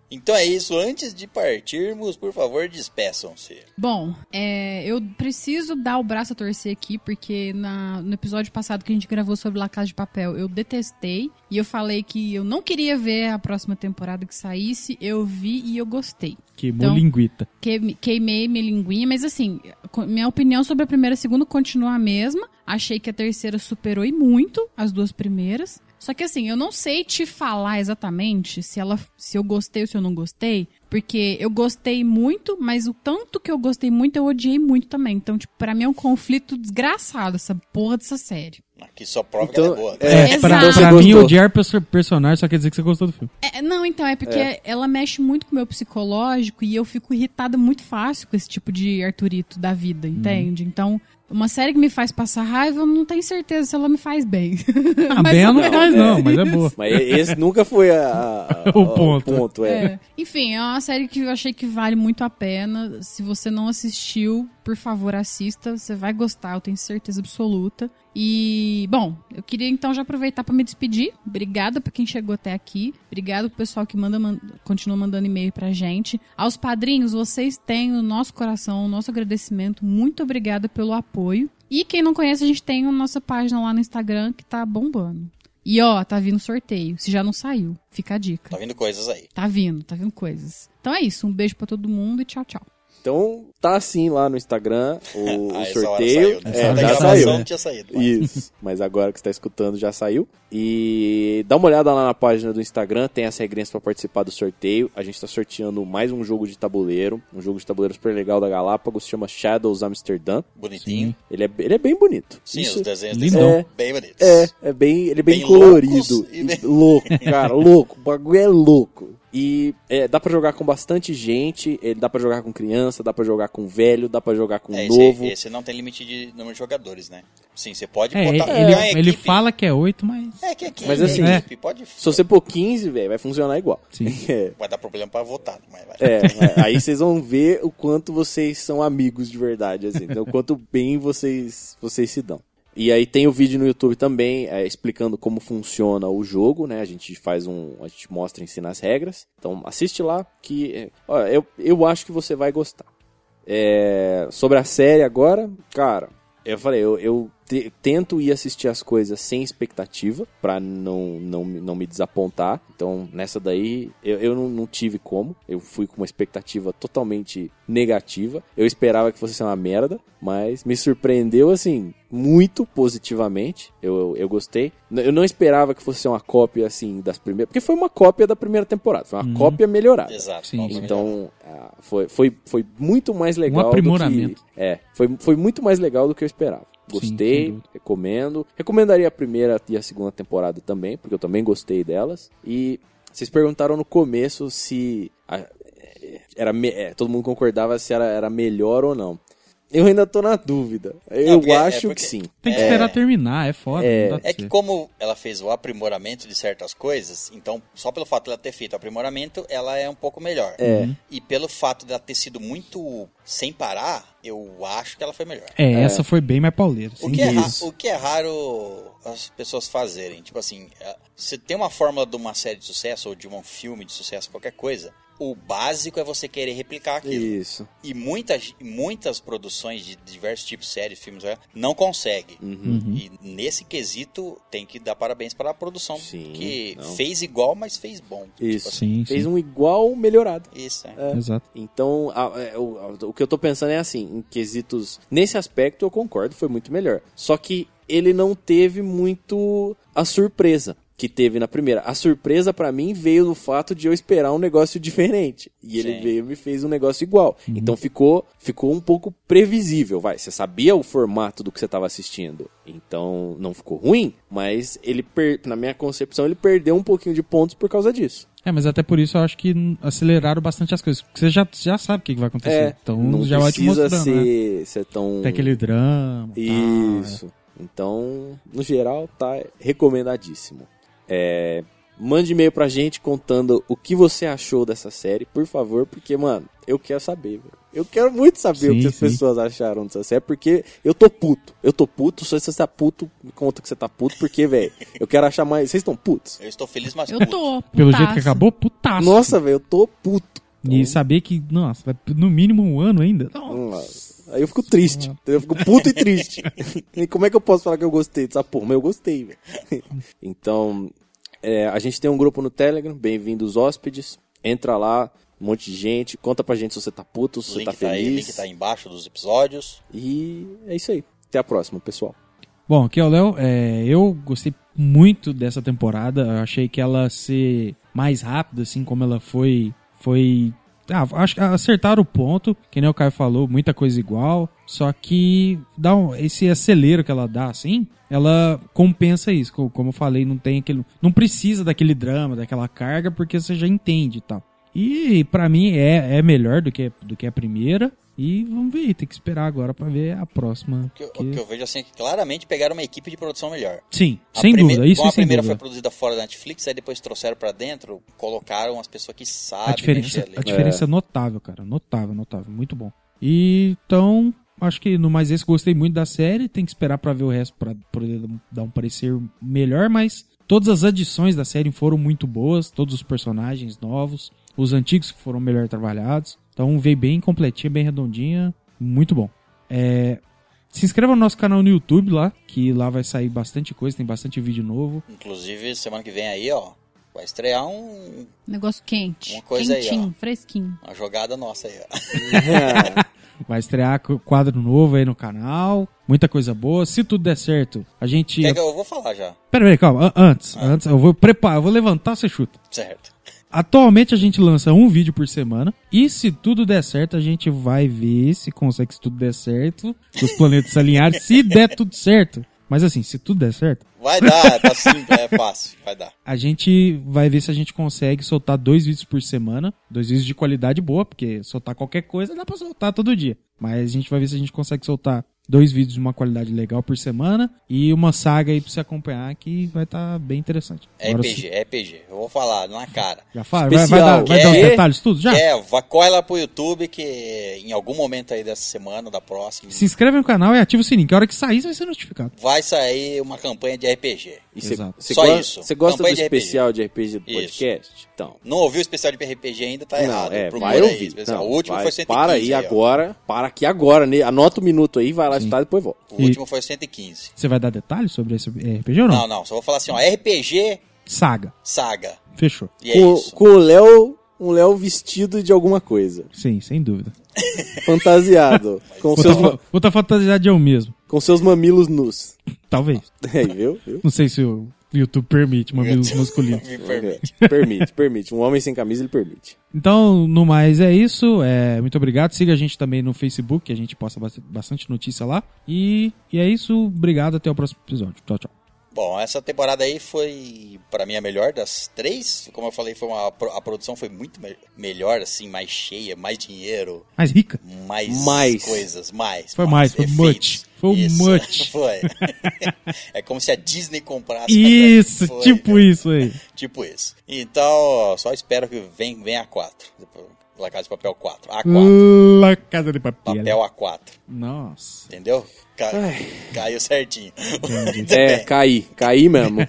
A: Então é isso. Antes de partirmos, por favor, despeçam-se.
B: Bom, é, eu preciso dar o braço a torcer aqui, porque na- no episódio passado que a gente gravou sobre La Casa de Papel, eu detestei. E eu falei que eu não queria ver a próxima temporada que saísse. Eu vi e eu gostei.
C: Queimou
B: Então-
C: linguita.
B: Queime- Queimei minha linguinha, mas assim, co- minha opinião sobre a primeira e a segunda continua a mesma. Achei que a terceira superou e muito as duas primeiras. Só que assim, eu não sei te falar exatamente se ela se eu gostei ou se eu não gostei, porque eu gostei muito, mas o tanto que eu gostei muito eu odiei muito também. Então, tipo, para mim é um conflito desgraçado essa porra dessa série.
A: Aqui só prova que
E: Então,
A: ela é boa.
E: é,
B: Exato.
C: pra
B: Então você
C: pra mim,
E: gostou.
C: odiar perso- personagem só quer dizer que você gostou do filme.
B: É, não, então, é porque ela mexe muito com o meu psicológico e eu fico irritada muito fácil com esse tipo de Arthurito da vida, entende? Então, uma série que me faz passar raiva, eu não tenho certeza se ela me faz bem.
C: Ah,
B: Mas
C: bem, ela não,
E: não,
C: faz,
E: é.
C: não, mas é boa.
E: Mas esse nunca foi a- a- a-
C: O ponto.
E: é.
B: É. Enfim, é uma série que eu achei que vale muito a pena. Se você não assistiu, por favor, assista. Você vai gostar, eu tenho certeza absoluta. E, bom, eu queria então já aproveitar pra me despedir. Obrigada pra quem chegou até aqui. Obrigado pro pessoal que manda, man- continua mandando e-mail pra gente. Aos padrinhos, vocês têm o nosso coração, o nosso agradecimento. Muito obrigada pelo apoio. E quem não conhece, a gente tem a nossa página lá no Instagram que tá bombando. E ó, tá vindo sorteio. Se já não saiu, fica a dica.
A: Tá vindo coisas aí.
B: Tá vindo, tá vindo coisas. Então é isso, um beijo pra todo mundo e tchau, tchau.
E: Então, tá assim lá no Instagram o,
A: Ah,
E: o
A: essa hora
E: sorteio.
A: saiu, né?
C: Essa
E: É,
C: hora
E: já
C: já
E: saiu.
C: saiu, né?
A: tinha saído. mas-
E: Isso. Mas agora que você tá escutando já saiu. E dá uma olhada lá na página do Instagram, tem as regrinhas para participar do sorteio. A gente tá sorteando mais um jogo de tabuleiro, um jogo de tabuleiro super legal da Galápagos, chama Shadows Amsterdã.
A: Bonitinho.
E: Ele é, ele é bem bonito.
A: Sim,
E: Isso-
A: os desenhos
C: Lindo.
A: são bem bonitos.
E: é, é bem, ele é bem,
A: Bem loucos
E: colorido.
A: e bem-
E: Louco, cara, louco. O bagulho é louco. E é, dá pra jogar com bastante gente, ele dá pra jogar com criança, dá pra jogar com velho, dá pra jogar com
A: É, esse,
E: novo.
A: esse não tem limite de número de jogadores, né? Sim, você pode
C: É,
A: botar
C: ele,
A: uma
C: ele
A: equipe.
C: fala que é oito, mas.
A: É que é equipe,
E: Mas
A: é
E: assim,
A: equipe, pode.
E: Se você pôr 15, velho, vai funcionar igual.
C: Sim.
E: É,
A: Vai dar problema pra votar, mas vai.
E: é, aí vocês vão ver o quanto vocês são amigos de verdade, assim, então, o quanto bem vocês, vocês se dão. E aí tem o vídeo no YouTube também é, explicando como funciona o jogo, né? A gente faz um, a gente mostra, ensina as regras. Então assiste lá que, é, olha, eu, eu acho que você vai gostar. É, sobre a série agora, cara, eu falei, eu, eu te- tento ir assistir as coisas sem expectativa pra não, não, me- não me desapontar. Então, nessa daí, eu, eu não, não tive como. Eu fui com uma expectativa totalmente negativa. Eu esperava que fosse ser uma merda, mas me surpreendeu, assim, muito positivamente. Eu, eu, eu gostei. N- Eu não esperava que fosse ser uma cópia, assim, das primeiras... Porque foi uma cópia da primeira temporada. Foi uma
C: Uhum.
E: cópia melhorada.
A: Exato.
C: Sim.
A: vamos melhorar.
E: Então, ah, foi, foi, foi muito mais legal. do que-
C: Um aprimoramento.
E: é, foi, foi muito mais legal do que eu esperava.
C: Sim,
E: Gostei,
C: sem dúvida.
E: recomendo. Recomendaria a primeira e a segunda temporada também, porque eu também gostei delas. E vocês perguntaram no começo se a- era me- é, todo mundo concordava se era, era melhor ou não. Eu ainda tô na dúvida. Eu
A: porque- é
E: acho
A: porque-
E: que sim.
C: Tem que esperar terminar, é foda.
E: É.
C: não dá pra
A: É que
C: ser.
A: como ela fez o aprimoramento de certas coisas, então só pelo fato dela ter feito o aprimoramento, ela é um pouco melhor.
E: É.
C: Uhum.
A: E pelo fato dela ter sido muito sem parar, eu acho que ela foi melhor.
C: É, essa foi bem mais pauleira.
A: O
C: sem
A: que, é ra-
C: dúvidas.
A: o que é raro as pessoas fazerem. Tipo assim, é, você tem uma fórmula de uma série de sucesso ou de um filme de sucesso, qualquer coisa. O básico é você querer replicar aquilo.
E: Isso.
A: E muitas, muitas produções de diversos tipos, séries, filmes, olha, não conseguem.
E: Uhum.
A: E nesse quesito, tem que dar parabéns para a produção.
E: Sim,
A: que
E: não.
A: fez igual, mas fez bom. Tipo assim,
E: Isso.
C: Sim,
E: Fez
C: sim.
E: um igual melhorado.
A: Isso, é.
C: Exato.
E: Então, a- é, o, a- o que eu tô pensando é assim, em quesitos. Nesse aspecto, eu concordo, foi muito melhor. Só que ele não teve muito a surpresa que teve na primeira. A surpresa pra mim veio do fato de eu esperar um negócio diferente. E ele
A: Sim.
E: veio e me fez um negócio igual.
C: Uhum.
E: Então ficou, ficou um pouco previsível, vai. Você sabia o formato do que você tava assistindo. Então não ficou ruim, mas ele per- na minha concepção ele perdeu um pouquinho de pontos por causa disso.
C: É, mas até por isso eu acho que hum, aceleraram bastante as coisas. Porque você já, já sabe o que que vai acontecer. então
E: É, não
C: já vai te
E: precisa
C: mostrando, né?
E: ser, ser tão...
C: Tem aquele drama. tá? tal,
E: Isso. Então, no geral, tá recomendadíssimo. É, mande e-mail pra gente contando o que você achou dessa série, por favor, porque, mano, eu quero saber, velho. Eu quero muito saber o
C: Sim,
E: que as
C: sim.
E: pessoas acharam dessa série, porque eu tô puto. Eu tô puto, se você tá puto, me conta que você tá puto, porque, velho, eu quero achar mais... Vocês estão putos?
A: Eu estou feliz, mas
B: Eu
A: puto.
B: tô.
C: Pelo
B: putaço.
C: jeito que acabou, putaço.
E: Nossa, velho, eu tô puto.
C: E saber que, nossa, vai no mínimo um ano ainda.
E: Nossa. Aí eu fico triste. entendeu? Eu fico puto e triste. e como é que eu posso falar que eu gostei dessa porra? Mas eu gostei, velho. então, é, a gente tem um grupo no Telegram, bem-vindos hóspedes. Entra lá, um monte de gente. Conta pra gente se você tá puto, se
A: O
E: você
A: link
E: tá
A: tá,
E: feliz.
A: aí, o link tá aí embaixo dos episódios.
E: E é isso aí. Até a próxima, pessoal.
C: Bom, aqui é o Léo. É, eu gostei muito dessa temporada. Eu achei que ela ser mais rápida, assim como ela foi. Foi. Ah, acho que acertaram o ponto. Que nem o Caio falou, muita coisa igual. Só que dá um, esse acelero que ela dá, assim, ela compensa isso. Co- Como eu falei, não tem aquele. Não precisa daquele drama, daquela carga, porque você já entende e tal. E pra mim é, é melhor do que, do que a primeira. E vamos ver, tem que esperar agora pra ver a próxima.
A: O que, eu-
C: que-
A: o que eu vejo assim é que claramente pegaram uma equipe de produção melhor.
C: Sim,
A: A
C: sem
A: primeira-
C: dúvida. Isso
A: como
C: é
A: a
C: sem
A: primeira
C: dúvida.
A: foi produzida fora da Netflix, aí depois trouxeram pra dentro, colocaram as pessoas que sabem
C: A diferença,
A: mexer
C: a
A: ali.
C: diferença é notável, cara. Notável, notável. Muito bom. E, então, acho que no mais esse gostei muito da série. Tem que esperar pra ver o resto pra poder dar um parecer melhor, mas todas as adições da série foram muito boas, todos os personagens novos, os antigos que foram melhor trabalhados. Então veio bem completinha, bem redondinha, muito bom. É, se inscreva no nosso canal no YouTube lá, que lá vai sair bastante coisa, tem bastante vídeo novo.
A: Inclusive, semana que vem aí, ó, vai estrear um-
B: Negócio quente.
A: Uma coisa aí,
B: Quentinho, fresquinho.
A: uma jogada nossa aí, ó.
C: Vai estrear co- quadro novo aí no canal, muita coisa boa. Se tudo der certo, a gente.
A: Quer que É, eu vou falar já,
C: Pera, pera, calma. an- Antes, antes, eu vou preparar, eu vou levantar, você chuta.
A: certo?
C: Atualmente a gente lança um vídeo por semana. E se tudo der certo, a gente vai ver se consegue, se tudo der certo, se os planetas se alinharem, se der tudo certo. Mas assim, se tudo der certo,
A: Vai dar, tá simples, é fácil, vai dar.
C: a gente vai ver se a gente consegue soltar dois vídeos por semana. Dois vídeos de qualidade boa, porque soltar qualquer coisa dá pra soltar todo dia. Mas a gente vai ver se a gente consegue soltar dois vídeos de uma qualidade legal por semana e uma saga aí pra você acompanhar que vai estar bem interessante.
A: É
C: Agora,
A: RPG, é RPG, eu vou falar na cara.
C: Já fala, vai, vai
E: Especial.
C: dar, vai dar os
A: Quer?
C: detalhes, tudo já?
A: É, vá- corre lá pro YouTube que em algum momento aí dessa semana, da próxima,
C: Se inscreve no canal e ativa o sininho, que a hora que sair você vai ser notificado.
A: vai sair uma campanha de RPG.
E: E cê-
C: Exato.
E: cê
A: Só
E: gosta-
A: isso.
E: Você gosta
A: Campanha
E: do
A: de RPG.
E: especial de RPG do
A: Isso.
E: podcast? Então.
A: Não ouviu o especial de RPG ainda, tá errado.
E: é,
A: Procura
E: vai
A: aí,
E: ouvir.
A: especial.
E: Não,
A: o último
E: vai,
A: foi 115.
E: Para aí
A: ó.
E: agora, para aqui agora, né? anota o minuto aí, vai lá escutar e depois volta.
A: O último foi 115.
C: Você vai dar detalhes sobre esse RPG ou não?
A: Não, não, só vou falar assim, ó, RPG
C: Saga.
A: Saga.
C: Fechou.
A: E é
E: com,
A: isso.
E: com o Léo, um Léo vestido de alguma coisa,
C: Sim, sem dúvida.
E: fantasiado, com,
C: Vou
E: seus,
C: tá fa-
E: ma-
C: Vou estar fantasiado de eu mesmo.
E: com seus mamilos nus.
C: Talvez.
E: Aí, viu? viu?
C: Não sei se eu YouTube permite, mamilos
A: YouTube.
C: masculinos.
A: Me permite.
E: permite, permite. Um homem sem camisa, ele permite.
C: Então, no mais é isso. É, muito obrigado. Siga a gente também no Facebook, que a gente posta bast- bastante notícia lá. E, e é isso. Obrigado. Até o próximo episódio. Tchau, tchau.
A: Bom, essa temporada aí foi, pra mim, a melhor das três. Como eu falei, foi uma, a produção foi muito me- melhor, assim, mais cheia, mais dinheiro,
C: Mas rica.
A: mais,
E: Mais.
A: coisas, mais.
C: Foi mais, foi
A: efeitos.
C: much. Foi
A: Isso,
C: much.
A: foi. É como se a Disney comprasse.
C: Isso,
A: Foi,
C: tipo isso aí.
A: Tipo isso. Então, só espero que venha, venha a 4. La Casa de Papel 4. A4.
C: La Casa de Papel.
A: Papel A4.
C: Nossa.
A: Entendeu? Ca- Caiu certinho. Muito
E: É,
A: bem.
E: caí, caí mesmo.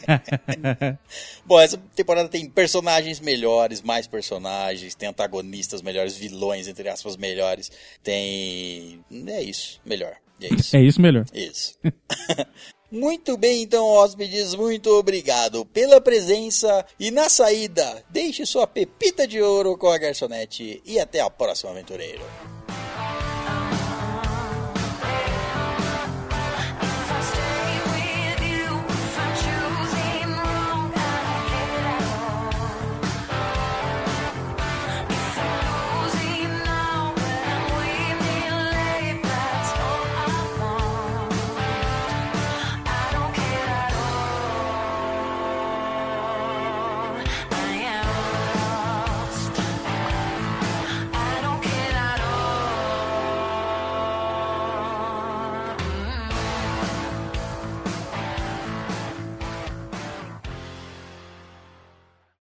A: Bom, essa temporada tem personagens melhores, mais personagens, tem antagonistas melhores, vilões, entre aspas, melhores. Tem. É isso. Melhor. É isso.
C: É isso melhor.
A: Isso. muito bem, então, hóspedes, muito obrigado pela presença. E na saída, deixe sua pepita de ouro com a garçonete. E até a próxima, aventureiro.